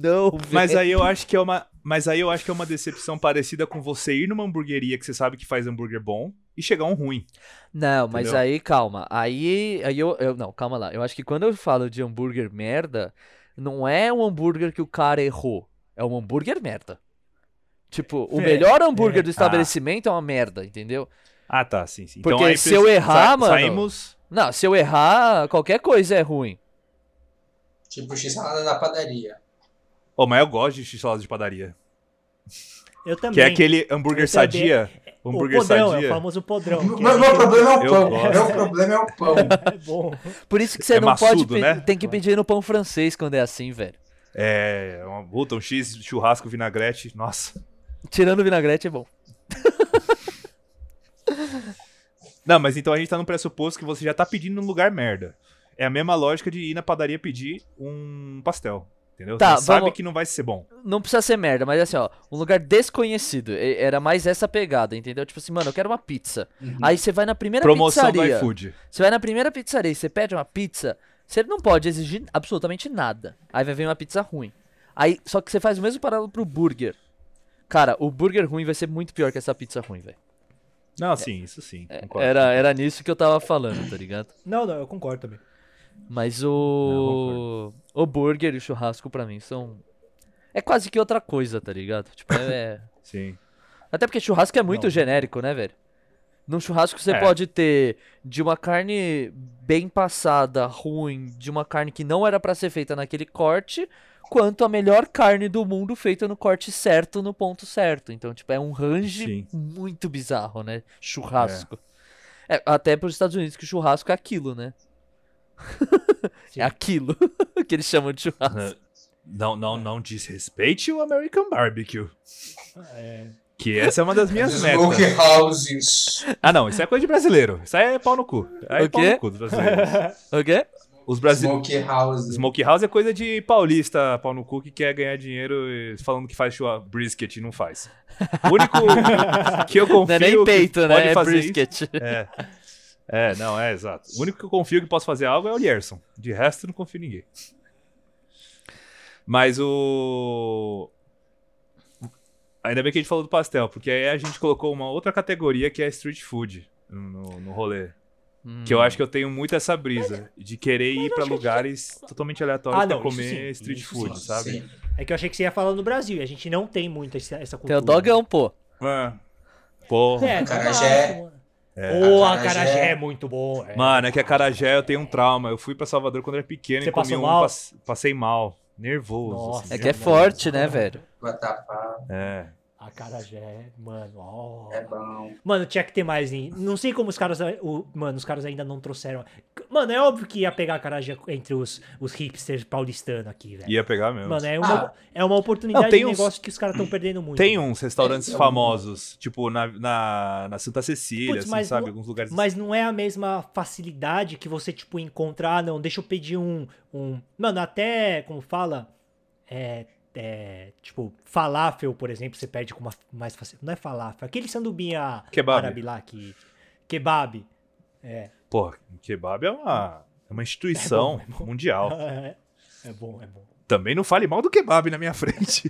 B: não,
D: Mas
B: velho.
D: aí eu acho que é uma. Mas aí eu acho que é uma decepção parecida com você ir numa hamburgueria que você sabe que faz hambúrguer bom e chegar um ruim.
B: Não, mas
D: Entendeu?
B: aí, calma. Aí, aí eu, eu. Não, calma lá. Eu acho que quando eu falo de hambúrguer merda, não é um hambúrguer que o cara errou. É um hambúrguer merda. Tipo, o
D: É,
B: melhor hambúrguer do
D: ah.
B: estabelecimento é uma merda, entendeu?
D: Ah, tá, sim, sim.
B: Porque
D: aí
B: se eu
D: precisa-
B: errar, mano-
D: Saímos.
B: Não, se eu errar, qualquer coisa é ruim.
C: Tipo, x-salada da padaria.
D: Oh, mas eu gosto de x-salada de padaria.
A: Eu também.
D: Que é aquele hambúrguer
A: Eu também-
D: sadia. O
A: O
D: hambúrguer
A: podrão, é o
D: sadia.
A: famoso podrão.
C: Meu,
A: que
C: meu problema é o
D: Eu
C: pão.
D: gosto.
C: Meu problema é o pão.
A: É bom.
B: Por isso que você
D: É
B: não pode.
D: maçudo,
B: pe-
D: né?
B: Tem que pedir no pão francês quando é assim, velho.
D: É, uma puta, um X, churrasco, vinagrete. Nossa.
B: Tirando o vinagrete é bom.
D: Não, mas então a gente tá num pressuposto que você já tá pedindo num lugar merda. É a mesma lógica de ir na padaria pedir um pastel. Entendeu?
B: Tá,
D: você sabe
B: vamos-
D: que não vai ser bom.
B: Não precisa ser merda, mas assim, ó, um lugar desconhecido. E- Era mais essa pegada, entendeu? Tipo assim, mano, eu quero uma pizza. Aí você vai na primeira
D: Uhum. Promoção do
B: pizzaria.
D: iFood.
B: Você vai na primeira pizzaria e você pede uma pizza, você não pode exigir absolutamente nada. Aí vai vir uma pizza ruim. Aí, só que você faz o mesmo paralelo pro burger. Cara, o burger ruim vai ser muito pior que essa pizza ruim, velho.
D: Não, sim, isso sim.
B: É,
D: concordo.
B: Era, era nisso que eu tava falando, tá ligado?
A: Não, não, eu concordo também.
B: Mas
D: Não,
B: o. O burger e o churrasco pra mim são. É quase que outra coisa, tá ligado? Tipo, é.
D: Sim.
B: Até porque churrasco é muito
A: Não.
B: genérico, né, velho? Num churrasco você
D: É.
B: pode ter de uma carne bem passada, ruim, de uma carne que não era pra ser feita naquele corte, quanto a melhor carne do mundo feita no corte certo, no ponto certo. Então, tipo, é um range
D: Sim.
B: muito bizarro, né? Churrasco. É, até pros Estados Unidos que o churrasco é aquilo, né?
A: Sim.
B: É aquilo que eles chamam de churrasco.
D: Não, não, não desrespeite o American Barbecue.
A: É,
D: Que essa é uma das minhas metas.
C: Smoke houses.
D: Ah, não, isso é coisa de brasileiro. Isso aí é pau no cu. Aí
B: O
D: é pau
B: quê?
D: no cu dos brasileiros.
B: O quê?
D: Os brasileiros.
C: Smoke houses.
D: Smoke House é coisa de paulista, pau no cu, que quer ganhar dinheiro e falando que faz chua brisket e não faz. O único que eu
B: Não
D: confio
B: é nem peito,
D: que
B: né?
D: pode
B: É
D: fazer isso-
B: brisket.
D: É. É, não, é exato. O único que eu confio que posso fazer algo é o Lierson. De resto, eu não confio em ninguém. Mas o. Ainda bem que a gente falou do pastel, porque aí a gente colocou uma outra categoria que é street food no, no rolê. Que
A: Hum.
B: Hum.
D: eu acho que eu tenho muito essa brisa de querer ir pra lugares totalmente aleatórios
A: Ah,
D: pra
A: não, isso
D: comer
A: sim,
D: street
A: isso
D: food,
A: sim.
D: sabe?
C: Sim.
A: é que eu achei que você ia falar no Brasil. e A gente não tem muito essa, essa
D: é
B: Tem
A: cultura.
B: o dogão, pô.
D: Ah, porra.
A: É,
C: Acarajé.
A: tá bom. Ô,
C: Acarajé.
A: acarajé é muito bom. é.
D: Mano, é que a Carajé eu tenho um trauma. Eu fui pra Salvador quando era pequeno
A: Você
D: e comi
A: passou
D: um,
A: mal?
D: pass- passei mal. Nervoso.
A: Nossa.
D: assim.
B: É que é forte, né, velho?
C: Vatapá
D: É.
A: Acarajé, mano. ó.
C: é bom.
A: Mano, tinha que ter mais, hein? Não sei como os caras. eh, O, mano, os caras ainda não trouxeram. Mano, é óbvio que ia pegar a carajé entre os, os hipsters paulistanos aqui, velho.
D: Ia pegar mesmo. assim.
A: Mano, é uma, é uma oportunidade
D: Não, tem
A: de
D: uns-
A: negócio que os caras estão perdendo muito.
D: Tem uns restaurantes
C: É, então.
D: famosos, tipo na, na, na Santa Cecília,
A: Putz,
D: assim,
A: mas
D: sabe?
A: no-
D: Alguns lugares.
A: Mas não é a mesma facilidade que você, tipo, encontrar, ah, não, deixa eu pedir um. um... Mano, até, como fala? É. é, tipo, falafel, por exemplo, você pede com uma, mais facilidade. Não é falafel, aquele sandubinha
D: Kebab.
A: árabe lá que. Kebab. É.
D: assim. Pô, kebab é uma, é uma instituição
A: É bom, é bom.
D: mundial.
A: É bom, é bom.
D: Também não fale mal do kebab na minha frente.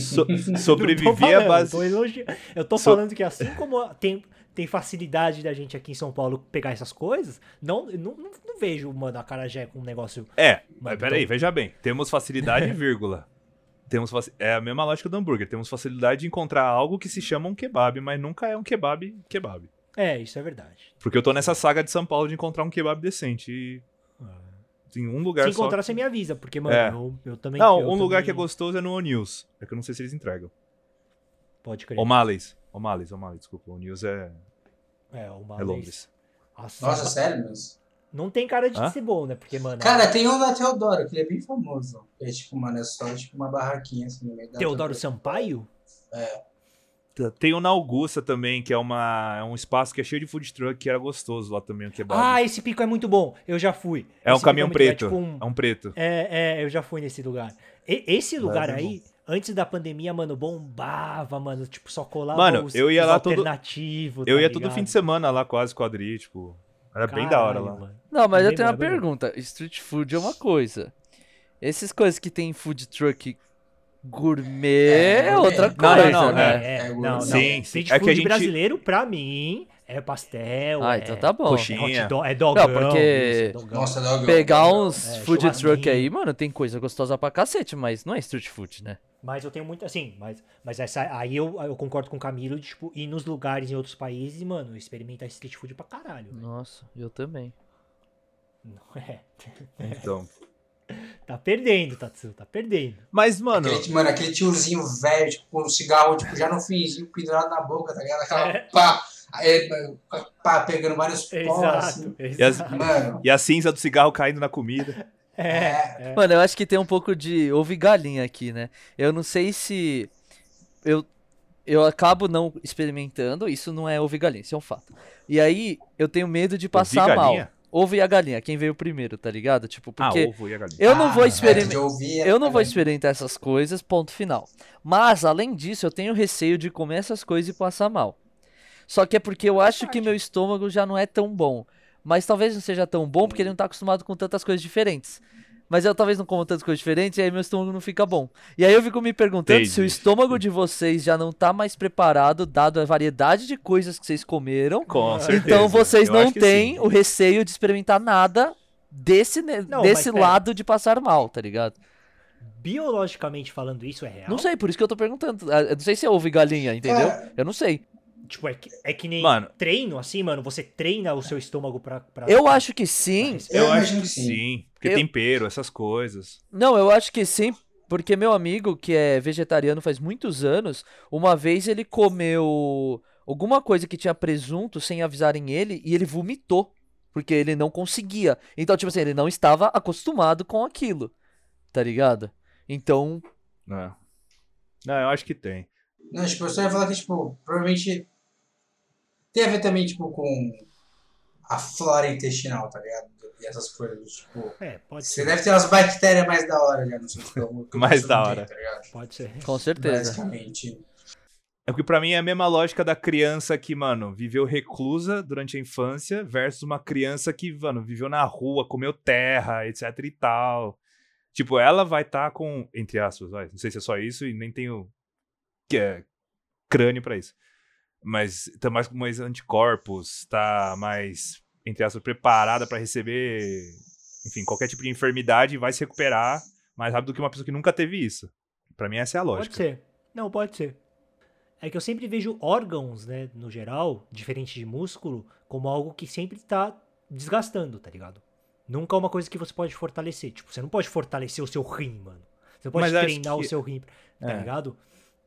D: So-
A: É Não tô
D: sobreviver
A: falando,
D: à base.
A: Eu tô, elogi- eu tô
D: So-
A: falando que assim como tem, tem facilidade da gente aqui em São Paulo pegar essas coisas, não, eu não, não, não vejo, mano, a Carajé com um negócio.
D: É,
A: Mas
D: mas peraí, veja bem. Temos facilidade, vírgula. Temos faci- É a mesma lógica do hambúrguer. Temos facilidade de encontrar algo que se chama um kebab, mas nunca é um kebab kebab.
A: É, isso é verdade.
D: Porque eu tô nessa saga de São Paulo de encontrar um kebab decente. E. Tem um lugar
A: Ah. Se
D: só.
A: encontrar, você me avisa, porque, mano,
D: É.
A: eu, eu também.
D: Não, um
A: eu
D: lugar
A: também-
D: que é gostoso é no O'Neill's. É que eu não sei se eles entregam.
A: Pode crer.
D: O'Malley's. O'Malley's, O'Malley's, desculpa. O'Neill's é,
A: É, o
D: é Londres.
A: Nossa,
C: Nossa, sério, meus?
A: não tem cara de
D: Hã?
A: ser bom, né? Porque, mano.
C: Cara, tem um da Teodoro, que ele é bem famoso. É tipo, mano, é só tipo uma barraquinha assim no meio da.
A: Teodoro Sampaio?
C: É.
D: T- Tem o na Augusta também, que é uma, é um espaço que é cheio de food truck, que era gostoso lá também, o kebab.
A: Ah, esse pico é muito bom. Eu já fui.
D: é um
A: Esse pico
D: caminhão
A: muito bom,
D: preto.
A: É, tipo um-
D: É um preto.
A: é, é, eu já fui nesse lugar. E- esse lugar
D: é bom.
A: aí, antes da pandemia, mano, bombava, mano. Tipo, só colava
D: Mano,
A: os, tá
D: eu ia
A: os
D: lá todo-
A: alternativos.
D: Eu ia todo fim de semana lá, quase quadrilha, tipo. Era bem da hora lá.
B: Não, mas eu
A: Bem
B: tenho
A: bom,
B: uma
A: bem bom.
B: pergunta. Street food é uma coisa. Essas coisas que tem em food truck gourmet é,
C: É,
B: outra
C: gourmet.
B: coisa,
D: Não, não, não,
B: né?
A: É,
C: É,
A: não,
C: não.
A: não.
D: Sim, sim.
A: Street
D: É que a
A: food
D: gente-
A: brasileiro, pra mim, é pastel.
B: Ah,
A: é,
B: então tá bom.
A: É,
D: Coxinha.
A: hot dog, é dogão.
B: porque-
A: isso, dogão.
C: Nossa, dog.
B: Pegar um, uns
A: É,
B: food truck
A: churrasquinho.
B: aí, mano, tem coisa gostosa pra cacete, mas não é street food, né?
A: Mas eu tenho muito, assim, mas, mas essa, aí eu, eu concordo com o Camilo de, tipo, ir nos lugares em outros países e, mano, experimentar street food pra caralho. velho.
B: Nossa, eu também.
A: Não é.
D: Então.
A: Tá perdendo, Tatsu, tá perdendo.
D: Mas, mano.
C: Aquele, mano, aquele tiozinho velho, tipo, com um cigarro, tipo, já no finzinho, pendurado na boca, tá ligado? Aquela pá, aí, mano, pá, pegando vários pós, assim.
A: Exato,
D: E, as-
A: exato.
C: Mano,
D: e a cinza do cigarro caindo na comida.
A: É,
B: Mano, eu acho que tem um pouco de ovo e galinha aqui, né? Eu não sei se eu eu acabo não experimentando, isso não é ovo e galinha, isso é um fato. E aí eu tenho medo de passar mal.
D: galinha?
B: Ovo e a galinha, quem veio primeiro, tá ligado? Tipo, porque
D: Ah, ovo e a galinha.
B: eu não
C: ah,
B: vou
C: é,
B: experimentar
C: de ouvir,
B: eu não vou
C: né?
B: experimentar essas coisas, ponto final. Mas, além disso, eu tenho receio de comer essas coisas e passar mal. Só que é porque eu acho que meu estômago já não é tão bom. Mas talvez não seja tão bom porque ele não tá acostumado com tantas coisas diferentes. Mas eu talvez não como tantas coisas diferentes e aí meu estômago não fica bom. E aí eu fico me perguntando se o
D: Entendi.
B: estômago de vocês já não tá mais preparado, dado a variedade de coisas que vocês comeram.
D: Com certeza.
B: Então vocês
D: Eu
B: não
D: acho que
B: têm
D: sim.
B: o receio de experimentar nada desse, ne-
A: Não, mas é.
B: desse
A: pera.
B: lado de passar mal, tá ligado?
A: biologicamente falando, isso é real?
B: Não sei, por isso que eu tô perguntando. Ah, Eu não sei se é ovo e galinha, entendeu?
C: É.
B: Eu não sei.
A: Tipo, é que, é que nem
D: Mano.
A: treino, assim, mano, você treina o seu estômago pra... pra
B: Eu acho que sim.
A: Mas-
D: Eu,
C: Eu
D: acho
C: imagino
D: que
C: que
D: sim. Porque
B: Eu-
D: tempero, essas coisas.
B: Não, eu acho que sim, porque meu amigo, que é vegetariano faz muitos anos, uma vez ele comeu alguma coisa que tinha presunto sem avisarem ele e ele vomitou. Porque ele não conseguia. Então, tipo assim, ele não estava acostumado com aquilo. Tá ligado? Então,
D: Não. né? Não, eu acho que tem.
C: Não, tipo, eu só ia falar que, tipo, provavelmente tem a ver também, tipo, com a flora intestinal, tá ligado? E essas coisas, tipo...
A: É, pode
C: Você
A: ser,
C: deve ter umas bactérias mais da hora já no seu estômago. que
D: Mais
C: você
D: da
C: não tem,
D: hora.
C: tá ligado?
A: pode ser.
B: com certeza.
C: Basicamente.
D: É porque pra mim é a mesma lógica da criança que, mano, viveu reclusa durante a infância versus uma criança que, mano, viveu na rua, comeu terra, etc e tal. Tipo, ela vai estar com, entre aspas, vai, não sei se é só isso e nem tenho que é, crânio pra isso. Mas tá mais com mais anticorpos, tá mais, entre aspas, preparada pra receber, enfim, qualquer tipo de enfermidade e vai se recuperar mais rápido do que uma pessoa que nunca teve isso. Pra mim essa é a
A: Pode
D: lógica.
A: ser. Não, pode ser. É que eu sempre vejo órgãos, né, no geral, diferente de músculo, como algo que sempre tá desgastando, tá ligado? Nunca é uma coisa que você pode fortalecer. Tipo, você não pode fortalecer o seu rim, mano. Você não pode
D: Mas acho
A: treinar o
D: que-
A: seu rim, tá
D: É.
A: ligado?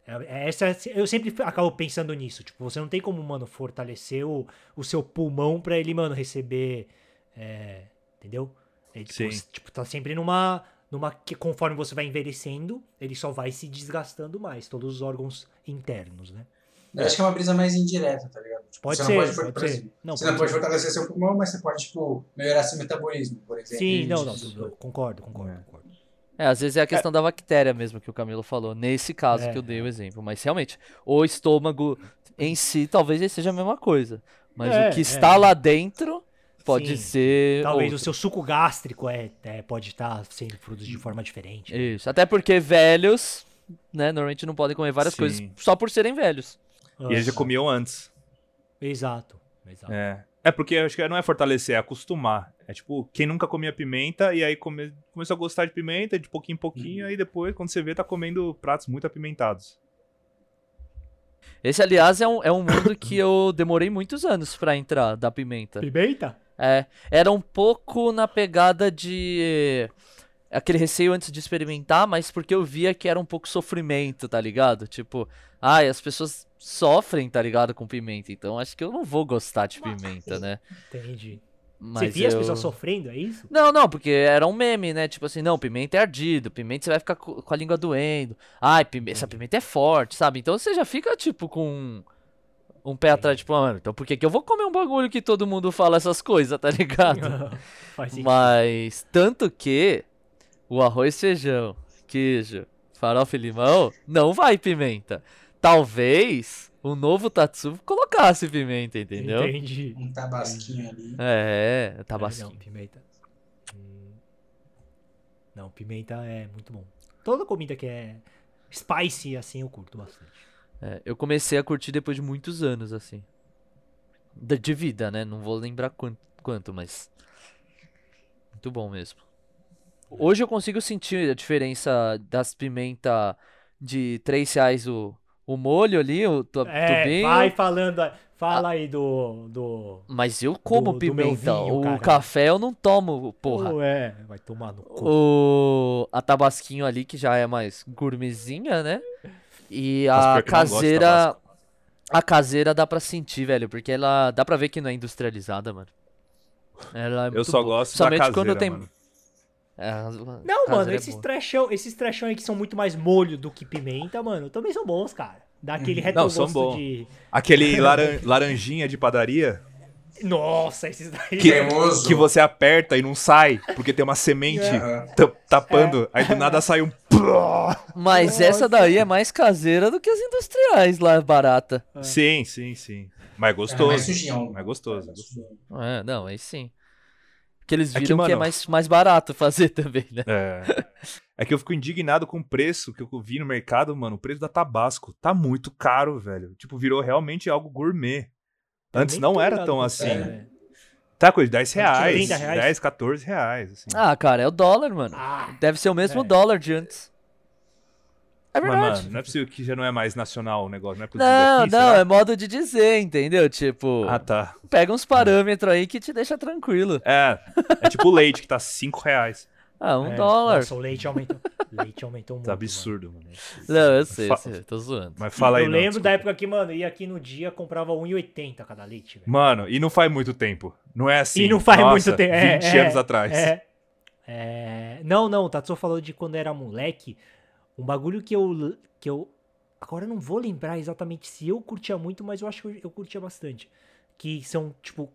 A: É- é Essa, eu sempre acabo pensando nisso. Tipo, você não tem como, mano, fortalecer o, o seu pulmão pra ele, mano, receber. é, entendeu? Ele, tipo,
D: Sim.
A: s- tipo, tá sempre numa. numa que conforme você vai envelhecendo, ele só vai se desgastando mais, todos os órgãos internos, né?
C: Eu acho que é uma brisa mais indireta, tá ligado? Tipo,
A: Pode
C: você
A: ser,
C: não pode,
A: pode,
C: por
A: ser.
C: exemplo,
A: Não,
C: você não pode
A: pode ser.
C: fortalecer seu pulmão, mas você pode, tipo, melhorar seu metabolismo, por exemplo.
A: Sim, não, não,
C: Isso.
A: eu concordo, concordo, concordo.
B: É, às vezes é a questão da bactéria mesmo que o Camilo falou, nesse caso que eu
A: É.
B: dei o exemplo. Mas realmente, o estômago em si talvez ele seja a mesma coisa. Mas
A: É,
B: o que
A: é.
B: está lá dentro pode
A: Sim,
B: ser.
A: Talvez o
B: outro.
A: seu suco gástrico é, é, pode estar sendo produzido de forma diferente.
B: Isso. Até porque velhos, né, normalmente não podem comer várias coisas
D: Sim.
B: só por serem velhos.
D: E eles já
A: Ah,
D: comiam antes.
A: Exato, exato.
D: É. É porque eu acho que não é fortalecer, é acostumar. É tipo, quem nunca comia pimenta e aí come- começou a gostar de pimenta de pouquinho em pouquinho,
B: Uhum.
D: aí depois, quando você vê, tá comendo pratos muito apimentados.
B: Esse, aliás, é um, é um mundo que eu demorei muitos anos pra entrar da pimenta.
A: Pimenta?
B: É, era um pouco na pegada de aquele receio antes de experimentar, mas porque eu via que era um pouco sofrimento, tá ligado? Tipo, ai, as pessoas sofrem, tá ligado, com pimenta, então acho que eu não vou gostar de pimenta, né?
A: Entendi. Você
B: Mas
A: via as
B: eu-
A: pessoas sofrendo, é isso?
B: Não, não, porque era um meme, né? Tipo assim, não, pimenta é ardido, pimenta você vai ficar co- com a língua doendo. Ai, pime-
A: Uhum.
B: essa pimenta é forte, sabe? Então você já fica, tipo, com um pé atrás, tipo, ah, mano, então por que que eu vou comer um bagulho que todo mundo fala essas coisas, tá ligado?
A: Faz sentido.
B: Mas, tanto que o arroz, feijão, queijo, farofa e limão não vai pimenta. Talvez o novo Tatsu colocasse pimenta, entendeu?
A: Entendi.
C: Um tabasquinho ali.
B: É,
A: Ah,
B: tabasquinho.
A: Não, pimenta. Hum. Não, pimenta é muito bom. Toda comida que é spicy, assim, eu curto bastante.
B: É, eu comecei a curtir depois de muitos anos, assim. Da- De, vida, né? Não vou lembrar quan- quanto, mas. Muito bom mesmo. Hoje eu consigo sentir a diferença das pimenta de 3 reais o, o molho ali, o tu,
A: É,
B: tubinho.
A: vai falando. aí.
D: Ah.
A: Fala aí do. do...
B: Mas eu
A: do
B: como
A: meu
B: pimenta.
A: vinho,
B: o
A: cara.
B: café eu não tomo, porra.
A: Ou é, vai tomar no cu.
B: O... A Tabasquinho ali, que já é mais gourmetzinha, né? E
D: Mas
B: a
D: pior que eu não gosto de
B: caseira.
D: Tabasco.
B: A caseira dá pra sentir, velho, porque ela dá pra ver que não é industrializada, mano. Ela é
D: Eu
B: muito
D: só
B: boa.
D: gosto da
B: Somente
D: caseira,
B: quando tem.
D: mano.
B: É, a- a
A: Não, mano,
B: caseira é
A: esses
B: boa.
A: trechão, esses trechão aí que são muito mais molho do que pimenta, mano, também são bons, cara. Dá aquele
D: Uhum. Não, são
A: retrogosto
D: bons.
A: de.
D: Aquele laran- laranjinha de padaria
A: Nossa, esses daí. é
C: Cremoso.
D: que é você aperta e não sai, porque tem uma semente
B: É.
C: Aham.
D: ta- tapando, aí do nada sai um.
B: Mas essa daí é mais caseira do que as industriais lá, barata.
D: Sim, sim, sim. Mas
C: É mais
D: gostoso.
C: sujão.
D: Mas gostoso.
B: É, não, aí sim. Porque eles
D: É que,
B: viram que, é
D: mano-
B: mais, mais barato fazer também, né?
D: É. É que eu fico indignado com o preço que eu vi no mercado, mano. O preço da Tabasco tá muito caro, velho. Tipo, virou realmente algo gourmet. Antes
A: Nem
D: não
A: tô
D: era
A: ligado
D: tão
A: com
D: assim.
A: isso, Tá né?
D: Tá, coisa de 10 reais,
A: 30 reais.
D: 10, 14 reais. Assim.
B: Ah, cara, é o dólar, mano.
A: Ah,
B: Deve ser o mesmo
A: É.
B: dólar de antes. É
D: Mas,
B: verdade.
D: mano, não é possível que já não é mais nacional o negócio, não é produzido
B: Não,
D: aqui,
B: não,
D: será?
B: é modo de dizer, entendeu? Tipo,
D: Ah, tá.
B: pega uns parâmetros aí que te deixa tranquilo.
D: É, é tipo o leite que tá 5 reais.
B: Ah, um
A: é.
B: dólar.
A: Nossa, o leite aumentou. leite aumentou muito.
D: Tá
A: mano.
D: absurdo, mano.
B: Não, eu sei, eu
D: Fa-
B: sei, tô zoando.
D: Mas fala aí,
A: eu
D: não,
A: lembro da
D: desculpa.
A: época que, mano, ia aqui no dia, comprava 1,80 cada leite, velho.
D: Mano, e não faz muito tempo. Não é assim.
A: e não faz
D: nossa,
A: muito tempo. é,
D: 20
A: é,
D: anos atrás.
A: é. É, Não, não, o Tatsuo falou de quando era moleque. Um bagulho que eu. Que eu agora eu não vou lembrar exatamente se eu curtia muito, mas eu acho que eu, eu curtia bastante. Que são, tipo.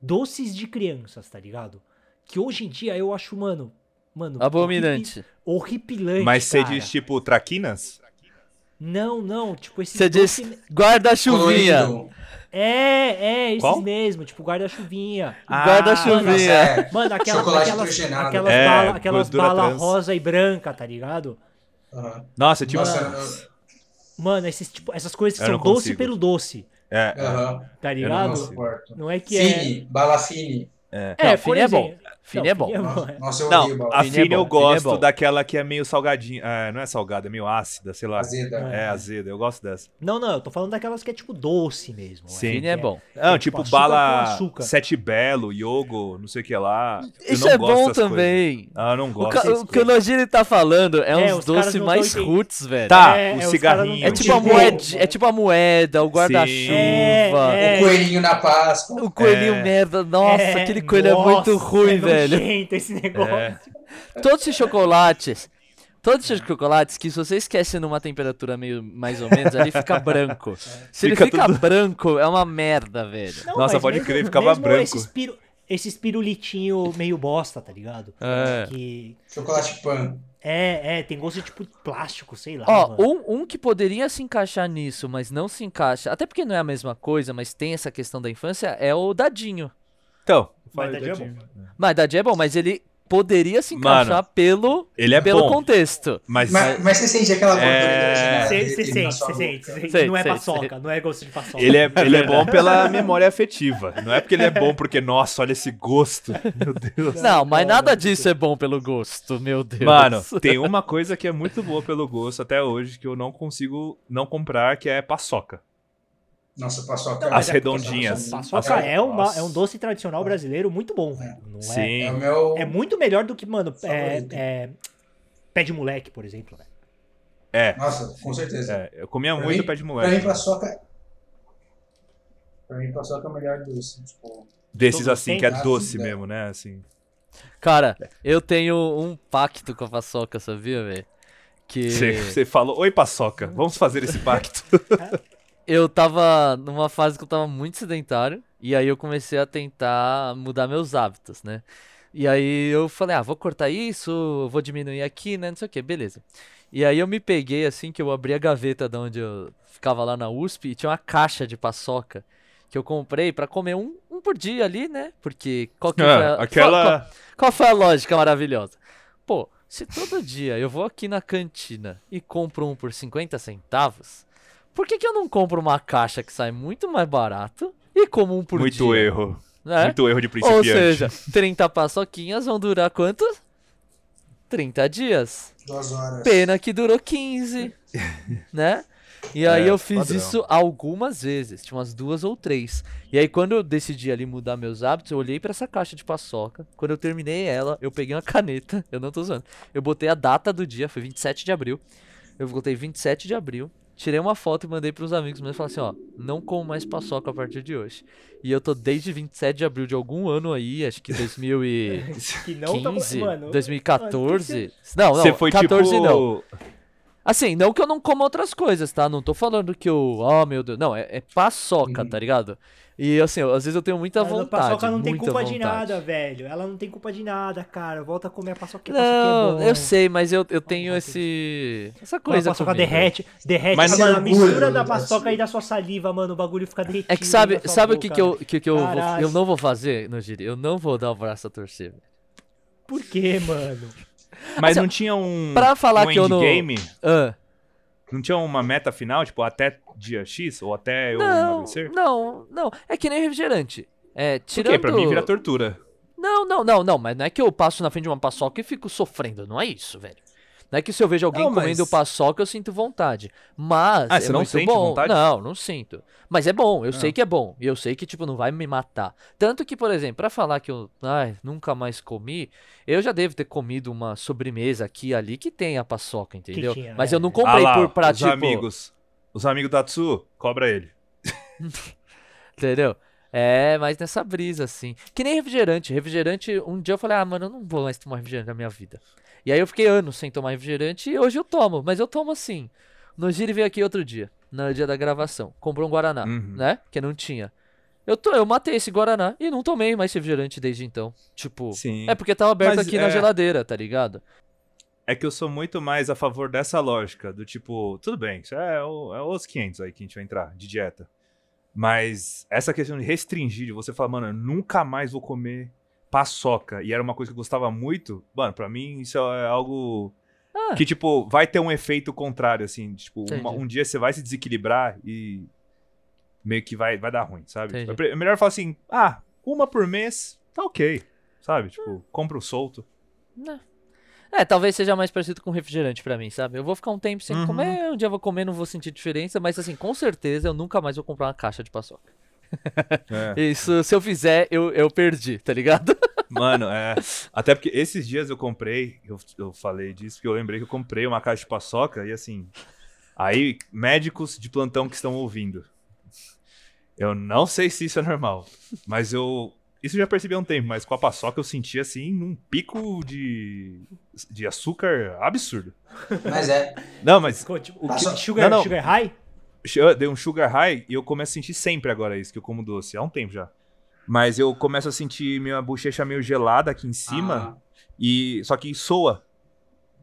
A: Doces de crianças, tá ligado? Que hoje em dia eu acho, mano. Mano.
B: Abominante.
A: horripi- Horripilante.
D: Mas você
A: cara.
D: diz tipo traquinas?
A: Não, não, tipo esse.
B: Você diz guarda-chuvinha.
C: Colorido.
A: É, é, esses
D: Qual?
A: mesmo, tipo guarda-chuvinha.
C: Mas
B: Guarda-chuvinha.
C: é,
A: Ah, Mano, aquela,
C: Chocolate
A: aquelas,
C: hidrogenado.
A: aquelas
D: É,
A: balas aquelas
D: gordura
A: bala
D: trans.
A: rosa e branca, tá ligado?
C: aham.
D: Nossa, tipo.
C: Nossa, assim, eu-
A: Mano, esses, tipo, essas coisas que
D: Eu
A: são
D: não
A: doce
D: consigo.
A: pelo doce,
D: É,
C: aham.
A: tá
C: Não
D: Eu não
A: ligado?
D: consigo.
A: Não,
C: suporto.
A: é que é.
C: Fini, bala Fini.
B: É,
A: por
B: fine é bom.
A: exemplo-
B: Fine
A: Não,
B: é bom.
A: fine é.
C: Nossa, eu
D: Não,
C: odeio bala
D: a
B: Fini é
D: Fini
B: bom,
D: eu
B: Fini é
D: gosto
B: bom.
D: daquela que é meio salgadinha. É, não é salgada, é meio ácida, sei lá.
C: azeda.
B: né?
D: É, azeda, eu gosto dessa.
A: Não, não, eu tô falando daquelas que é tipo doce mesmo.
D: Sim.
A: que
B: Fine é bom.
D: Não,
A: É,
D: tipo,
A: tipo açúcar com
D: bala
A: açúcar.
D: sete belo, yogo, não sei o que lá. Eu
B: Isso
D: não
B: é bom
D: gosto dessas coisas.
B: também.
D: Ah, eu não
B: O,
D: gosto.
B: ca-
D: dessas
B: o que o
D: coisas.
B: Nogiri tá falando é,
A: É,
B: uns
A: os caras
B: doces
A: não
B: mais
A: tão entendendo.
B: roots, velho.
D: Tá,
A: É, é, os
D: o
A: caras
D: cigarrinho.
A: não-
B: É tipo a
C: Tipo-
B: moeda, é tipo a moeda, o guarda-chuva.
A: É,
C: O coelhinho na Páscoa.
B: O coelhinho
D: É. um
B: merda, nossa,
A: É,
B: aquele coelho é muito
A: nossa,
B: ruim,
A: é
B: velho.
A: nojento esse negócio.
D: É.
B: Todos esses chocolates, todos esses chocolates que se você esquece numa temperatura meio mais ou menos, ali fica branco. Se ele
D: É. Fica
B: fica
D: tudo-
B: branco, é uma merda, velho.
A: Não,
D: Nossa,
A: mas
D: pode
A: mesmo-
D: crer, ficava
A: mesmo
D: branco.
A: Esses, piru, esses pirulitinho meio bosta, tá ligado?
D: É.
A: Que,
C: Chocolate pan.
A: é, é, tem gosto de tipo plástico, sei lá.
B: Ó,
A: mano.
B: um, um que poderia se encaixar nisso, mas não se encaixa, até porque não é a mesma coisa, mas tem essa questão da infância, é o dadinho.
D: Então,
A: Mas
D: falei,
A: dadinho é
D: dadinho.
B: Mas dadinho é bom, mas ele poderia se
D: Mano,
B: encaixar pelo,
D: ele é
B: pelo
D: bom,
B: contexto.
D: mas,
C: Mas, mas você sente aquela gordura
D: É.
C: hidrogenada
A: Você
C: que
A: você
C: tem na
A: sente,
C: sua
A: você
C: boca?
A: sente, você
B: Sei,
A: sente. Não é
B: sei,
A: paçoca, não é gosto de paçoca.
D: ele é, ele é bom pela memória afetiva. Não é porque ele é bom porque, nossa, olha esse gosto. Meu Deus.
B: Não, mas
A: não,
B: nada
A: não,
B: disso é bom pelo gosto, meu Deus.
D: Mano, tem uma coisa que é muito boa pelo gosto até hoje que eu não consigo não comprar, que é paçoca.
C: Nossa, paçoca.
A: Não,
D: As
A: mas é-
D: redondinhas.
A: Paçoca é, uma,
D: Nossa.
A: é um doce tradicional brasileiro muito bom, velho. Não é?
D: Sim.
C: É o meu.
A: É muito melhor do que, mano, é,
C: Favorito.
A: é, pé de moleque, por exemplo. velho.
D: É,
C: Nossa, com certeza.
D: é, eu comia
C: Pra
D: muito
C: mim-
D: pé de
C: Pra mim,
D: moleque.
C: paçoca. Pra mim, paçoca é o melhor doce. Tipo,
D: Desses
A: Todos
D: assim,
A: têm?
D: que é
C: Ah,
D: doce
C: sim, né?
D: mesmo, né? Assim.
B: Cara, eu tenho um pacto com a paçoca, sabia, velho? Que
D: Você você falou, oi paçoca, vamos fazer esse pacto.
B: eu tava numa fase que eu tava muito sedentário, e aí eu comecei a tentar mudar meus hábitos, né? E aí eu falei, ah, vou cortar isso, vou diminuir aqui, né? Não sei o que, beleza. E aí eu me peguei assim que eu abri a gaveta de onde eu ficava lá na USP e tinha uma caixa de paçoca que eu comprei pra comer um, um por dia ali, né? Porque qual que foi a-
D: Ah,
B: qual-
D: aquela.
B: Qual foi a lógica maravilhosa? Pô, se todo dia eu vou aqui na cantina e compro um por 50 centavos, por que, que eu não compro uma caixa que sai muito mais barato e como um por
D: muito
B: dia?
D: erro.
B: né?
D: Muito erro de
B: Ou
D: principiante.
B: seja, 30 paçoquinhas vão durar quanto? 30 dias.
C: Duas horas.
B: Pena que durou 15, né? E aí
D: É,
B: eu fiz
D: padrão.
B: isso algumas vezes, tinha umas duas ou três. E aí quando eu decidi ali mudar meus hábitos, eu olhei pra essa caixa de paçoca. Quando eu terminei ela, eu peguei uma caneta, eu não tô usando. Eu botei a data do dia, foi 27 de abril. Eu botei 27 de abril, tirei uma foto e mandei pros amigos meus e falei assim, ó, não como mais paçoca a partir de hoje. E eu tô desde 27 de abril de algum ano aí, acho que 2000 e
A: Que não tá-
B: 15,
A: mano,
B: 2014. Não, não,
D: Você foi
B: 14
D: tipo.
B: não. Assim, não que eu não como outras coisas, tá? Não tô falando que eu. Oh, meu Deus. Não, é, é paçoca, tá ligado? E assim, eu- às vezes eu tenho muita
A: Uhum. Mas
B: vontade.
A: A paçoca não tem
B: muita
A: culpa de
B: vontade.
A: nada, velho. Ela não tem culpa de nada, cara. Volta a comer a paçoca que a paçoca é
B: Não,
A: bom.
B: eu sei, mas eu, eu tenho
A: vai
B: esse. Essa
A: Mano,
B: coisa.
A: a paçoca
B: comigo.
A: derrete, derrete.
D: Mas
A: Mas
C: não-
A: mano, a mistura
C: Orgulho,
A: da
C: né?
A: paçoca e da sua saliva, mano, o bagulho fica derretido.
B: É que sabe,
A: na sua
B: sabe o que,
A: boca,
B: que eu,
A: velho.
B: que, que eu, vou,
A: Caralho.
B: eu não vou fazer, Nogiri? Eu não vou dar o braço a torcer.
A: Por que, mano?
D: Mas
B: Assim,
D: não tinha um.
B: pra falar
D: um
B: que eu não-
D: endgame?
B: Ah,
D: Não tinha uma meta final, tipo, até dia X? Ou até eu
B: não,
D: emagrecer?
B: não, não. É que nem refrigerante. É, tirando...
D: Porque pra mim vira tortura.
B: Não, não, não, não, mas não é que eu passo na frente de uma paçoca e fico sofrendo, não é isso, velho. Não é que se eu vejo alguém
D: Não, mas-
B: comendo paçoca eu sinto vontade. Mas
D: Ah,
B: é
D: você não
B: muito
D: sente
B: bom.
D: vontade? Ah.
B: Não, não sinto. Mas é bom, eu sei que é bom. E eu sei que, tipo, não vai me matar. Tanto que, por exemplo, pra falar que eu ai, nunca mais comi, eu já devo ter comido uma sobremesa aqui e ali que tem a paçoca, entendeu?
A: tinha,
B: mas
A: é.
B: eu não comprei
D: ah lá,
B: por pra,
D: os
B: tipo.
D: amigos. Os amigos da Tsu, cobra ele.
B: Entendeu? É, mas nessa brisa, assim. Que nem refrigerante. Refrigerante, um dia eu falei, ah, mano, eu não vou mais tomar refrigerante na minha vida. E aí eu fiquei anos sem tomar refrigerante e hoje eu tomo, mas eu tomo assim. Nojiri veio aqui outro dia, no dia da gravação. Comprou um Guaraná,
D: Uhum.
B: né? Que não tinha. Eu, to, eu matei esse Guaraná e não tomei mais refrigerante desde então. Tipo,
D: Sim.
B: é porque tava aberto
D: Mas
B: aqui na
D: é-
B: geladeira, tá ligado?
D: É que eu sou muito mais a favor dessa lógica, do tipo, tudo bem, isso é, o- é os 500 aí que a gente vai entrar, de dieta. Mas essa questão de restringir, de você falar, mano, eu nunca mais vou comer paçoca, e era uma coisa que eu gostava muito, mano, pra mim isso é algo
B: Ah,
D: que, tipo, vai ter um efeito contrário, assim, tipo, uma-
B: Entendi.
D: um dia você vai se desequilibrar e meio que vai, vai dar ruim, sabe?
B: Entendi.
D: É pre- é melhor falar assim, ah, uma por mês, tá ok, sabe? Tipo,
B: Ah.
D: compra o solto.
B: né. É, talvez seja mais parecido com refrigerante pra mim, sabe? Eu vou ficar um tempo sem
D: Uhum.
B: comer, um dia eu vou comer, não vou sentir diferença, mas assim, com certeza eu nunca mais vou comprar uma caixa de paçoca.
D: É.
B: Isso, se eu fizer, eu, eu perdi, tá ligado?
D: Mano, é. Até porque esses dias eu comprei, eu, eu falei disso, porque eu lembrei que eu comprei uma caixa de paçoca e assim. Aí, médicos de plantão que estão ouvindo. Eu não sei se isso é normal, mas eu. Isso eu já percebi há um tempo, mas com a paçoca eu senti assim um pico de, de açúcar absurdo.
C: Mas é.
D: Não, mas
A: Pô, tipo, O
C: Paço-
A: que, sugar,
D: Não, não.
A: sugar high?
D: eu dei um sugar high e eu começo a sentir sempre agora isso, que eu como doce, há um tempo já. Mas eu começo a sentir minha bochecha meio gelada aqui em cima.
C: Ah,
D: E só que soa.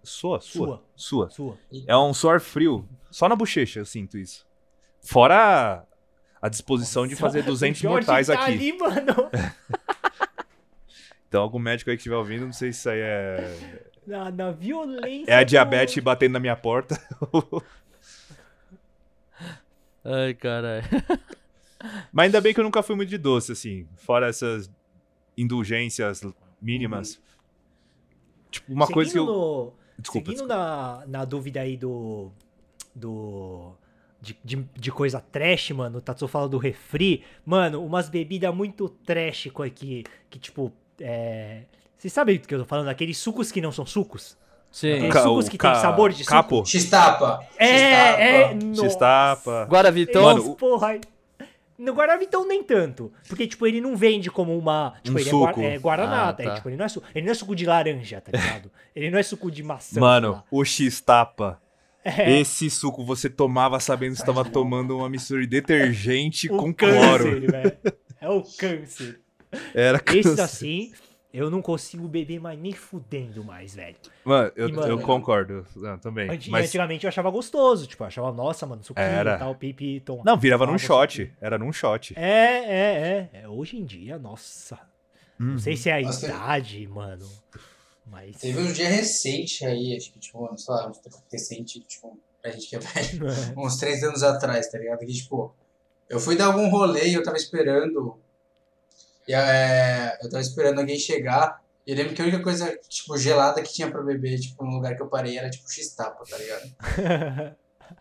D: Soa,
A: Sua.
D: sua, sua.
A: Sua.
D: É um suor frio. Só na bochecha eu sinto isso. Fora a, a disposição de fazer 200
A: O Jorge
D: mortais
A: tá
D: aqui.
A: ali, mano.
D: Então algum médico aí que estiver ouvindo, não sei se isso aí é
A: Na, na violência.
D: é a
A: do-
D: diabetes batendo na minha porta.
B: Ai, caralho.
D: Mas ainda bem que eu nunca fui muito de doce assim, fora essas indulgências mínimas. Uhum. Tipo uma coisa que
A: Seguindo
D: eu
A: no-
D: Desculpa,
A: Seguindo
D: desculpa.
A: Na, na dúvida aí do. do. De, de, de coisa trash, mano, o Tatsu fala do refri. Mano, umas bebidas muito trash co- que, que tipo. É... Vocês sabem do que eu tô falando? Aqueles sucos que não são sucos?
D: É,
B: Sim.
A: Ca- sucos que tem sabor de
D: capo.
C: X-tapa.
A: É, é.
C: X-tapa.
A: nossa.
D: X-tapa.
B: Guaraviton,
A: Mano,
D: Mano, o-
A: porra. aí. No Guaravitão nem tanto. Porque, tipo, ele não vende como uma. Tipo,
D: Um
A: ele é gua-
D: suco.
A: é, Guaraná,
B: Ah,
A: tá?
B: tá.
A: Tipo, ele não, é su- ele não é suco de laranja, tá ligado? ele não é suco de maçã. sei
D: Mano,
A: lá.
D: o X-Tapa.
A: É.
D: Esse suco você tomava sabendo que você estava tomando uma mistura de detergente
A: O
D: com cloro.
A: câncer, velho. É o câncer.
D: Era
A: Esse
D: câncer.
A: assim, eu não consigo beber mais nem fudendo mais, velho.
D: Mano, eu,
A: E, mano,
D: eu concordo. Não, também.
A: Anti-
D: Mas
A: Antigamente eu achava gostoso, tipo, eu achava, nossa, mano, suquinho
D: Era.
A: e tal, pipi, tom.
D: não, virava num
A: Nossa.
D: shot. Era num shot.
A: É, é, é, É, Hoje em dia, nossa.
D: Uhum.
A: Não sei se é a
C: Nossa,
A: idade, mano. Mas.
C: Teve um dia recente aí, acho que, tipo, sei lá, um tempo recente, tipo, pra gente que é velho, uns três anos atrás, tá ligado? Que, tipo, eu fui dar algum rolê e eu tava esperando. E, é, eu tava esperando alguém chegar. E eu lembro que a única coisa, tipo, gelada que tinha pra beber, tipo, no lugar que eu parei era, tipo, X-Tapa, tá ligado?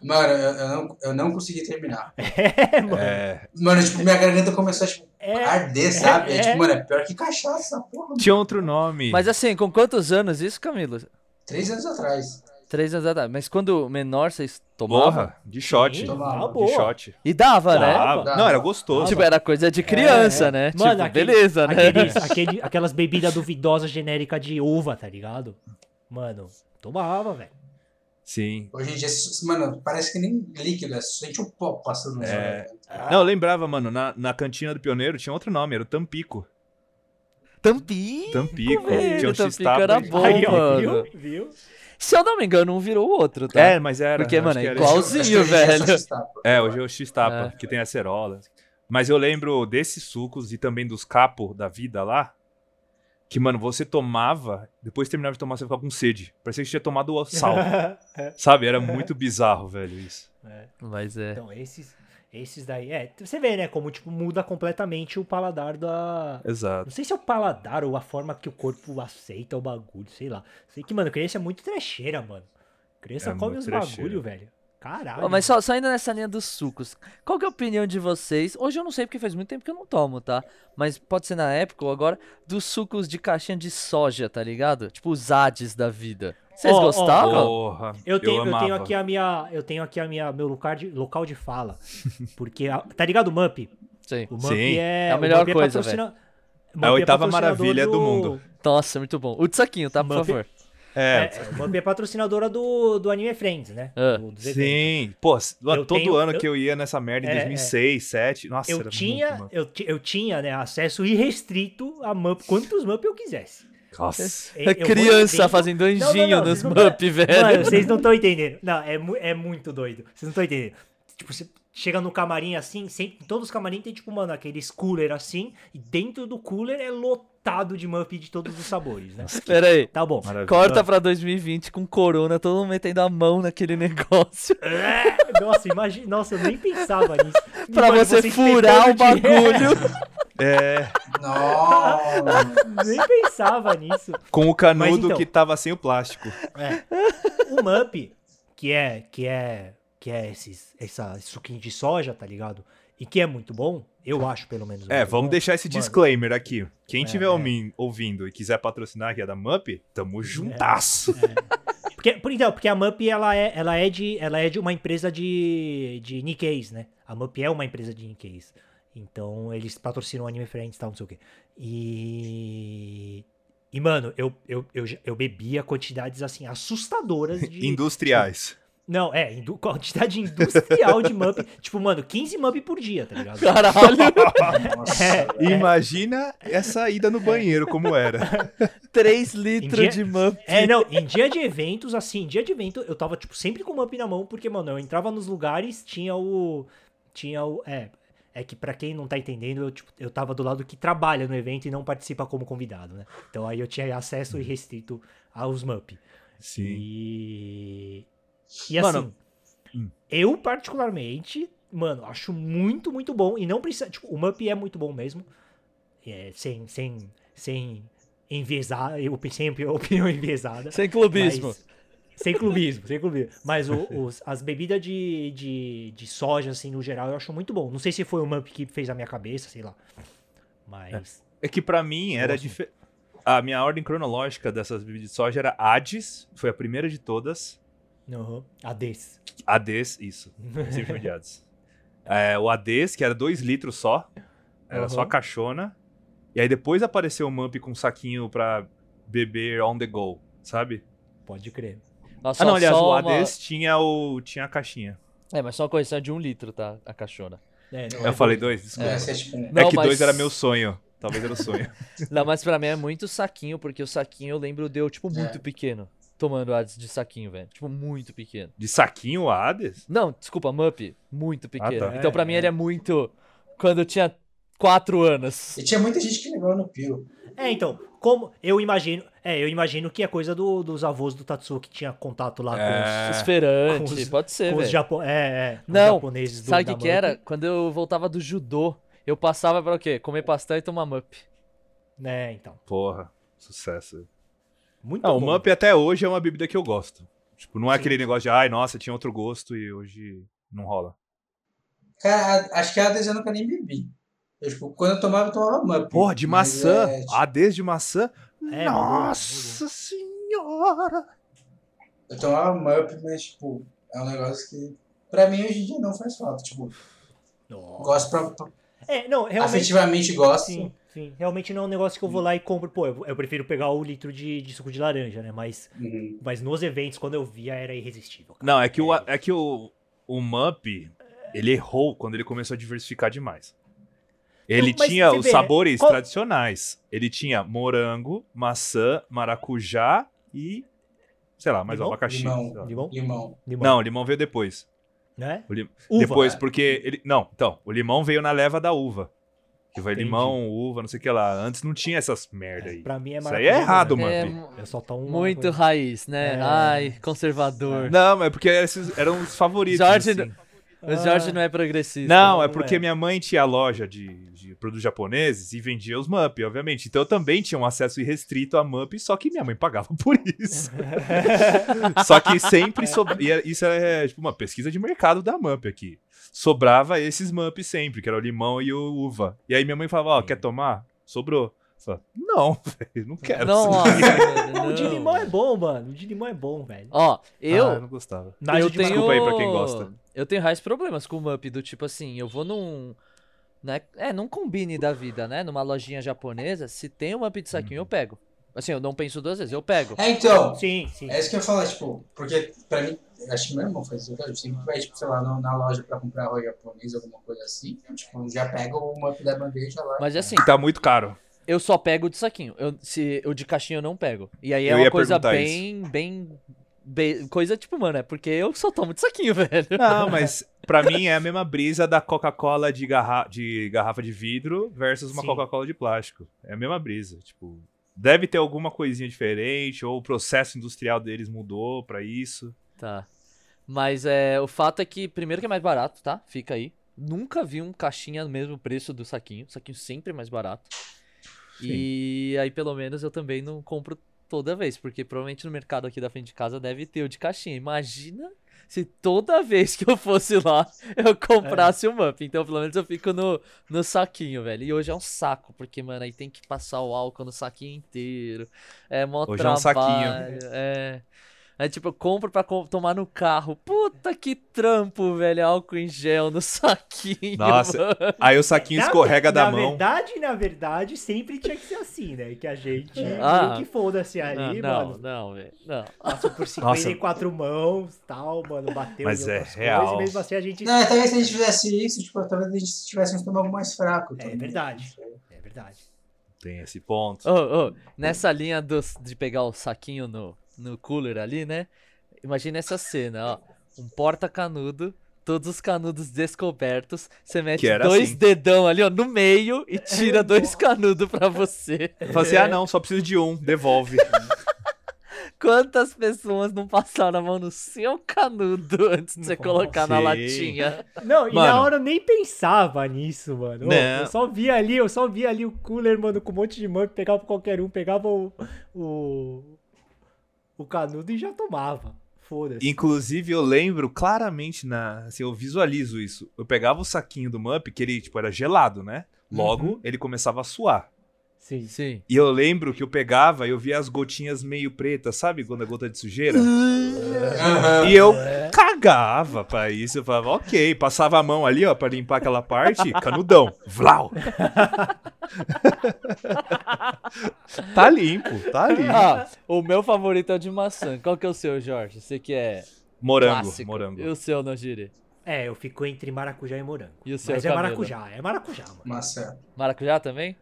C: Mano, eu, eu não, eu não consegui terminar.
A: é, mano.
D: É.
C: Mano, tipo, minha garganta começou a, tipo,
A: É,
C: arder, sabe? É,
A: é.
C: tipo, mano, é pior que cachaça, porra.
D: Tinha outro nome.
B: Mas assim, com quantos anos isso, Camilo?
C: Três anos atrás.
B: Três anos atrás. Mas quando menor vocês tomavam?
D: Porra, de shot.
A: Sim,
D: de
C: Tomava.
A: na boa.
D: shot.
B: E dava, né?
D: Dava.
C: Dava.
D: Não, era gostoso.
B: Tipo, era coisa de criança,
A: É.
B: né?
A: Mano,
B: tipo,
A: aquele-
B: beleza, né?
A: Aqueles- aquele- aquelas bebidas duvidosas genérica de uva, tá ligado? Mano, tomava, velho.
D: Sim.
C: Hoje em dia, mano, parece que nem líquido, é só sente o pó passando no
D: É.
C: seu
A: Ah.
D: Não, eu lembrava, mano, na, na cantina do pioneiro tinha outro nome, era o Tampico.
B: Tampico,
D: Tampico.
B: velho,
D: tinha o
B: Tampico
D: X-Tapa.
B: era bom.
A: Aí, ó,
B: mano.
A: viu? Viu?
B: Se eu não me engano, um virou o outro, tá?
D: É, mas era.
B: Porque,
D: acho
B: mano,
D: que
B: é
D: era
B: igual-
D: isso.
B: Igualzinho,
C: Acho que hoje em dia
B: velho.
C: só se tapa.
D: É, hoje é o X-Tapa,
B: É.
D: que tem acerola. Mas eu lembro desses sucos e também dos capos da vida lá. Que, mano, você tomava, depois que terminava de tomar, você ficava com sede. Parecia que tinha tomado o sal. sabe? Era muito bizarro, velho, isso.
B: Mas é.
A: Então, esses, esses daí. É, você vê, né? Como tipo, muda completamente o paladar da.
D: Exato.
A: Não sei se é o paladar ou a forma que o corpo aceita o bagulho, sei lá. Sei que, mano, criança é muito trecheira, mano. Criança
D: É
A: come
D: muito
A: os
D: trecheira.
A: bagulho, velho. Caralho.
B: Ó, mas só, só ainda nessa linha dos sucos. Qual que é a opinião de vocês? Hoje eu não sei porque faz muito tempo que eu não tomo, tá? Mas pode ser na época ou agora, dos sucos de caixinha de soja, tá ligado? Tipo os Hades da vida. Vocês
A: Ó, ó,
B: gostavam?
D: Porra,
A: Eu tenho, eu,
D: amava.
A: tenho aqui a minha, eu tenho aqui a minha meu local de, local de fala, porque a- tá ligado o Mup?
B: Sim.
A: O Mup
D: Sim.
A: é,
B: É a
A: o
B: melhor
A: Mup
B: coisa,
A: patrocina- Mup
D: É a oitava
A: patrocinador
D: maravilha do mundo.
B: Nossa, muito bom. O de saquinho, tá? Por
A: Muppet-
B: favor.
A: É,
D: É,
A: é, o Mup é patrocinadora do, do Anime Friends, né?
B: Ah,
A: Do- dos eventos.
D: sim. Pô, s-
A: Eu
D: todo
A: tenho-
D: ano
A: eu-
D: que eu ia nessa merda, em
A: É, é.
D: 2006, 2007. Nossa,
A: eu
D: era
A: tinha,
D: muito, mano.
A: eu, ti- eu tinha, né, acesso irrestrito a Mup, quantos Mup eu quisesse.
D: Nossa.
A: É, Eu- eu vou
B: É criança
A: evento-
B: fazendo
A: não,
B: anjinho
A: não,
B: nos
A: vocês não tá-
B: Mup, velho.
A: Mano, vocês não estão entendendo. Não, é, mu- é muito doido. Vocês não estão entendendo. Tipo, você chega no camarim assim, sempre, em todos os camarim tem, tipo, mano, aqueles cooler assim, e dentro do cooler é lotado de muffin de todos os sabores, né?
B: Pera aí.
A: Tá bom.
D: Maravilha.
B: Corta pra 2020 com corona, todo mundo metendo a mão naquele negócio
A: É, Nossa, imagina. Nossa, eu nem pensava nisso.
B: pra
A: Mano,
B: você
A: vocês
B: furar o
A: tentando de-
B: bagulho.
D: É,
C: Nossa!
A: nem pensava nisso.
D: com o canudo
A: então-
D: que tava sem o plástico.
A: O Mup, um que é, que é, que é esses, essa esse suquinho de soja, tá ligado? E que é muito bom, eu acho pelo menos.
D: É,
A: muito
D: vamos
A: bom.
D: deixar esse
A: Mano,
D: disclaimer aqui. Quem
A: É,
D: estiver
A: é.
D: ouvindo e quiser patrocinar aqui a da MUP, tamo juntasso.
A: É. Porque, por então, porque a MUP ela é, ela é de, ela é de uma empresa de, de Nikkeis, né? A MUP é uma empresa de Nikkeis. Então eles patrocinam Anime Friends e tal, não sei o quê. E. E, mano, eu, eu, eu, já- eu bebia quantidades assim assustadoras de.
D: Industriais.
A: Não, é, indu- quantidade industrial de MUP. tipo, mano, 15 MUP por dia, tá ligado? É.
B: Caralho,
D: É.
C: Nossa!
D: Imagina essa ida no banheiro, como era.
B: 3 litros
A: Em dia-
B: de Mup.
A: É, não, em dia de eventos, assim, em dia de evento, eu tava, tipo, sempre com o Mup na mão, porque, mano, eu entrava nos lugares, tinha o. Tinha o. É. É que pra quem não tá entendendo, eu, tipo, eu tava do lado que trabalha no evento e não participa como convidado, né? Então aí eu tinha acesso irrestrito aos Mup.
D: Uhum. Sim.
A: E. E assim.
D: Mano, hum.
A: Eu, particularmente, mano, acho muito, muito bom. E não precisa. Tipo, o Mup é muito bom mesmo. É, sem. Sem. Sem enviesar. Eu sempre opinião enviesada.
B: Sem clubismo.
A: Mas- sem clubismo, sem clubismo. Mas o- os- as bebidas de, de, de soja, assim, no geral, eu acho muito bom. Não sei se foi o Mump que fez a minha cabeça, sei lá. Mas.
D: É que pra mim era
A: Nossa.
D: diferente. A minha ordem cronológica dessas bebidas de soja era Hades, foi a primeira de todas.
A: Uhum. A desse.
D: Hades, isso. Eu Sempre chamo de Hades. é, o ADs, que era 2 litros só. Era só
B: Aham.
D: caixona. E aí depois apareceu o Mamp com um saquinho pra beber on the go, sabe?
A: Pode crer.
B: Nossa,
D: Ah, não,
B: só-
D: aliás,
B: só
D: o
B: uma-
D: ADs tinha, o, tinha a caixinha.
B: É, mas só uma correção é de um litro, tá? A caixona.
A: É, não,
D: Eu falei dois, desculpa.
C: Vai
D: É,
C: ser tipo um-
B: Não,
D: que
B: mas-
D: dois era meu sonho. Talvez era o sonho.
B: Não, mas pra mim é muito saquinho, porque o saquinho eu lembro deu, tipo, muito
C: É.
B: pequeno. Tomando ads de saquinho, velho. Tipo, muito pequeno.
D: De saquinho o Hades?
B: Não, desculpa, Mup, muito pequeno.
D: tá.
B: Então pra mim
A: É,
B: ele é muito. Quando eu tinha 4 anos.
C: E tinha muita gente que ligou no Pio.
A: É, então, como eu imagino, é, eu imagino que é coisa do- dos avós do Tatsuo que tinha contato lá
D: É.
B: Esferante,
A: Com os-
B: pode
A: com os,
B: ser,
A: com os
B: velho.
A: japo- é, é, com os
B: Não,
A: japoneses do
B: Sabe o
A: da
B: que, que
A: Mup.
B: era? Quando eu voltava do judô, eu passava pra o quê? Comer pastel e tomar Mup.
A: Né, então.
D: Porra, sucesso.
A: Muito
D: Não, o
A: bom.
D: Mup até hoje é uma bebida que eu gosto. Tipo, não é
A: Sim.
D: aquele negócio de, ai, nossa, tinha outro gosto e hoje não rola.
C: Cara, a- acho que a Hades eu nunca nem bebi. Eu, tipo, quando eu tomava, eu tomava Mup.
D: Porra, de
C: Mas
D: maçã.
C: é, tipo,
D: ADs de maçã.
A: É,
D: nossa senhora.
C: eu tomava Mup, mas, tipo, é um negócio que pra mim hoje em dia não faz falta. Tipo,
A: Nossa.
C: gosto pra. pra-
A: É, não, realmente.
C: afetivamente gosto.
A: Sim, sim. Realmente não é um negócio que eu
D: Hum.
A: vou lá e compro. Pô, eu, eu prefiro pegar o litro de, de suco de laranja, né? Mas,
C: Uhum.
A: mas nos eventos, quando eu via, era irresistível. cara.
D: Não, é que o, é que o, o Mup, ele errou quando ele começou a diversificar demais. Ele
A: Não, mas
D: tinha
A: você
D: os
A: vê,
D: sabores
A: qual-
D: tradicionais. Ele tinha morango, maçã, maracujá e. Sei lá, mais um
A: Limão?
D: abacaxi.
C: Limão.
D: sei lá.
A: Limão?
C: Limão.
A: Limão.
D: Não, o limão veio depois.
A: Né?
D: O lim-
A: Uva.
D: Depois, porque. Ele... Não, então, o limão veio na leva da uva. Que vai
A: Entendi.
D: limão, uva, não sei o que lá. Antes não tinha essas merda aí.
A: Pra mim é
D: Isso aí
A: maravilhoso,
D: é errado,
A: né?
D: mano.
B: É
A: É só tá um.
B: muito raiz, né?
A: É.
B: Ai, conservador.
D: Não, mas é porque esses eram os favoritos.
B: Jorge
D: assim.
B: O
A: Ah,
B: Jorge não é progressista.
D: Não,
A: não
D: é porque
A: é.
D: minha mãe tinha a loja de, de produtos japoneses e vendia os MUP, obviamente. Então eu também tinha um acesso irrestrito a MUP, só que minha mãe pagava por isso. só que sempre sobrava. Isso é tipo uma pesquisa de mercado da MUP aqui. Sobrava esses MUP sempre, que era o limão e o uva. E aí minha mãe falava: Ó, quer tomar? Sobrou. Eu falava, não, velho, não quero. Ah,
B: Nossa, velho,
A: Não, o de
B: não.
A: limão é bom, mano. O de limão é bom, velho.
B: Ó, eu.
D: Ah, eu não gostava.
A: Nádio
B: eu
A: de
B: tenho...
D: Desculpa aí pra quem gosta.
B: Eu tenho raios problemas com o Mup, do tipo assim, eu vou num. né, É, num combine da vida, né? Numa lojinha japonesa, se tem um Mup de saquinho,
A: Uhum.
B: eu pego. Assim, eu não penso duas vezes, eu pego.
C: É, então.
A: Sim, sim.
C: É isso que eu ia falar, tipo, porque pra mim, acho que meu irmão faz isso, eu sempre vai, tipo, sei lá, na, na loja pra comprar arroz japonês, alguma coisa assim, eu, tipo, já pega o mup da bandeja lá.
B: Mas assim,
D: E tá muito caro.
B: eu só pego o de saquinho. Eu, se, o de caixinha eu não pego. E aí é
D: Eu
B: uma
D: ia
B: coisa
D: perguntar
B: bem, bem, bem- Coisa tipo, mano, é porque eu só tomo de saquinho, velho.
D: Não, mas pra mim é a mesma brisa da Coca-Cola de, garra- de garrafa de vidro versus uma
A: Sim.
D: Coca-Cola de plástico. É a mesma brisa, tipo, deve ter alguma coisinha diferente ou o processo industrial deles mudou pra isso.
B: Tá. Mas é, o fato é que, primeiro que é mais barato, tá? Fica aí. Nunca vi um caixinha no mesmo preço do saquinho. Saquinho sempre é mais barato. E aí, pelo menos, eu também não compro toda vez, porque provavelmente no mercado aqui da frente de casa deve ter o de caixinha. Imagina se toda vez que eu fosse lá eu comprasse o um Mup. Então, pelo menos eu fico no, no saquinho, velho. E hoje é um saco, porque, mano, aí tem que passar o álcool no saquinho inteiro. É mó
D: Hoje é um
B: trabalho.
D: saquinho.
B: É. Aí, tipo, eu compro pra com- tomar no carro. Puta que trampo, velho. É Álcool em gel no saquinho.
D: Nossa.
B: mano.
D: Aí o saquinho
A: Na
D: escorrega
A: ve-
D: da
A: na
D: mão.
A: verdade, na verdade, sempre tinha que ser assim, né? Que a gente
B: Ah.
A: meio que foda-se
B: Não,
A: ali,
B: não,
A: mano.
B: não, velho. Não.
A: Passou por 54 mãos, tal, mano, bateu
D: Mas
A: em
D: é
A: outras
D: real.
A: coisas, e mesmo assim a gente...
C: Não, é, então talvez se a gente fizesse isso, tipo, talvez a gente tivesse um estômago mais fraco.
A: É verdade, é verdade.
D: Tem esse ponto.
B: Ô, ô, nessa linha dos- de pegar o saquinho no, no cooler ali, né? Imagina essa cena, ó. Um porta-canudo, todos os canudos descobertos. Você mete
D: Que era
B: dois
D: assim.
B: dedão ali, ó, no meio e
A: É,
B: tira dois canudos pra você.
D: Eu falei assim, ah não, só preciso de um, devolve.
B: Quantas pessoas não passaram a mão no seu canudo antes de você
A: Nossa.
B: colocar na
D: Sim.
B: latinha?
A: Não, e
D: Mano.
A: na hora eu nem pensava nisso, mano. Ô,
D: Não.
A: Eu só via ali, eu só via ali o cooler, mano, com um monte de mano, pegava qualquer um, pegava o, o, o canudo e já tomava. Foda-se.
D: Inclusive, eu lembro claramente na. Assim, eu visualizo isso.
A: Uhum.
D: Eu pegava o saquinho do Mup, que ele, tipo, era gelado, né? Logo, ele começava a suar.
A: Sim.
B: Sim.
D: E eu lembro que eu pegava e eu via as gotinhas meio pretas, sabe? Quando a gota de sujeira. E eu cagava pra isso. Eu falava, ok. Passava a mão ali, ó, pra limpar aquela parte. Canudão. Vlau. tá limpo, tá limpo.
B: Ah, o meu favorito é o de maçã. Qual que é o seu, Jorge? Você que é
D: Morango,
B: clássico.
D: morango.
B: E o seu, Nojiri?
A: É, eu fico entre maracujá e morango.
B: E o seu,
A: Mas é
B: Camilo?
A: maracujá, é maracujá, mano.
C: Maçã.
B: Maracujá também?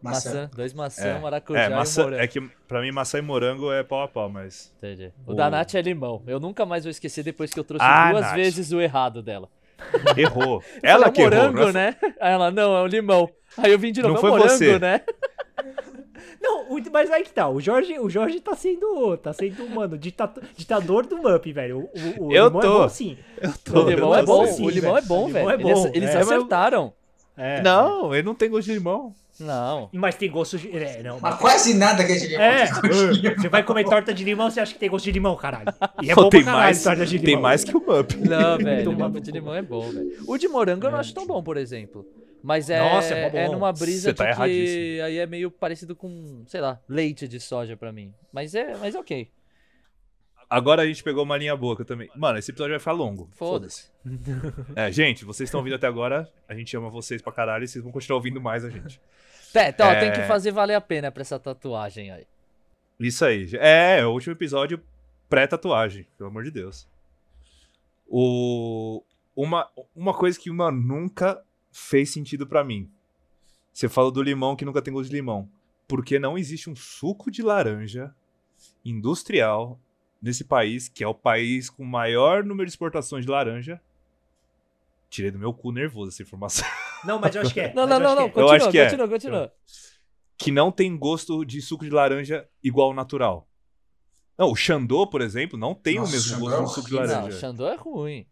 B: Maçã.
C: Maçã.
B: Dois maçã,
D: É,
B: maracujá
D: É,
B: e um
D: maçã,
B: morango.
D: é que pra mim maçã e morango é pau a pau, mas.
B: Entendi. O
D: Boa.
B: da Nath é limão. Eu nunca mais vou esquecer depois que eu trouxe
D: Ah,
B: duas
D: Nath.
B: vezes o errado dela.
D: Errou. Ela
B: Falei,
D: que
B: é um morango,
D: errou. não é-
B: né? Aí ela, não, é um limão. Aí eu vim de novo,
D: Não
B: é um
D: foi
B: morango,
D: você.
B: né?
A: Não, o- mas aí que tá. O Jorge, o Jorge tá sendo, tá sendo, mano, ditado- ditador do MUP, velho. O, o, o
D: Eu
A: limão
D: tô.
A: É bom, sim.
D: Tô,
B: o limão
A: eu
B: é bom,
D: assim,
A: gosto sim,
B: o limão é
A: velho.
B: bom,
A: O limão
B: velho.
A: é
B: Eles-
A: bom,
B: eles
A: é, mas-
B: acertaram.
A: É.
D: Não, ele não tem gosto de limão.
B: Não.
A: Mas tem gosto de. É, não,
C: Mas
A: mas...
C: quase nada que a gente
A: É,
C: conseguiu.
A: você vai comer torta de limão, você acha que tem gosto de limão, caralho. E é
D: Pô,
A: bom
D: tem
A: pra caralho,
D: mais,
A: torta de limão.
D: tem mais que o Mup.
B: Não, velho. O
A: Tomar
B: papo
A: no cu. É,
B: de
A: tipo
B: limão é bom, velho. O de morango eu não acho tão bom, por exemplo. Mas é,
A: Nossa, é mó
B: é
A: bom.
B: numa brisa
D: Você tá
B: de que
D: erradíssimo.
B: aí é meio parecido com, sei lá, leite de soja pra mim. Mas é, mas é ok.
D: Agora a gente pegou uma linha boa que eu também. Mano, esse episódio vai ficar longo.
B: Foda-se.
D: É, gente, vocês estão ouvindo até agora. A gente ama vocês pra caralho e vocês vão continuar ouvindo mais a gente.
B: Tá, então, ó, tem
D: É.
B: que fazer valer a pena pra essa tatuagem aí.
D: Isso aí. É, é o último episódio pré-tatuagem, pelo amor de Deus. O... Uma, uma coisa que uma nunca fez sentido pra mim. Você falou do limão que nunca tem gosto de limão. Porque não existe um suco de laranja industrial nesse país, que é o país com maior número de exportações de laranja. Tirei do meu cu nervoso essa informação.
A: Não, mas eu acho que é.
B: Não,
A: mas
B: não,
A: eu acho
B: não, não.
A: que é.
B: Continua,
D: acho que é.
B: continua, continua.
D: que não tem gosto de suco de laranja igual ao natural. Não, o Xandô, por exemplo, não tem
C: Nossa,
D: o mesmo
C: Xandô
D: gosto
C: é
D: de suco de
B: Não,
D: laranja.
B: Xandô é ruim.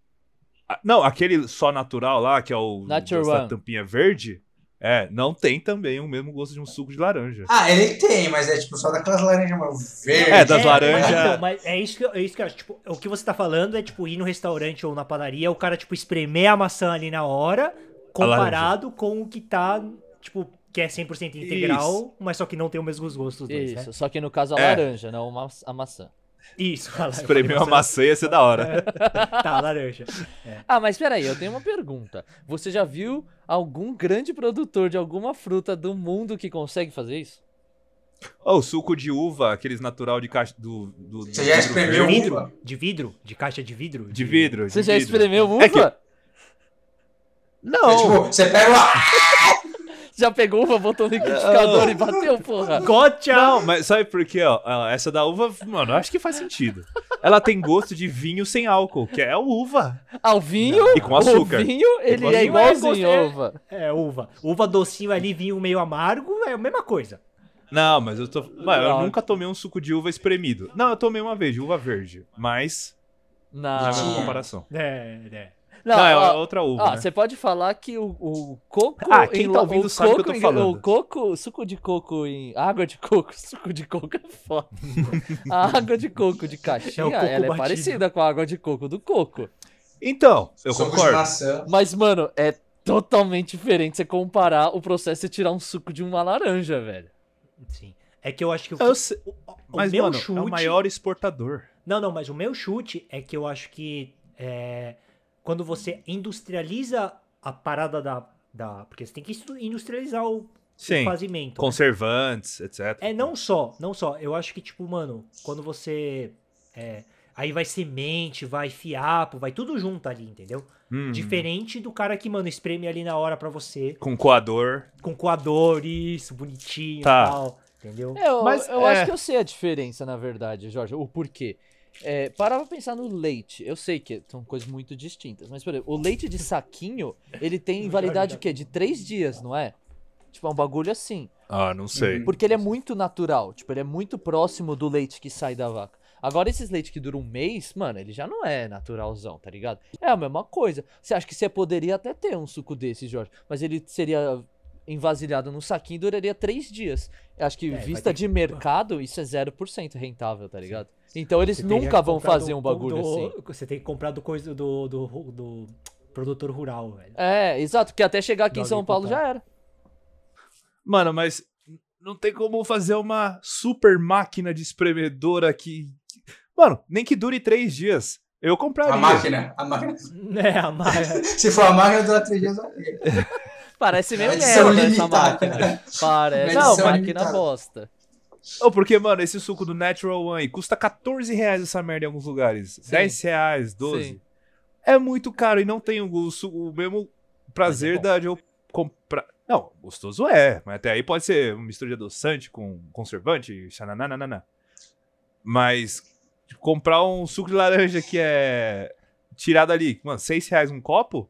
D: Ah, Não, aquele só natural lá, que é o
B: Natural
D: da
B: One.
D: tampinha verde, é, não tem também o mesmo gosto de um suco de laranja.
C: Ah, ele tem, mas é tipo só daquelas laranjas mais verdes.
D: É, das
A: mas
D: laranjas.
A: então, mas é isso que eu, é isso que eu acho. Tipo, o que você tá falando é, tipo, ir no restaurante ou na padaria, o cara, tipo, espremer a maçã ali na hora, comparado com o que tá, tipo, que é 100% integral,
D: Isso.
A: mas só que não tem os mesmos gostos dois,
B: Isso,
A: né?
B: só que no caso a
D: É.
B: laranja, não ma- a maçã.
A: Isso, a laranja.
D: Espremer uma maçã ia ser da hora.
A: Tá, a laranja.
B: Ah, mas peraí, eu tenho uma pergunta. Você já viu algum grande produtor de alguma fruta do mundo que consegue fazer isso?
D: Ó, o suco de uva, aqueles natural de caixa do. do
C: Você já
D: do
A: De
C: espremeu? Eu uva.
A: vidro? De vidro? De caixa de vidro?
D: De vidro.
B: Você
D: de
B: já
D: vidro.
B: espremeu uva?
D: É que-
C: É,
D: Não!
C: tipo, você pega uma.
B: Já pegou uva, botou no liquidificador e bateu, porra?
A: Gotcha!
D: Não, mas sabe por quê? Ó, Ah, essa da uva, mano, eu acho que faz sentido. Ela tem gosto de vinho sem álcool, que é uva.
B: Ao vinho,
D: E com açúcar.
B: o vinho, ele
D: gosto
B: é
D: de-
B: igualzinho
A: É,
B: a
A: é-
B: uva.
A: É, uva. Uva docinho ali, vinho meio amargo, é a mesma coisa.
D: Não, mas eu tô. Mano, eu
B: Não.
D: nunca tomei um suco de uva espremido. Não, eu tomei uma vez de uva verde, mas não é
B: Não,
D: a mesma
C: Tinha.
D: comparação.
A: É, é.
D: Não, é
B: ó,
D: outra uva.
B: ó,
D: né?
B: você pode falar que o, o coco
D: Ah, quem
B: em
D: tá
B: la-
D: ouvindo
B: o
D: sabe o que eu
B: coco
D: tô
B: em-
D: falando.
B: o coco, o suco de coco em água de coco, suco de coco é foda. a água de coco de caixinha,
A: coco
B: ela é
A: batido.
B: parecida com a água de coco do coco.
D: Então, eu
C: suco de
D: concordo.
C: maçã.
B: Mas mano, é totalmente diferente você comparar o processo de tirar um suco de uma laranja, velho.
A: Sim. É que eu acho que o,
D: Eu sei-
A: o
D: mas,
A: meu
D: mano,
A: chute.
D: é o maior exportador.
A: Não, não, mas o meu chute é que eu acho que é, quando você industrializa a parada da. da porque você tem que estu- industrializar o
D: Sim.
A: fazimento.
D: Conservantes, etc.
A: É, não só, não só. Eu acho que, tipo, mano, quando você. é, aí vai semente, vai fiapo, vai tudo junto ali, entendeu?
D: Hum,
A: Diferente do cara que, mano, espreme ali na hora pra você,
D: Com coador.
A: com coador, isso, bonitinho e
D: Tá.
A: tal. Entendeu?
B: É, eu,
D: Mas,
B: eu
D: é.
B: acho que eu sei a diferença, na verdade, Jorge, o porquê. É, para pra pensar no leite. Eu sei que são coisas muito distintas, mas, por exemplo, o leite de saquinho, ele tem validade o quê? De três dias, não é? Tipo, é um bagulho assim.
D: Ah, não sei.
C: Uhum.
B: Porque ele é muito natural. Tipo, ele é muito próximo do leite que sai da vaca. Agora, esses leites que duram um mês, mano, ele já não é naturalzão, tá ligado? É a mesma coisa. Você acha que você poderia até ter um suco desse, Jorge, mas ele seria envasilhado num saquinho e duraria três dias. Eu acho que,
A: vai
B: vista
A: ter É, que-
B: de mercado, isso é 0% rentável, tá ligado? Então, eles
A: Você teria
B: nunca
A: que
B: vão
A: comprar
B: fazer
A: do-
B: um bagulho
A: do-
B: assim.
A: Você tem que comprar do coisa do, do, do produtor rural, velho.
B: É, exato, porque até chegar aqui em
A: Dá
B: São
A: alguém
B: Paulo
A: comprar.
B: já era.
D: Mano, mas não tem como fazer uma super máquina de espremedora que. que- Mano, nem que dure três dias. Eu compraria.
C: A máquina. A máquina.
A: É, a Mara.
C: Se for a máquina, dura três dias. ok.
B: Parece meio
C: Edição
B: merda essa
C: limitada.
B: máquina. Parece
C: Edição
B: uma máquina
C: limitada.
B: bosta.
D: Ô, porque, mano, esse suco do Natural One custa 14 reais essa merda em alguns lugares.
B: Sim.
D: 10 reais, 12.
B: Sim.
D: É muito caro e não tem o, gosto- o mesmo prazer
B: é bom.
D: da de eu comprar. Não, gostoso é, mas até aí pode ser uma mistura de adoçante com conservante, xanananana. Mas comprar um suco de laranja que é tirado ali, mano, 6 reais um copo,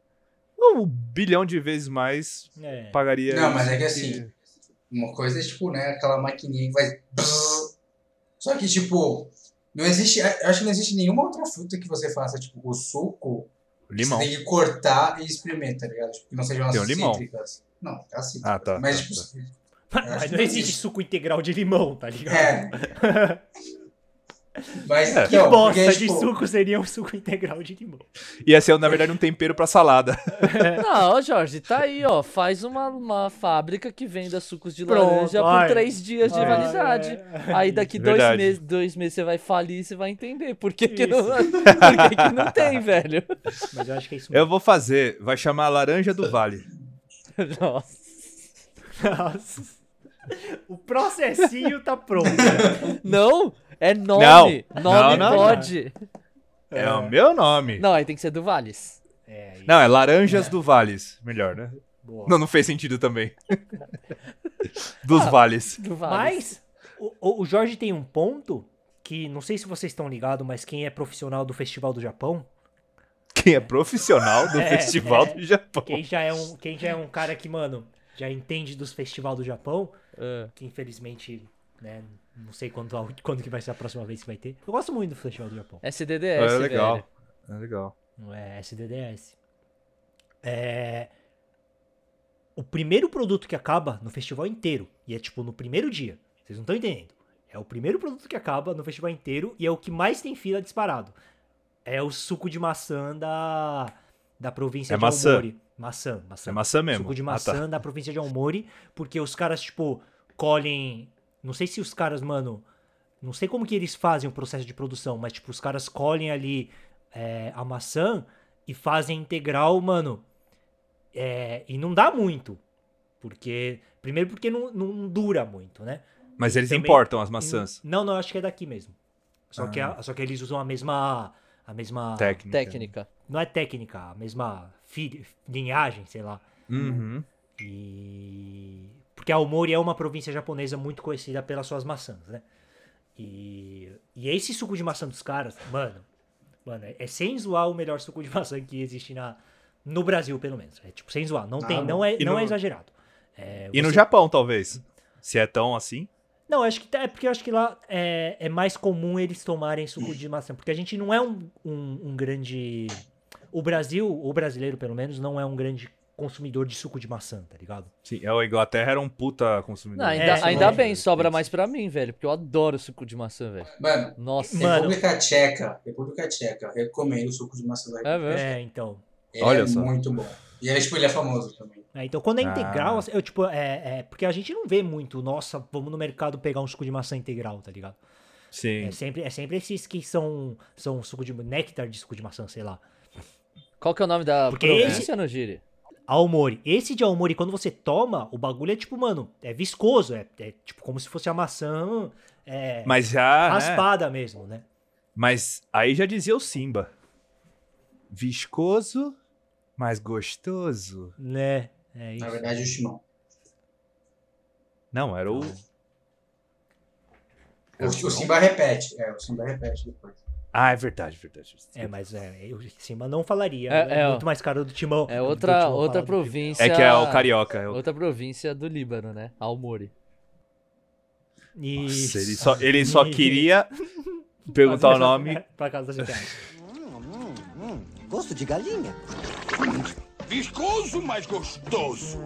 D: um bilhão de vezes mais
A: É.
D: pagaria.
C: Não, mas é que
D: isso
C: assim, Uma coisa é, tipo, né, aquela maquininha que vai. Só que, tipo, não existe. é, Eu acho que não existe nenhuma outra fruta que você faça, tipo, o suco. que
D: Limão.
C: Você tem que cortar e espremer, tá ligado? Tipo, que não sejam
D: Tem o
C: as
D: limão.
C: cítricas. Não, é as cítricas.
D: Ah, tá,
C: Mas,
D: tá,
C: tipo,
A: Mas não existe suco integral de limão, tá ligado?
C: é. Mas,
D: É.
A: Que
C: então,
A: bosta
C: porque,
A: de
C: tipo,
A: suco seria um suco integral de limão.
D: Ia ser, na verdade, um tempero pra salada.
B: Não, ó, Jorge, tá aí, ó. Faz uma, uma fábrica que venda sucos de
A: Pronto,
B: laranja por
A: olha.
B: três dias de
A: Ah,
B: validade.
A: é.
B: Aí daqui dois
D: Verdade.
B: meses, dois meses você vai falir e você vai entender por que, que,
A: Isso.
B: não, por que, que não tem, velho.
A: Mas eu acho que é isso
D: Eu
A: mesmo.
D: vou fazer, vai chamar Laranja do Vale.
B: Nossa.
A: Nossa. O processinho tá pronto.
B: Não, é nome.
D: Não,
B: Nome
D: não, não.
B: pode.
D: É, o meu nome. Não,
B: Não, aí tem que ser do Vales.
A: É, aí.
D: é Laranjas do Vales. Melhor, né?
A: Boa.
D: Não, não fez sentido também. Dos
B: Ah.
D: vales.
B: Do Vales.
A: Mas o- o, o Jorge tem um ponto que não sei se vocês estão ligados, mas quem é profissional do Festival do Japão,
D: Quem é profissional do
A: É,
D: Festival
A: é.
D: do Japão.
A: quem já é um, quem já é um cara que, mano, já entende dos Festival do Japão,
B: É.
A: que infelizmente, né, não sei quando, a- quando que vai ser a próxima vez que vai ter. Eu gosto muito do Festival do Japão,
B: SDDS,
D: é legal.
B: velho.
D: É legal.
A: não é SDDS. É o primeiro produto que acaba no festival inteiro, e é tipo no primeiro dia. Vocês não estão entendendo. É o primeiro produto que acaba no festival inteiro e é o que mais tem fila disparado. É o suco de maçã da, da província
D: É
A: de
D: maçã.
A: Aomori. Maçã, maçã.
D: É maçã mesmo.
A: Suco de
D: Ah,
A: maçã
D: tá.
A: da província de Aomori, porque os caras, tipo, colhem. Não sei se os caras, mano. Não sei como que eles fazem o processo de produção, mas, tipo, os caras colhem ali é, a maçã e fazem integral, mano. É, e não dá muito. Porque. Primeiro, porque não, não dura muito, né?
D: Mas eles
A: Também-
D: importam as maçãs. Ah.
A: Não, não, eu acho que é daqui mesmo. Só, que, a- só que eles usam a mesma. A mesma.
D: Técnica.
B: Técnica.
A: Não é técnica, a mesma filha, linhagem, sei lá.
D: Uhum.
A: E. Porque Aomori é uma província japonesa muito conhecida pelas suas maçãs, né? E, e é esse suco de maçã dos caras, mano. Mano, é, é sem zoar o melhor suco de maçã que existe na, no Brasil, pelo menos. É tipo, sem zoar. Não, tem,
C: Ah,
A: não, é,
D: e
A: não
D: no-
A: é exagerado. É,
D: E no
A: você-
D: Japão, talvez. Se é tão assim.
A: Não, acho que tá- é porque eu acho que lá é, é mais comum eles tomarem suco de maçã, porque a gente não é um, um- um grande. O Brasil, o brasileiro pelo menos, não é um grande consumidor de suco de maçã, tá ligado?
D: Sim, a Inglaterra era um puta
B: Não,
D: consumidor.
B: ainda,
A: É,
B: ainda
A: é.
B: bem, sobra mais pra mim, velho. Porque eu adoro suco de maçã, velho.
C: mano,
B: Nossa.
A: Mano.
C: República Tcheca. República Tcheca. Recomendo o suco de maçã da
B: É, velho.
A: É, então.
C: Ele
D: Olha
C: é
D: só.
C: muito bom. E ele, tipo, ele é famoso também.
A: É, então, quando é
D: Ah.
A: integral, assim, eu, tipo, é, é- Porque a gente não vê muito, nossa, vamos no mercado pegar um suco de maçã integral, tá ligado?
D: Sim.
A: É sempre, é sempre esses que são, são suco de. néctar de suco de maçã, sei lá.
B: Qual que é o nome da
A: Porque
B: província, Nogiri?
A: Aomori. Esse de Aomori, quando você toma, o bagulho é tipo, mano, é viscoso. É, é tipo como se fosse a maçã. É,
D: Mas já. né?
A: raspada mesmo, né?
D: Mas aí já dizia o Simba. Viscoso, mas gostoso.
A: Né? É
C: Na
A: isso.
C: verdade, o Shimon.
D: Não, era o. É
C: O, o Simba repete. É, o Simba repete depois.
D: Ah, é verdade, verdade.
A: É, mas é, eu em cima não falaria.
B: É,
A: É,
B: é, ó.
A: muito mais caro do Timão.
B: É
A: do
B: outra,
A: Timão falar
B: outra
A: do que-
B: província.
D: É que é o carioca. é o-
B: Outra província do Líbano, né? Almori.
A: Isso.
D: Nossa, ele só, ele só queria perguntar o
A: Fazer essa-
D: nome.
A: Pra casa da gente.
D: Hum,
G: Gosto de galinha?
F: Viscoso, mas gostoso.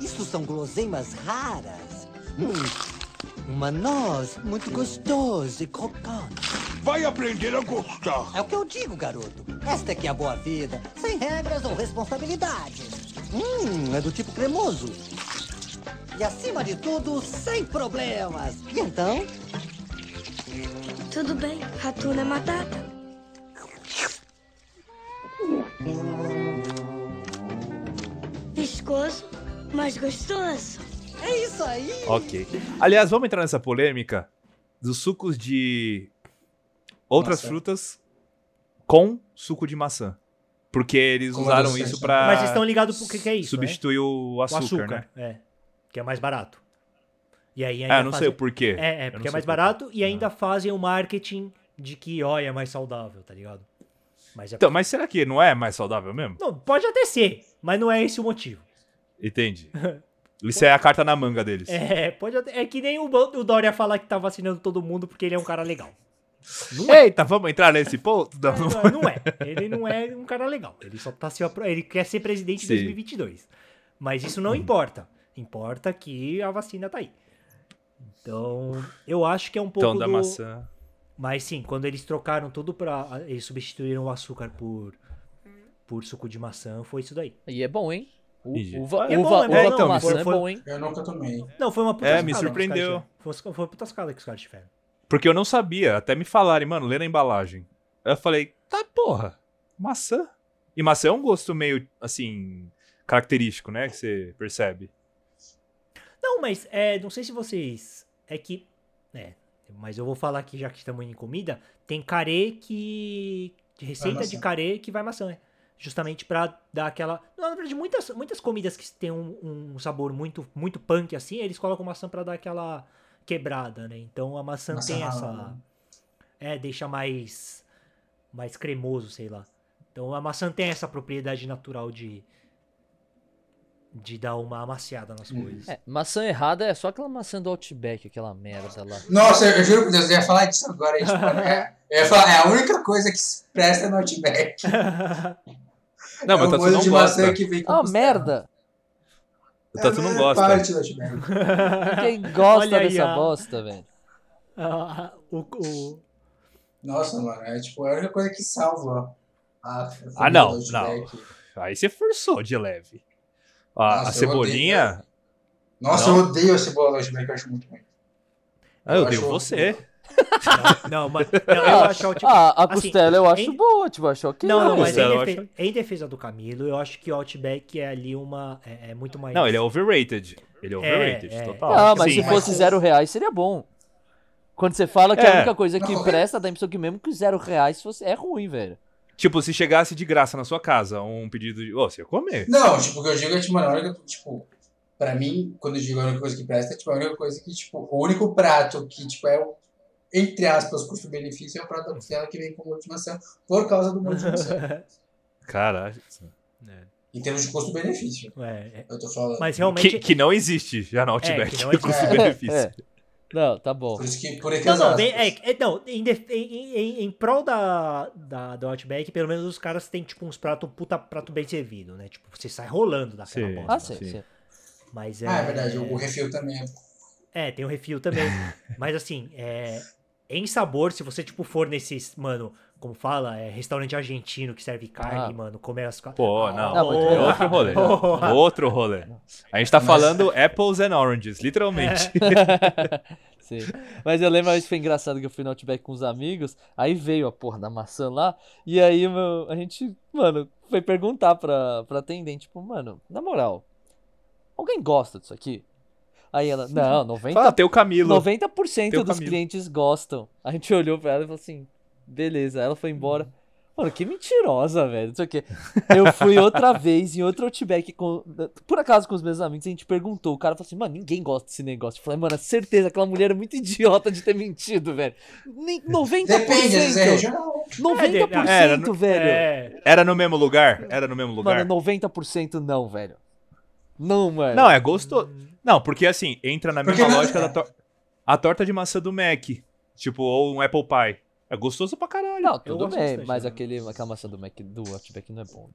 G: Isso são guloseimas raras. Hum, uma noz muito gostosa e crocante.
F: Vai aprender a gostar.
G: É o que eu digo, garoto. Esta é que é a boa vida, sem regras ou responsabilidades. Hum, é do tipo cremoso. E acima de tudo, sem problemas. E então,
H: Tudo bem, Ratuna Matata. Hum. Viscoso, mas gostoso.
G: é isso aí.
D: Ok. Aliás, vamos entrar nessa polêmica dos sucos de outras
C: Maçã.
D: frutas com suco de maçã. Porque eles
C: Com
D: usaram
C: adoçante,
D: isso
C: né?
D: pra
A: Mas vocês estão ligados pro que, que é isso? né?
D: substituir o, açúcar, né?
A: É. Que é mais barato. E aí ainda
D: Ah, eu não sei
A: fazem-
D: o porquê.
A: É, é,
D: Eu não
A: porque
D: sei
A: é mais
D: o porquê. Ah.
A: barato e ainda fazem o marketing de que, ó, é mais saudável, tá ligado? Mas é...
D: Então, mas será que não é mais saudável mesmo?
A: Não, pode até ser, mas não é esse o motivo.
D: Entende? Isso é a carta na manga deles.
A: É, pode até... é que nem o, Bo- o Dória falar que tá vacinando todo mundo porque ele é um cara legal.
D: Eita, vamos entrar nesse ponto? Não,
C: Um
D: não.
A: Não, não é. Ele não é um cara legal. Ele só tá se apro- ele quer ser presidente em
D: Sim. Uhum.
A: 2022. Mas isso não importa. Importa que a vacina tá aí. Então, eu acho que é um pouco
D: Então, da
A: do-
D: maçã.
A: Mas sim, quando eles trocaram tudo pra. Eles substituíram o açúcar por. Por suco de maçã, foi isso daí.
B: E é bom, hein? U-
D: Ih,
B: Uva,
A: é bom,
B: uva,
A: é
B: uva
A: bom,
B: com
A: não,
B: maçã
A: mas
B: é
A: foi-
B: bom, hein?
C: Eu nunca tomei.
A: Não, foi uma puta
D: É,
A: escada que
D: me
A: os caras
D: surpreendeu.
A: tiveram. Foi, foi uma puta escada que os caras tiveram.
D: Porque eu não sabia, até me falarem, mano, lê na embalagem. Eu falei, tá porra, maçã. E maçã é um gosto meio, assim, característico, né? Que você percebe.
A: Não, mas é, não sei se vocês. É que. É, mas eu vou falar aqui, já que estamos em comida, tem carê que. de Receita de
C: maçã.
A: carê que vai maçã, né? Justamente pra dar aquela. Na verdade, muitas, muitas comidas que têm um, um sabor muito, muito punk assim, eles colocam maçã pra dar aquela quebrada, né? Então a maçã
C: Maçã
A: tem
C: rala,
A: essa.
C: né?
A: É, deixa mais. mais cremoso, sei lá. Então a maçã tem essa propriedade natural de. de dar uma amaciada nas
C: Hum.
A: coisas.
B: É, maçã errada é só aquela maçã do Outback, aquela merda lá.
C: Nossa, eu juro por Deus, eu ia falar disso agora. hein, tipo, é, eu ia falar, é a única coisa que se presta no Outback.
D: Não, mas
C: é
D: o
C: o
D: Tatu
C: molho
D: não
C: de
D: gosta.
C: maçã que vem com
B: Ah,
C: costela.
B: merda!
D: O Tatu
C: É
D: não
C: a
D: gosta.
C: parte do Outback.
B: Quem gosta
A: Olha aí,
B: dessa
A: ó.
B: bosta, velho?
A: Ah, o, o-
C: Nossa, mano, é tipo, é a única coisa que salva. A família
D: Ah, não,
C: do Outback.
D: Aí você forçou de leve. A,
C: Nossa,
D: a
C: eu né?
D: cebolinha,
C: Nossa,
D: Não.
C: eu odeio a cebola do Outback, eu acho muito ruim.
D: ah, eu,
C: Eu
D: dei
C: acho-
D: você.
A: Não, mas não, eu acho Outback.
B: Ah, a
A: assim,
B: costela eu acho
A: em-
B: boa, tipo, acho ok.
A: Não, não, mas
D: Marcelo,
A: em,
D: eu
A: defe- em defesa do Camilo, eu acho que o Outback é ali uma. É, é muito mais.
D: Não, ele é overrated. Ele é overrated,
A: é.
D: total.
B: Ah, mas
D: Assim,
B: se fosse
C: mas-
B: zero reais seria bom. Quando você fala que
D: É.
B: a única coisa que
C: Não.
B: presta, dá a impressão que mesmo que zero reais fosse, é ruim, velho.
D: Tipo, se chegasse de graça na sua casa um pedido de. Ô, você ia comer.
C: Não, tipo, o que eu digo é, tipo, mano, a única, tipo, pra mim, quando eu digo a única coisa que presta, é, tipo, a única coisa que, tipo, o único prato que, tipo, é o, entre aspas, custo-benefício é o prato da costela que vem com molho de maçã por causa do molho de maçã.
D: Caralho.
C: em termos de custo-benefício,
A: É, é.
C: eu tô falando.
A: Mas
D: Que,
A: realmente.
D: que não existe já no
A: É,
D: Outback.
A: que não
D: o
A: existe.
D: custo-benefício.
B: É. Não, tá bom.
C: Por isso que, por aqui
A: Não, não, bem, é, é, não em, def- em, em, em prol da, da, do Outback, pelo menos os caras têm, tipo, uns pratos, puta prato bem servido, né? Tipo, você sai rolando daquela
D: Sim.
A: bosta.
B: Ah, sim,
D: Sim.
B: sim.
A: Mas é.
C: Ah, é verdade, o refil também é
A: É, tem o refil também. Mas assim, é, em sabor, se você, tipo, for nesses, mano, como fala, é restaurante argentino que serve carne,
B: Ah.
A: mano, comer as carnes.
D: Pô, não.
B: Não, muito
D: É
B: legal.
D: outro rolê.
A: Porra.
D: Outro rolê. A gente tá
C: Mas-
D: falando apples and oranges, literalmente.
A: É.
B: Sim. Mas eu lembro, uma vez que foi engraçado que eu fui no Outback com os amigos, aí veio a porra da maçã lá, e aí meu, a gente, mano, foi perguntar pra, pra atendente, tipo, mano, na moral, alguém gosta disso aqui? Aí ela, não, 90,
D: Fala, tem o Camilo.
B: 90%
D: Tem o
B: dos
D: Camilo.
B: clientes gostam. A gente olhou pra ela e falou assim, beleza, aí ela foi embora. Mano, que mentirosa, velho. Não sei o quê. Eu fui outra vez em outro Outback, com, por acaso com os meus amigos, a gente perguntou. O cara falou assim, mano, ninguém gosta desse negócio. Eu falei, mano, é certeza, aquela mulher é muito idiota de ter mentido, velho. Nem 90%.
C: Depende, às vezes é regional.
B: 90%,
D: Era, não-
B: velho.
A: É,
D: Era no mesmo lugar? Era no mesmo lugar?
B: Mano, 90% não, velho. Não, mano.
D: Não, é gostoso.
A: Hum.
D: Não, porque assim, entra na
C: Porque
D: mesma
C: não-
D: lógica da tor- a torta de maçã do Mac. Tipo, ou um apple pie. É gostoso pra caralho.
B: Não,
A: Eu
B: tudo
A: gosto
B: bem,
A: bastante,
B: mas
A: né?
B: aquele, aquela maçã do, Mac, do Outback não é bom.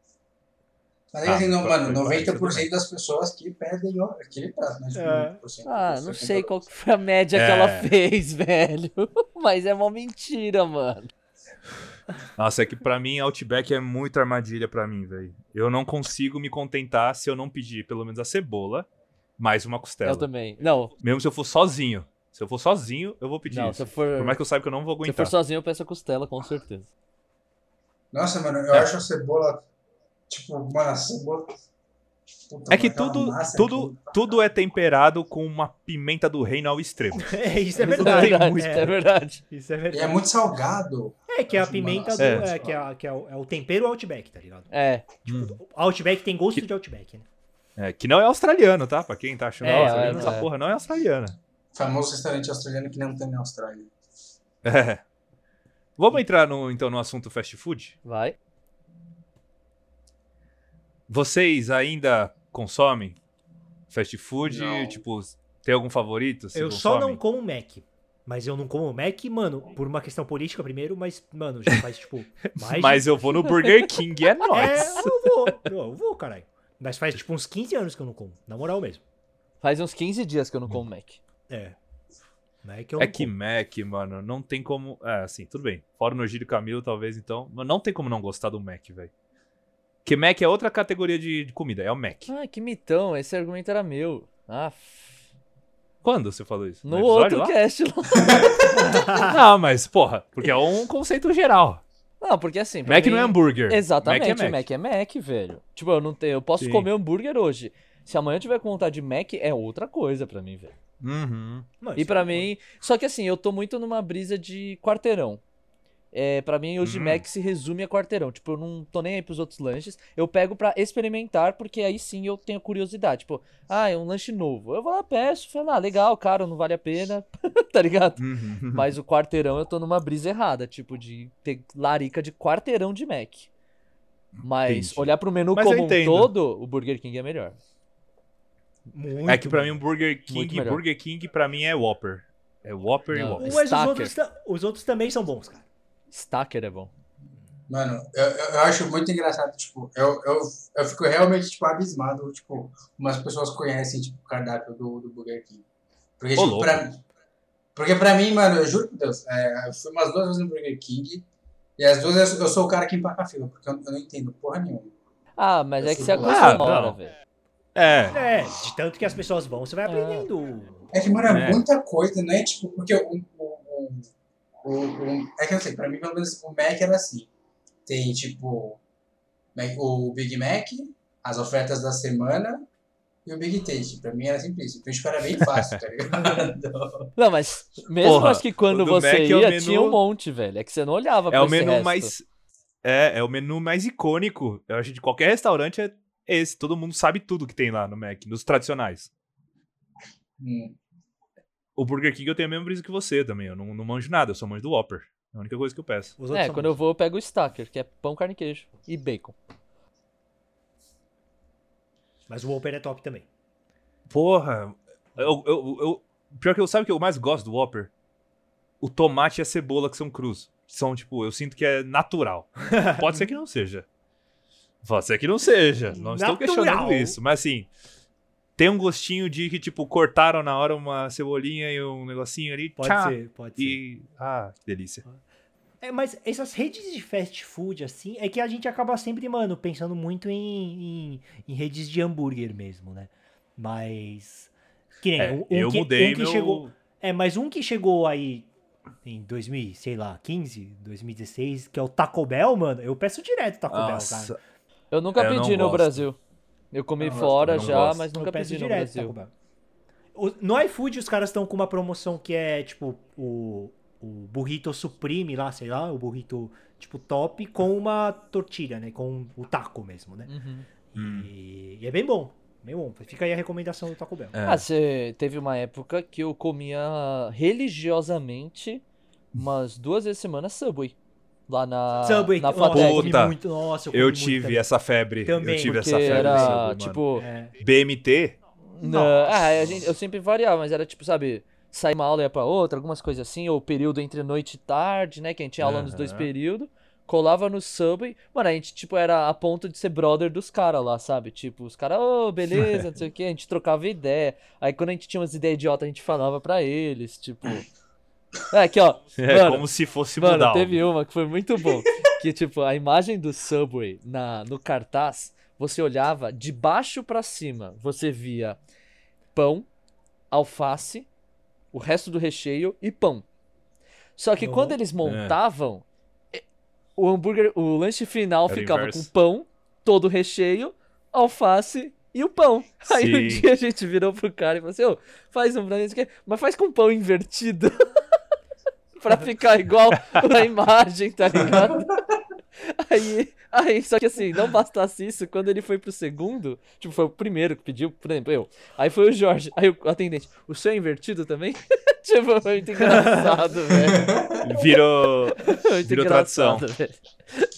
C: Mas aí, assim,
D: Ah,
C: não,
D: pode-
C: mano,
D: pode-
C: 90% das pessoas que perdem o- aquele prato, né? Tipo,
A: É.
C: 90%
B: Ah,
C: das
B: não
C: pessoas que
B: sei
C: perdem.
B: qual que foi a média
D: É.
B: que ela fez, velho. Mas é uma mentira, mano.
D: Nossa, é que pra mim, Outback é muito armadilha pra mim, velho. Eu não consigo me contentar se eu não pedir pelo menos a cebola mais uma costela.
B: Eu também. Não,
D: Mesmo se eu for sozinho. Se eu for sozinho, eu vou pedir
B: não, se
D: isso.
B: eu for,
D: Por mais que eu saiba que eu não vou
B: se eu for
D: aguentar.
B: sozinho, eu peço a costela, com certeza.
C: Nossa, mano, eu
D: É.
C: acho a cebola. Tipo, mano, a cebola. Puta,
D: É que
C: aquela
D: tudo,
C: massa
D: tudo,
C: aqui.
D: tudo é temperado com uma pimenta do reino ao extremo.
A: É, isso é
D: Não tem
A: verdade.
D: muito.
B: é verdade.
A: É, isso é
C: E é
A: verdade.
C: muito salgado.
A: É que é a pimenta do.
D: É.
A: É, que, é, a- que é o, é o tempero Outback, tá ligado?
B: É,
A: Tipo, Outback tem gosto de Outback, né?
D: É, que não é australiano, tá? Pra quem tá achando
B: É,
D: "Ah, australiano,
B: é,
D: essa
B: é.
D: porra não é australiana.
C: Famoso restaurante australiano que não tem na Austrália.
D: É. Vamos entrar no, então no assunto fast food?
B: vai.
D: Vocês ainda consomem fast food?
C: Não.
D: Tipo, tem algum favorito? Se
A: eu só não
D: consomem?
A: como Mac. Mas eu não como Mac, mano, por uma questão política primeiro, mas, mano, já faz, tipo, mais de-
D: Mas eu vou no Burger King, é
A: É,
D: nóis.
A: eu vou. Não, eu vou, caralho. Mas faz, tipo, uns 15 anos que eu não como. Na moral mesmo.
B: Faz uns 15 dias que eu não como Mac.
A: É. Mac eu
D: É
A: não
D: que
A: como.
D: Mac, mmano, não tem como. É, assim, tudo bem. Fora no Giro e Camilo, talvez, então. Mas não tem como não gostar do Mac, velho. Porque Mac é outra categoria de, de comida, é o Mac.
B: Ah, que mitão, esse argumento era meu. Ah, f-
D: Quando você falou isso?
B: no
D: episódio
B: outro é.
D: lá?
B: cast lá.
D: Não, mas, porra, porque é um conceito geral.
B: Não, porque assim. pra
D: Mac
B: mim-
D: não é hambúrguer.
B: Exatamente,
D: Mac é Mac.
B: é Mac, velho. Tipo, eu não tenho, eu posso
D: Sim.
B: comer hambúrguer hoje. Se amanhã eu tiver com vontade de Mac, é outra coisa pra mim, velho.
D: Uhum.
A: Mano,
B: E
A: isso
B: pra
A: é
B: mim, só que assim, eu tô muito numa brisa de quarteirão. É, para mim hoje
D: Hum.
B: Mac se resume a quarteirão. Tipo, eu não tô nem aí pros outros lanches. Eu pego pra experimentar, porque aí sim eu tenho curiosidade. Tipo, ah, é um lanche novo. Eu vou lá, peço, falo, ah, legal, caro, não vale a pena. tá ligado?
D: Uhum.
B: Mas o quarteirão eu tô numa brisa errada, tipo, de ter larica de quarteirão de Mac. Mas
D: Entendi.
B: olhar pro menu
D: Mas eu
B: como um
D: entendo.
B: todo, o Burger King é melhor.
A: muito
D: é que pra mim, um Burger
B: Muito
D: King,
B: melhor.
D: Burger King pra mim é Whopper. É Whopper e
B: Não.
D: Whopper.
A: Mas os
B: Stacker.
A: outros, ta- os outros também são bons, cara.
B: Stacker é bom.
C: Mano, eu, eu, eu acho muito engraçado, tipo, eu, eu, eu fico realmente, tipo, abismado, tipo, umas pessoas conhecem, tipo, o cardápio do, do Burger King. Porque,
D: Ô,
C: tipo,
D: louco.
C: pra, porque pra mim, mano, eu juro por Deus, é, eu fui umas duas vezes no Burger King e as duas eu, eu sou o cara que empaca a fila, porque eu, eu não entendo porra nenhuma.
B: Ah, mas
C: Eu
B: é que você
C: sou do lado.
D: Ah,
B: acostumora,
D: não.
B: velho.
A: É,
D: É.
A: de tanto que as pessoas vão,
B: É.
A: você vai aprendendo.
C: É que, mano, é,
D: É.
C: muita coisa, né? Tipo, porque o, o, o, o- o- É que eu sei, pra mim, pelo menos, o Mac era assim. Tem, tipo, Mac- o Big Mac, as ofertas da semana e o Big Taste. Pra mim era sempre isso. Então, tipo, era bem fácil, tá ligado?
B: Não, mas mesmo
D: Porra,
B: acho que quando
D: o do
B: você
D: Mac é
B: ia,
D: o menu-
B: tinha um monte, velho. É que você não olhava
D: É
B: pra
D: o
B: esse
D: menu
B: resto.
D: mais. É, é o menu mais icônico, eu acho, de qualquer restaurante é esse. Todo mundo sabe tudo que tem lá no Mac, nos tradicionais.
C: Hum.
D: O Burger King eu tenho a mesma brisa que você também. Eu não, não manjo nada, eu sou manjo do Whopper. É a única coisa que eu peço.
A: Os outros
B: É,
A: são
B: quando eu
A: bons.
B: vou, eu pego o Stacker, que é pão, carne e queijo. E bacon.
A: Mas o Whopper é top também.
D: Porra, eu, eu, eu- pior que eu sabe o que eu mais gosto do Whopper? O tomate e a cebola que são crus. São, tipo, eu sinto que é natural. Pode ser que não seja. Pode ser que não seja. Não estou
A: Natural.
D: questionando isso. Mas assim, tem um gostinho de que, tipo, cortaram na hora uma cebolinha e um negocinho ali.
A: Pode
D: tchá,
A: ser, pode ser.
D: E. Ah, que delícia.
A: É, mas essas redes de fast food, assim, é que a gente acaba sempre, mano, pensando muito em, em, em redes de hambúrguer mesmo, né? Mas. Que nem,
D: É,
A: um, um
D: eu
A: que,
D: mudei
A: um que
D: meu.
A: chegou. É, mas um que chegou aí em 2000, sei lá, 15, 2016, que é o Taco Bell, mano. Eu peço direto
D: Ah,
A: Taco Bell, cara.
D: Nossa,
B: Eu nunca
D: É, Eu não
B: pedi no
D: gosto.
B: Brasil. Eu comi
C: Não gosto,
B: fora
D: não
B: já,
D: gosto.
B: mas
A: Eu
B: nunca
A: peço
B: pedi no
A: direto tá Taco
B: Brasil.
A: Bell. O- No iFood, os caras estão com uma promoção que é, tipo, o, o burrito supreme lá, sei lá, o burrito, tipo, top, com uma tortilha, né? Com o taco mesmo, né?
B: Uhum.
D: Hum.
A: E, e é bem bom. Bem bom. Fica aí a recomendação do Taco Bell.
D: é.
B: Ah, você teve uma época que eu comia religiosamente umas duas vezes por semana Subway. Lá na,
A: Subway,
B: Ah, na
A: nossa, eu
B: Fatec.
A: comi
D: Puta,
A: muito. Nossa, eu, comi
D: eu
A: muito
D: tive
A: também.
D: essa febre.
A: Também,
D: eu tive
B: Porque
D: essa febre. sabe,
B: era,
D: mano?
B: tipo...
A: É.
D: BMT?
B: Não, ah, a gente- eu sempre variava, mas era tipo, sabe, sair uma aula e ia pra outra, algumas coisas assim, ou período entre noite e tarde, né? Que a gente tinha aula nos dois
D: Aham.
B: períodos. Colava no Subway. Mano, a gente, tipo, era a ponto de ser brother dos caras lá, sabe? Tipo, os caras, ô, beleza, não sei o quê. A gente trocava ideia. Aí quando a gente tinha umas ideias idiotas, a gente falava pra eles, tipo. É, aqui, ó.
D: É
B: Mano,
D: como se fosse
B: Mano,
D: mudar.
B: teve uma que foi muito bom. que, tipo, a imagem do Subway na, no cartaz, você olhava de baixo pra cima, você via pão, alface, o resto do recheio e pão. Só que
A: Não.
B: quando
D: é.
B: eles montavam, eh, o hambúrguer, o lanche final
D: Era o
B: ficava com
D: inverso.
B: pão, todo o recheio, alface e o pão. Aí um
D: Sim.
B: dia a gente virou pro cara e falou assim: "Ô, faz um pra mim, não sei o quê, mas faz com pão invertido. pra ficar igual na imagem, tá ligado? Aí, aí, só que assim, não bastasse isso, quando ele foi pro segundo, tipo, foi o primeiro que pediu, por exemplo, eu. Aí foi o Jorge, aí o atendente, o seu é invertido também? tipo, foi muito engraçado, velho.
D: Virou.
B: Muito
D: Virou
B: engraçado,
D: tradição.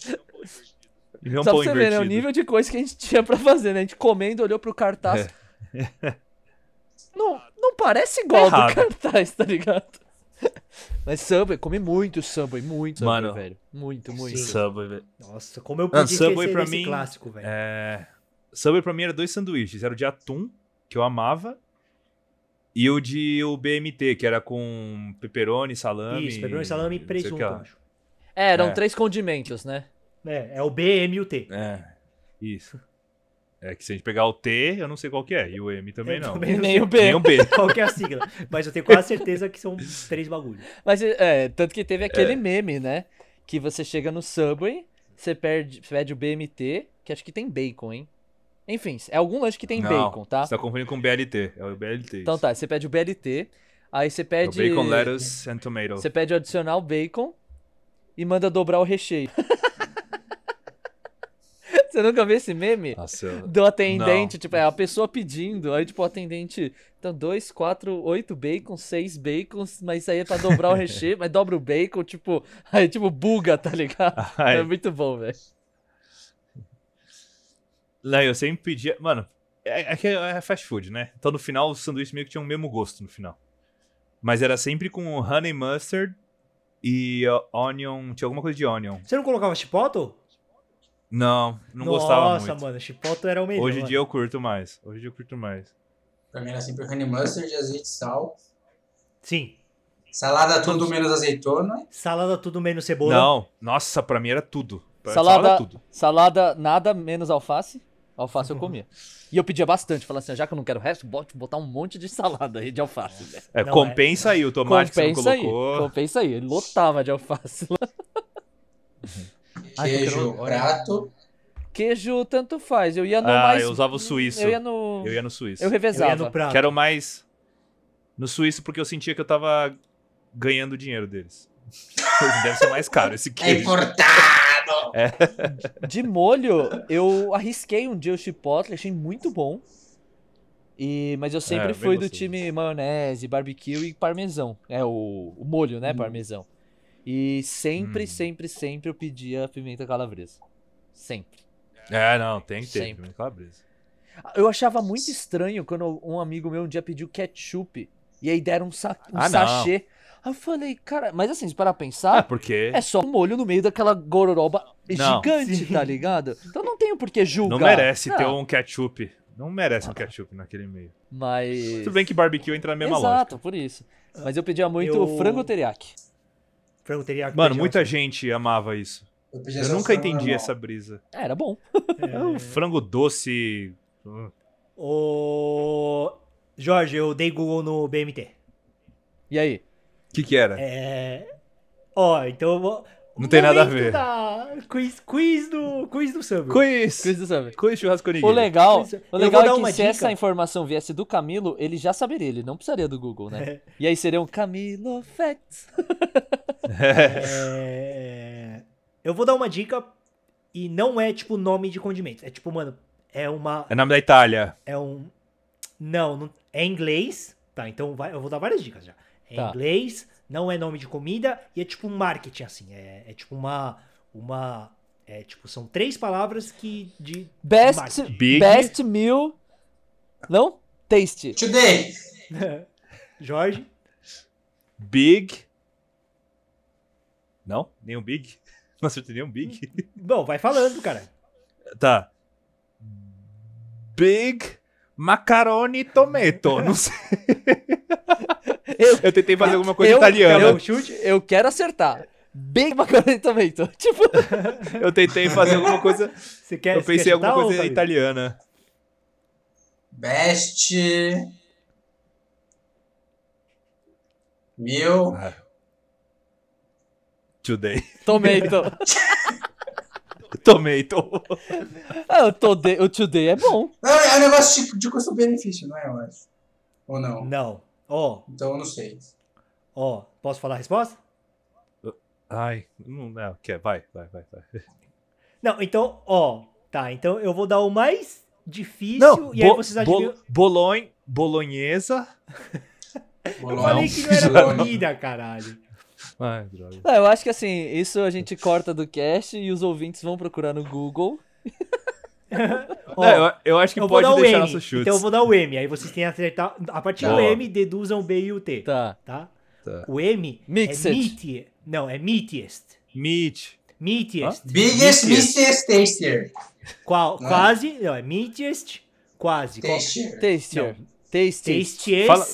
B: velho.
D: virou um
B: Só
D: pão
B: pra você ver, né? O
D: invertido.
B: nível de coisa que a gente tinha pra fazer, né? A gente comendo, olhou pro cartaz. não, não parece igual
D: Tá
B: do
D: É. errado.
B: cartaz, tá ligado? Mas Subway, comi muito Subway, muito Subway,
D: Mano.
B: velho. Muito, muito.
D: Subway, velho.
A: Nossa, como eu
D: Não,
A: pude
D: Subway
A: esquecer
D: pra
A: desse
D: mim
A: clássico, velho.
D: É... Subway pra mim era dois sanduíches. Era o de atum, que eu amava, e o de o BMT, que era com pepperoni, salame.
A: Isso, pepperoni, salame e
D: não sei o que
A: presunto, eu
D: lá.
A: acho.
B: É, eram
D: É.
B: três condimentos, né?
A: É, é o B, M e o T.
D: É, isso. É que se a gente pegar o T, eu não sei qual que é. E o M também
A: Eu
D: não.
A: também
B: E
A: não
B: nem
A: sei
B: o B.
D: Nem o B.
A: Qual que é a sigla? Mas eu tenho quase certeza que são três bagulhos.
B: Mas é, tanto que teve aquele meme, né? Que você chega no Subway, você perde, pede o BMT, que acho que tem bacon, hein? Enfim, é algum lanche que tem
D: Não,
B: bacon, tá?
D: Você tá confundindo com BLT. É o BLT.
B: Então
D: isso.
B: tá, você pede o BLT, aí você
D: É o
B: pede.
D: Bacon, lettuce and tomato.
B: Você pede o adicional bacon e manda dobrar o recheio. você nunca viu esse meme?
D: Nossa, eu-
B: Do atendente,
D: Não.
B: tipo, é a pessoa pedindo, aí tipo, o atendente. Então, dois, quatro, oito bacons, seis bacons, mas isso aí é pra dobrar o recheio, mas dobra o bacon, tipo, aí tipo, buga, tá ligado?
D: Ai.
B: É muito bom, velho.
D: Não, eu sempre pedia. Mano, é, é que é fast food, né? Então no final os sanduíches meio que tinham o mesmo gosto no final. Mas era sempre com honey mustard e ó, onion. Tinha alguma coisa de onion.
A: Você não colocava chipotle?
D: Não, não
A: Nossa,
D: gostava muito.
A: mano, chipotle era o melhor.
D: Hoje em
A: mano.
D: dia eu curto mais. Hoje em dia eu curto mais.
C: Pra mim era sempre honey mustard, azeite, sal.
A: Sim.
C: Salada tudo menos azeitona.
A: Salada tudo menos cebola.
D: Não, nossa, pra mim era tudo. Pra-
B: Salada, salada,
D: tudo.
B: nada menos alface. Alface eu comia. E eu pedia bastante, falava assim, já que eu não quero o resto, bote botar um monte de salada aí de alface, velho.
D: É,
A: Não,
D: compensa aí o tomate que
B: Compensa
D: você
B: aí,
D: não colocou.
B: compensa aí. Ele lotava de alface. Ai, que
C: Queijo,
B: droga.
C: prato.
B: Queijo, tanto faz. Eu ia no
D: Ah,
B: mais...
D: eu usava o suíço.
B: Eu ia no...
D: Eu ia no suíço.
B: Eu
A: Eu ia
B: revezava.
A: no prato.
D: Que era o mais. No suíço, porque eu sentia que eu tava ganhando dinheiro deles. Deve ser mais caro esse
C: É
D: queijo.
C: importado!
B: De molho, eu arrisquei um dia o chipotle, achei muito bom. E, mas eu
D: É,
B: sempre
D: bem
B: fui do
D: gostoso.
B: time maionese, barbecue e parmesão. É o, o molho, né? Parmesão. E sempre,
D: Hum.
B: sempre, sempre eu pedia pimenta calabresa. Sempre.
D: É, não, tem que ter.
B: Sempre.
D: pimenta calabresa.
B: Eu achava muito estranho quando um amigo meu um dia pediu ketchup e aí deram um, sa um
D: Ah, não.
B: sachê. Aí eu falei, cara, mas assim, se parar pra
D: Ah,
B: pensar,
D: porque
B: é só um molho no meio daquela gororoba
D: Não.
B: gigante, tá ligado? Então não tenho por que julgar.
D: não merece ter
B: Não, Ah.
D: um ketchup. Não merece um ketchup naquele meio.
B: Mas.
D: Tudo bem que barbecue entra na mesma
B: Exato,
D: lógica.
B: por isso. Mas eu pedia muito
A: Eu-
B: frango teriyaki.
A: Frango teriyaki,
D: Mano,
A: feijão,
D: muita
A: assim.
D: gente amava isso.
C: Eu,
D: Eu nunca entendi essa brisa.
B: Ah, era bom.
D: É um frango doce. hum,
A: Ô, Jorge, eu dei Google no BMT.
B: E aí?
D: que que era?
A: É... Ó, então eu vou...
D: Não tem nada a
A: Momento
D: ver.
A: da- Quiz, quiz do, quiz do samba.
D: Quiz!
B: Coisa do saber.
D: Quiz churrasco nigiri.
B: O legal,
A: Coisa-
B: o
A: Eu
B: legal
A: vou dar
B: é que
A: uma
B: se
A: dica.
B: essa informação viesse do Camilo, ele já saberia, ele não precisaria do Google,
D: É.
B: né? E aí seria um Camilo Facts.
A: É, Eu vou dar uma dica e não é tipo nome de condimento. É tipo, mano, é uma.
D: É nome da Itália.
A: É um. Não, não- é inglês. Tá, então vai- eu vou dar várias dicas já. É
B: Tá.
A: inglês, não é nome de comida e é tipo um marketing, assim. É, é tipo uma. Uma. É tipo, são três palavras que. De,
B: Best,
D: Big.
B: best meal. Não? Taste.
C: Today!
A: Jorge.
D: Big. Não? Nenhum Big? Não acertei nenhum Big.
A: Bom, vai falando, cara.
D: Tá. Big Macaroni Tomato. Não sei.
B: Eu-
D: Eu tentei fazer alguma coisa
B: eu-
D: italiana.
A: Quer dar um
D: Eu,
A: chute?
B: Eu quero acertar. Bem bacana também, então. Tipo,
D: tentei fazer alguma coisa.
A: Você quer,
D: Eu
A: você quer
D: pensei em alguma
A: chutar ou,
D: coisa
A: Fabinho?
D: italiana.
C: Best. Meu.
D: Today.
B: Tomato.
D: Tomei, então.
B: ah, o, today, o Today é bom.
C: Não, é um negócio tipo de custo-benefício, não é, eu acho. Ou não?
A: Não. Ó,
C: Então eu não sei.
A: ó, posso falar a resposta?
D: Ai, não, não, quer, vai, vai, vai, vai.
A: Não, então, ó, tá, então eu vou dar o mais difícil
D: Não,
A: e aí
D: bo-
A: vocês
D: bo-
A: adivinham.
D: Bolonha- bolonhesa.
A: Eu
C: Bolonha.
A: falei que não era
C: Bolonha.
A: comida, caralho.
D: Ai, droga.
B: Não, eu acho que assim, isso a gente corta do cast e os ouvintes vão procurar no Google.
A: Ó,
D: É, eu, eu acho que
A: eu vou
D: pode
A: dar o
D: deixar
A: M.
D: nossos chutes.
A: Então eu vou dar o M, aí vocês têm que acertar. A partir do
D: Boa.
A: M, deduzam o B e o T.
B: Tá.
A: Tá?
D: Tá.
A: O M
B: Mixed.
A: é meaty. Não, é meatiest.
D: Meat.
A: Meatiest.
C: Biggest Ah. Mr. Taster.
A: Qual,
C: Não.
A: Quase. Não, é meatiest. Quase. Qual-
C: Taster.
B: Taster. Taste.
A: Tastiest.
D: Fala-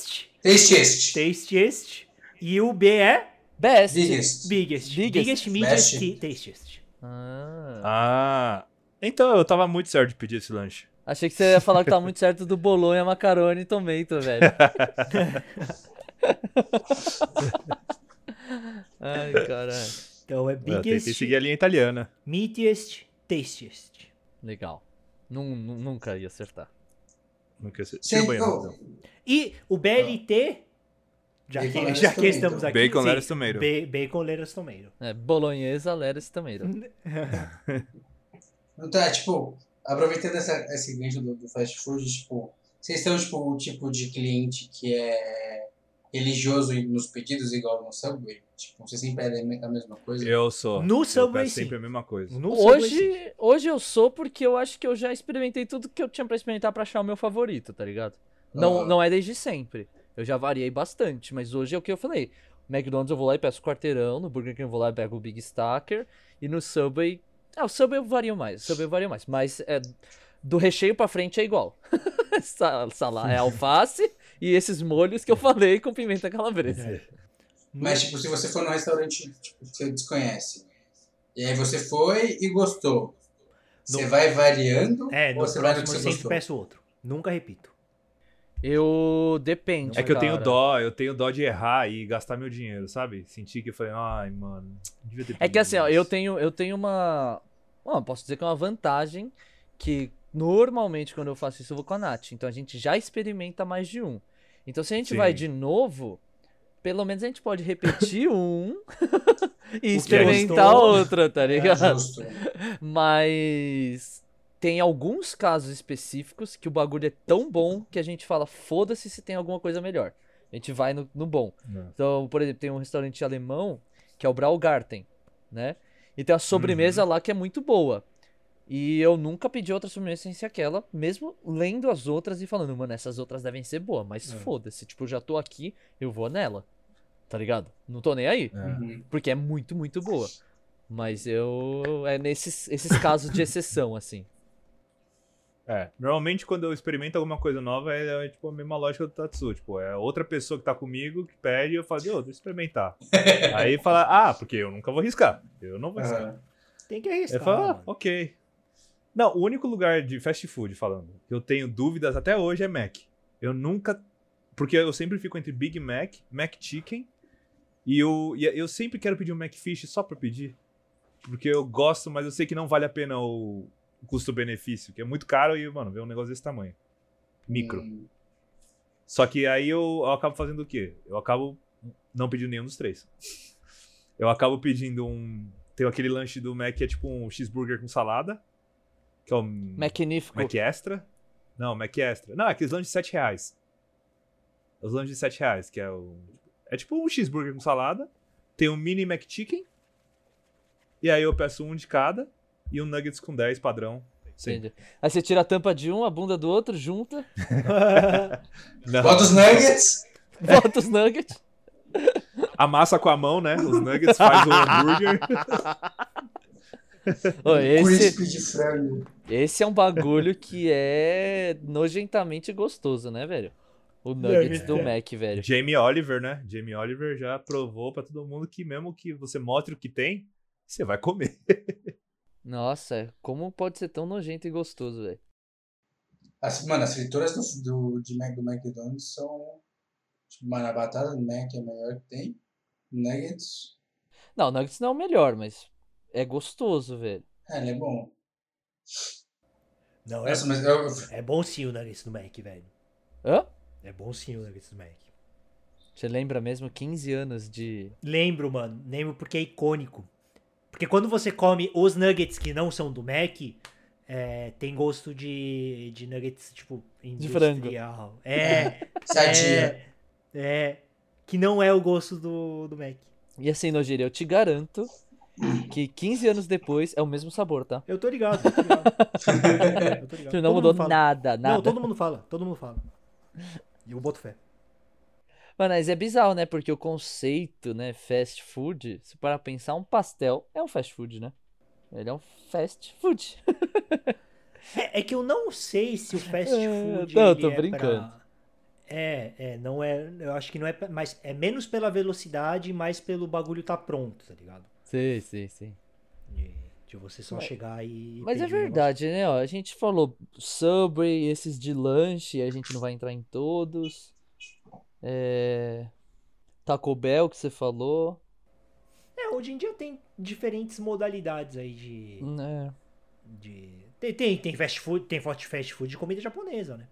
C: Tastiest.
A: Tastiest. E o B é
B: Best.
C: Biggest.
A: biggest.
B: Biggest.
A: Biggest, meatiest
C: Best.
A: e tastiest.
B: Ah,
D: Ah. Então eu tava muito certo de pedir esse lanche.
B: achei que você ia falar que tá muito certo do bolonha, macarone e tomato, velho. Ai, caralho.
A: Então é
D: Eu tentei
A: biggest,
D: seguir a linha italiana.
A: meatiest, tastiest.
B: Legal. Nun- nun- nunca ia acertar.
D: Não quer ser. é Tira
C: Sim,
D: o banheiro,
C: eu-
D: então.
A: E o BLT, já
C: Bacon
A: que,
C: lettuce então.
A: já que
C: tomato.
A: estamos aqui.
D: Bacon,
A: sim,
D: lettuce, tomato.
A: ba- bacon lettuce tomato.
B: É, bolonhesa, leres né? tomato.
C: Não tá, tipo, aproveitando essa, esse gancho do, do fast food, tipo, vocês são tipo, o tipo de cliente que é religioso e nos pedidos igual no Subway? Tipo, vocês sempre pedem a mesma coisa?
D: Eu sou.
A: No
D: eu
A: Subway,
D: peço sempre
A: sim.
D: a mesma coisa.
A: No Subway, sim.
B: Hoje, hoje eu sou porque eu acho que eu já experimentei tudo que eu tinha pra experimentar pra achar o meu favorito, tá ligado? Não,
C: Aham.
B: não é desde sempre. Eu já variei bastante, mas hoje é o que eu falei. McDonald's eu vou lá e peço quarteirão, no Burger King eu vou lá e pego o Big Stacker, e no Subway... Ah, o Subway eu vario mais, o Subway eu vario mais, mas é, do recheio pra frente é igual. Sa- Salá é alface e esses molhos que eu falei com pimenta
D: É.
B: calabresa.
C: Mas, tipo, se você for num restaurante tipo, que você desconhece, e aí você foi e gostou, você
A: No-
C: vai variando
A: É, no
C: ou você vai
A: próximo
C: no que
A: eu
C: você
A: sempre
C: gostou?
A: peço outro. Nunca repito.
B: Eu... depende,
D: É que eu tenho
B: cara.
D: dó, eu tenho dó de errar e gastar meu dinheiro, sabe? Senti que eu falei, ai, mano, devia ter
B: É que
D: pedido
B: assim, ó,
D: isso.
B: eu tenho, eu tenho uma. Bom, posso dizer que é uma vantagem que normalmente quando eu faço isso eu vou com a Nath. Então a gente já experimenta mais de um. Então se a gente
D: Sim.
B: vai de novo, pelo menos a gente pode repetir um e
A: O que é
B: experimentar
A: gostoso.
B: outro, tá
C: É
B: ligado?
C: justo.
B: Mas tem alguns casos específicos que o bagulho é tão bom que a gente fala, foda-se se tem alguma coisa melhor. A gente vai no, no bom.
D: Nossa.
B: Então, por exemplo, tem um restaurante alemão que é o Braugarten, né? E tem a sobremesa lá que é muito boa. E eu nunca pedi outra sobremesa sem ser aquela, mesmo lendo as outras e falando, mano, essas outras devem ser boas, mas
A: É.
B: foda-se, tipo, eu já tô aqui, eu vou nela. Tá ligado? Não tô nem aí.
D: É.
C: Uhum.
B: Porque é muito, muito boa. Mas eu. É nesses esses casos de exceção, assim.
D: É, normalmente quando eu experimento alguma coisa nova é, é, tipo a mesma lógica do Tatsu, tipo, é outra pessoa que tá comigo que pede e eu falo, ô, deixa eu experimentar. Aí fala, ah, porque eu nunca vou arriscar. Eu não vou arriscar.
C: Aham.
A: Uhum. Tem que
D: Aí
A: arriscar.
G: tá,
D: fala, ah,
A: mano.
D: ok. Não, o único lugar de fast food, falando, que eu tenho dúvidas até hoje é Mac. Eu nunca. Porque eu sempre fico entre Big Mac, Mac Chicken, e eu, e eu sempre quero pedir um McFish só pra pedir. Porque eu gosto, mas eu sei que não vale a pena o o custo-benefício, que é muito caro e, mano, ver um negócio desse tamanho. Micro.
C: Hum.
D: Só que aí eu, eu acabo fazendo o quê? Eu acabo não pedindo nenhum dos três. Eu acabo pedindo um. Tem aquele lanche do Mac que é tipo um cheeseburger com salada. Que é o Mac,
B: Magnífico.
D: Extra. Não, Mac Extra. Não, é aqueles lanches de 7 reais. É Os lanches de 7 reais, que é o. É tipo um cheeseburger com salada. Tem um mini Mac Chicken. E aí eu peço um de cada. E um Nuggets com 10 padrão. Sim.
B: Entende? Aí você tira a tampa de um, a bunda do outro, junta,
D: Não.
C: Bota os nuggets,
B: bota os nuggets.
D: Amassa com a mão, né? Os nuggets, faz o hambúrguer.
B: Ô, esse,
C: crispy de frango.
B: Esse é um bagulho que é nojentamente gostoso, né, velho? O Nuggets do Mac, velho.
D: Jamie Oliver, né? Jamie Oliver já provou pra todo mundo que mesmo que você mostre o que tem, você vai comer.
B: Nossa, como pode ser tão nojento e gostoso, velho?
C: As, mano, as frituras do, do, de Mac, do McDonald's são tipo, Mano, a batata do Mac é a melhor que tem. Nuggets.
B: Não, o Nuggets não é o melhor, mas é gostoso, velho.
C: É, ele é bom.
A: Não, é,
C: Nossa, mas eu, eu-
A: é bom sim o Nuggets do Mac, velho.
B: Hã?
A: É bom sim o Nuggets do Mac.
B: Você lembra mesmo 15 anos de.
A: Lembro, mano. Lembro porque é icônico. Porque quando você come os nuggets que não são do Mac, é, tem gosto de, de nuggets, tipo, industrial. É,
C: Sadia.
A: é, é. Que não é o gosto do, do Mac.
B: E assim, Nogiri, eu te garanto que 15 anos depois é o mesmo sabor, tá?
A: Eu tô ligado, eu tô ligado. Eu tô ligado.
B: Você
A: Todo
B: não mudou
A: mundo fala.
B: nada, nada.
A: Não, todo mundo fala, todo mundo fala. E eu boto fé.
B: Mano, mas é bizarro, né? Porque o conceito, né, fast food, se parar pra pensar, um pastel é um fast food, né? Ele é um fast food.
A: É, é que eu não sei se o fast
B: É,
A: food.
B: não, eu
A: ele
B: tô
A: é
B: brincando.
A: pra- É, é, não é. Eu acho que não é. pra- Mas é menos pela velocidade, mais pelo bagulho tá pronto, tá ligado?
B: Sim, sim, sim.
A: De, de você só
B: Mas-
A: chegar e.
B: Mas é
A: pedir um
B: verdade, né? Ó, a gente falou Subway, esses de lanche, a gente não vai entrar em todos. É... Taco Bell, que você falou.
A: negócio. É, hoje em dia tem diferentes modalidades aí de.
B: né?
A: de... Tem, tem, tem fast food, tem forte fast food de comida japonesa, né?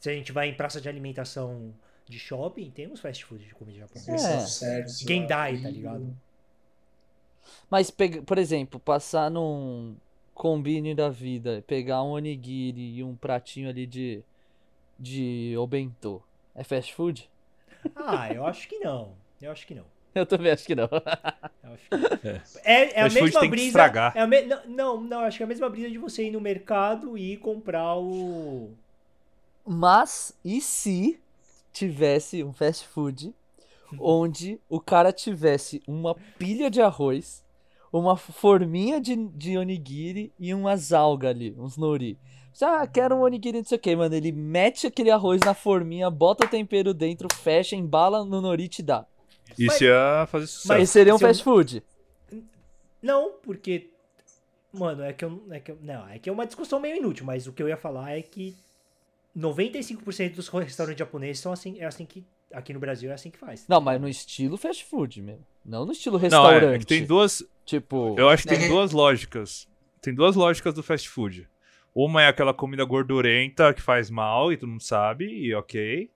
A: Se a gente vai em praça de alimentação de shopping, tem uns fast food de comida japonesa.
B: É.
C: self-service,
A: É. Quem
C: lá,
A: dá aí,
C: e-
A: tá ligado?
B: Mas, pega- por exemplo, passar num combine da vida, pegar um onigiri e um pratinho ali de, de obentô, é fast food?
A: Ah, eu acho que não. Eu acho que não.
B: Eu também acho que não.
A: Eu acho que- É, é a
D: Fast food
A: mesma
D: tem que
A: brisa.
D: estragar.
A: é a me- não, não, não, acho que é a mesma brisa de você ir no mercado e comprar o.
B: Mas, e se tivesse um fast food
D: Uhum.
B: onde o cara tivesse uma pilha de arroz, uma forminha de, de onigiri e umas algas ali, uns nori? Ah, quero um onigiri, não sei o que, mano. Ele mete aquele arroz na forminha, bota o tempero dentro, fecha, embala no nori e te dá.
A: Mas-
D: Isso ia fazer
B: Mas
D: sucesso.
B: seria um
A: se eu-
B: fast food.
A: Não, porque. Mano, é que eu. É que eu- não, é que é uma discussão meio inútil, mas o que eu ia falar é que 95% dos restaurantes japoneses são assim, é assim que. Aqui no Brasil é assim que faz.
B: Não, mas no estilo fast food mesmo. Não no estilo
D: Não, é,
B: restaurante.
D: é que tem duas.
B: Tipo,
D: Eu acho que tem
C: Ninguém-
D: duas lógicas. Tem duas lógicas do fast food. Uma é aquela comida gordurenta que faz mal e tu não sabe, e ok.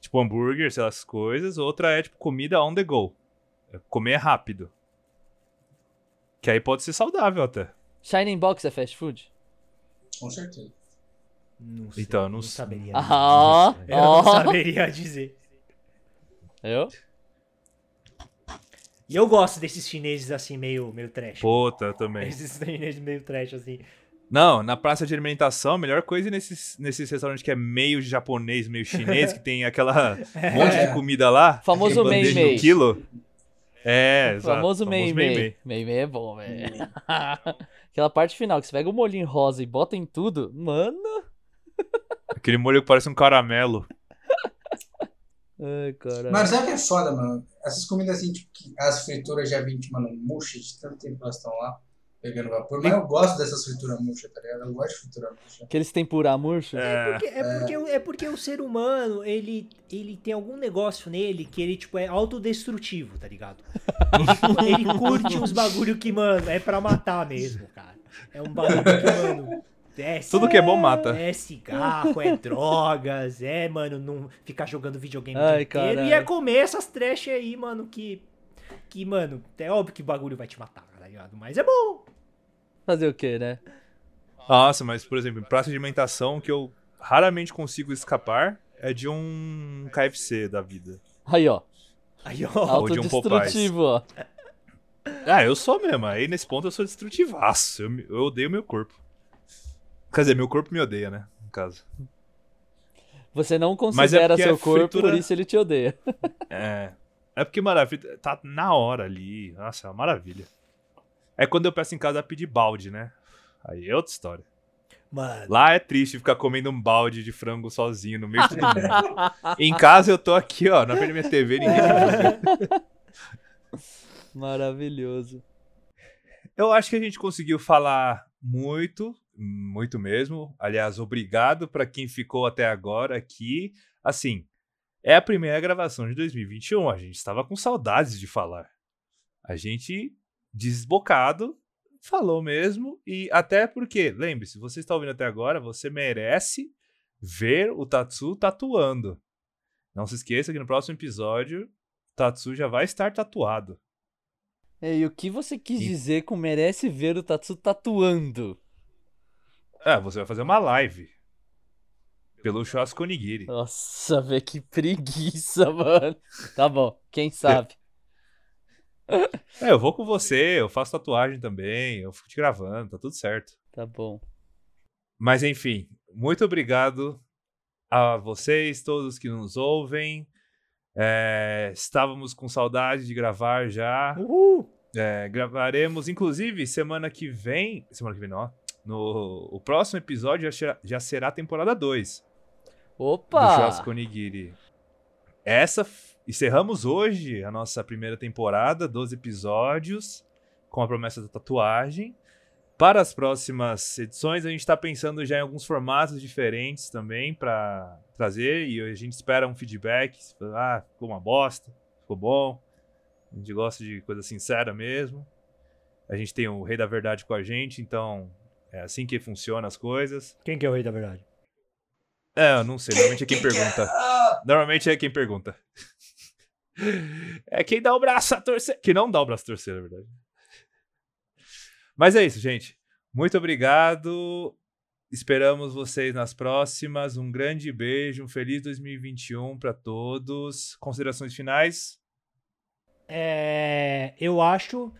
D: Tipo hambúrguer, sei lá, essas coisas. Outra é tipo comida on the go. É comer rápido. Que aí pode ser saudável até.
B: Shining Box é fast food?
C: Com certeza.
A: Não sei,
D: Então, eu não sei.
A: saberia.
B: Ah,
A: dizer. eu não
B: ó.
A: saberia dizer.
B: Eu?
A: E eu gosto desses chineses assim, meio, meio trash.
D: Puta tá, também.
A: Esses chineses meio trash, assim.
D: Não, na praça de alimentação, a melhor coisa é nesses, nesses restaurantes que é meio japonês, meio chinês, que tem aquela monte
C: É.
D: de comida lá.
B: Famoso
D: bandeja de
B: mei-mei.
D: Um quilo. É, exato.
B: famoso meio meio.
D: mei-mei.
B: Meio meio é bom, velho. Aquela parte final que você pega o molhinho rosa e bota em tudo, mano.
D: Aquele molho que parece um caramelo.
B: Ai, caralho.
C: Mano, sabe o que é foda, mano? Essas comidas assim, tipo, que as frituras já vêm, tipo, mano, murcha de tanto tempo que elas estão lá pegando vapor. Mas eu gosto dessas frituras murchas, tá ligado? Eu gosto de fritura murcha.
B: Aqueles tempurá murcho.
A: É porque, é, porque, o- é porque o ser humano, ele, ele tem algum negócio nele que ele, tipo, é autodestrutivo, tá ligado? ele curte uns bagulho que, mano, é pra matar mesmo, cara. É um bagulho que, mano, é
D: Tudo que é bom mata.
A: É cigarro, é drogas, é, mano, não ficar jogando videogame o dia
B: Ai,
A: inteiro.
B: caralho.
A: E é comer essas trash aí, mano, que, que, mano, é óbvio que o bagulho vai te matar, tá ligado? Mas é bom.
B: Fazer o quê, né?
D: Nossa, mas, por exemplo, em praça de alimentação, o que eu raramente consigo escapar é de um KFC da vida.
B: Aí, ó.
A: Aí, ó.
D: Ou de um Popeyes.
B: Autodestrutivo, ó.
D: Ah, eu sou mesmo. Aí nesse ponto eu sou destrutivaço. Eu, me- eu odeio meu corpo. Quer dizer, meu corpo me odeia, né? No caso.
B: Você não
D: Mas é
B: considera
D: porque
B: seu
D: a
B: corpo, por
D: fritura-
B: isso ele te odeia.
D: É. É porque maravilha. Tá na hora ali. Nossa, é uma maravilha. É quando eu peço em casa pedir balde, né? Aí é outra história.
A: Mano,
D: Lá é triste ficar comendo um balde de frango sozinho no meio de todo mundo. em casa eu tô aqui, ó, na frente da minha TV, ninguém quer me ver.
B: Maravilhoso.
D: Eu acho que a gente conseguiu falar muito, muito mesmo. Aliás, obrigado para quem ficou até agora aqui. Assim, É a primeira gravação de 2021. A gente estava com saudades de falar. A gente, desbocado, falou mesmo. E até porque, lembre-se, você está ouvindo até agora, você merece ver o Tatsu tatuando. Não se esqueça que no próximo episódio, o Tatsu já vai estar tatuado.
B: É, e o que você quis
D: E-
B: dizer com merece ver o Tatsu tatuando?
D: É, você vai fazer uma live. Pelo Churrasco Onigiri.
B: Nossa, velho, que preguiça, mano. Tá bom, quem sabe?
D: É, eu vou com você, eu faço tatuagem também, eu fico te gravando, tá tudo certo.
B: Tá bom.
D: Mas enfim, muito obrigado a vocês todos que nos ouvem. É, estávamos com saudade de gravar já.
A: Uhul!
D: É, gravaremos, inclusive, semana que vem. Semana que vem, não. ó. No, o próximo episódio já será, já será a temporada 2 do Churrasco
B: Opa!
D: Onigiri. Essa. f- Encerramos hoje a nossa primeira temporada, 12 episódios, com a promessa da tatuagem. Para as próximas edições, a gente está pensando já em alguns formatos diferentes também para trazer e a gente espera um feedback. se falar, Ah, ficou uma bosta, ficou bom. A gente gosta de coisa sincera mesmo. A gente tem o Rei da Verdade com a gente, então é assim que funcionam as coisas.
A: Quem que é o rei da verdade?
D: É, eu não sei. Normalmente é quem pergunta.
C: Ah,
D: Normalmente é quem pergunta. É quem dá o braço a torcer. Que não dá o braço a torcer, na verdade. Mas é isso, gente. Muito obrigado. Esperamos vocês nas próximas. Um grande beijo, um feliz 2021 para um todos. Considerações finais?
A: É, eu acho,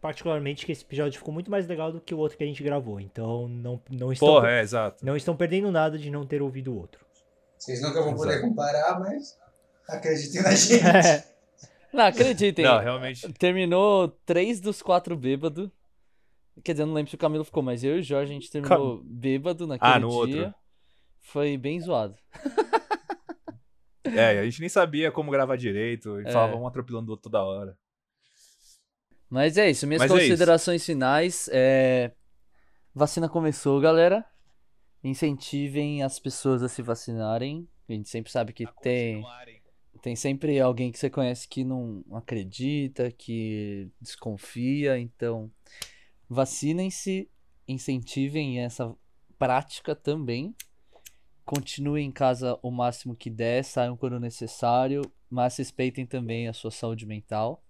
A: particularmente, que esse episódio ficou muito mais legal do que o outro que a gente gravou. Então, não, não, estão,
D: Porra, é, exato.
A: não estão perdendo nada de não ter ouvido o outro.
C: Vocês nunca vão poder
D: Exato.
C: comparar, mas acreditem na gente.
B: Não, acreditem.
D: Não, realmente.
B: Terminou três dos quatro bêbado. Quer dizer, eu não lembro se o Camilo ficou, mas eu e o Jorge a gente terminou bêbado naquele
D: Ah, no outro.
B: dia. Foi bem zoado.
D: É, a gente nem sabia como gravar direito. E
B: É.
D: falava um atropelando o outro toda hora.
B: Mas é isso, minhas
D: Mas é isso.
B: considerações finais. É... Vacina começou, galera. Incentivem as pessoas a se vacinarem. A gente sempre sabe que tem, tem sempre alguém que você conhece que não acredita, que desconfia. Então, vacinem-se, incentivem essa prática também. Continuem em casa o máximo que der, saiam quando necessário, mas respeitem também a sua saúde mental.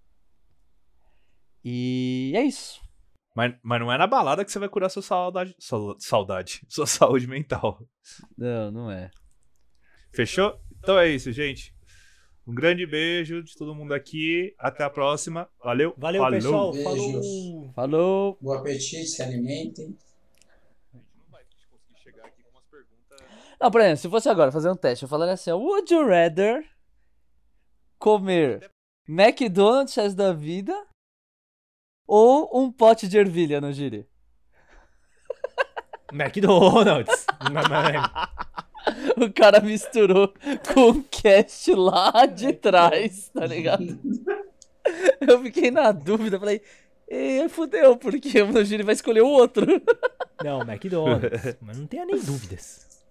B: E é isso.
D: Mas, mas não é na balada que você vai curar sua saudade, sua, saudade, sua saúde mental.
B: Não, não é.
D: Fechou? Então é isso, gente. Um grande beijo de todo mundo aqui. Até a próxima. Valeu.
A: Valeu, pessoal.
D: Falou.
C: Beijos.
A: Falou!
B: Falou!
C: Bom apetite, se alimentem.
B: Não, por exemplo, se fosse agora fazer um teste, eu falaria assim: ó, Would you rather comer McDonald's resto da vida ou um pote de ervilha no giri?
A: McDonald's! Mas- mas-
B: O cara misturou com o cast lá de trás, tá ligado? Eu fiquei na dúvida, falei. E fudeu, porque o Nogiri vai escolher o outro.
A: é. não, McDonald's. Mas não tenha nem dúvidas.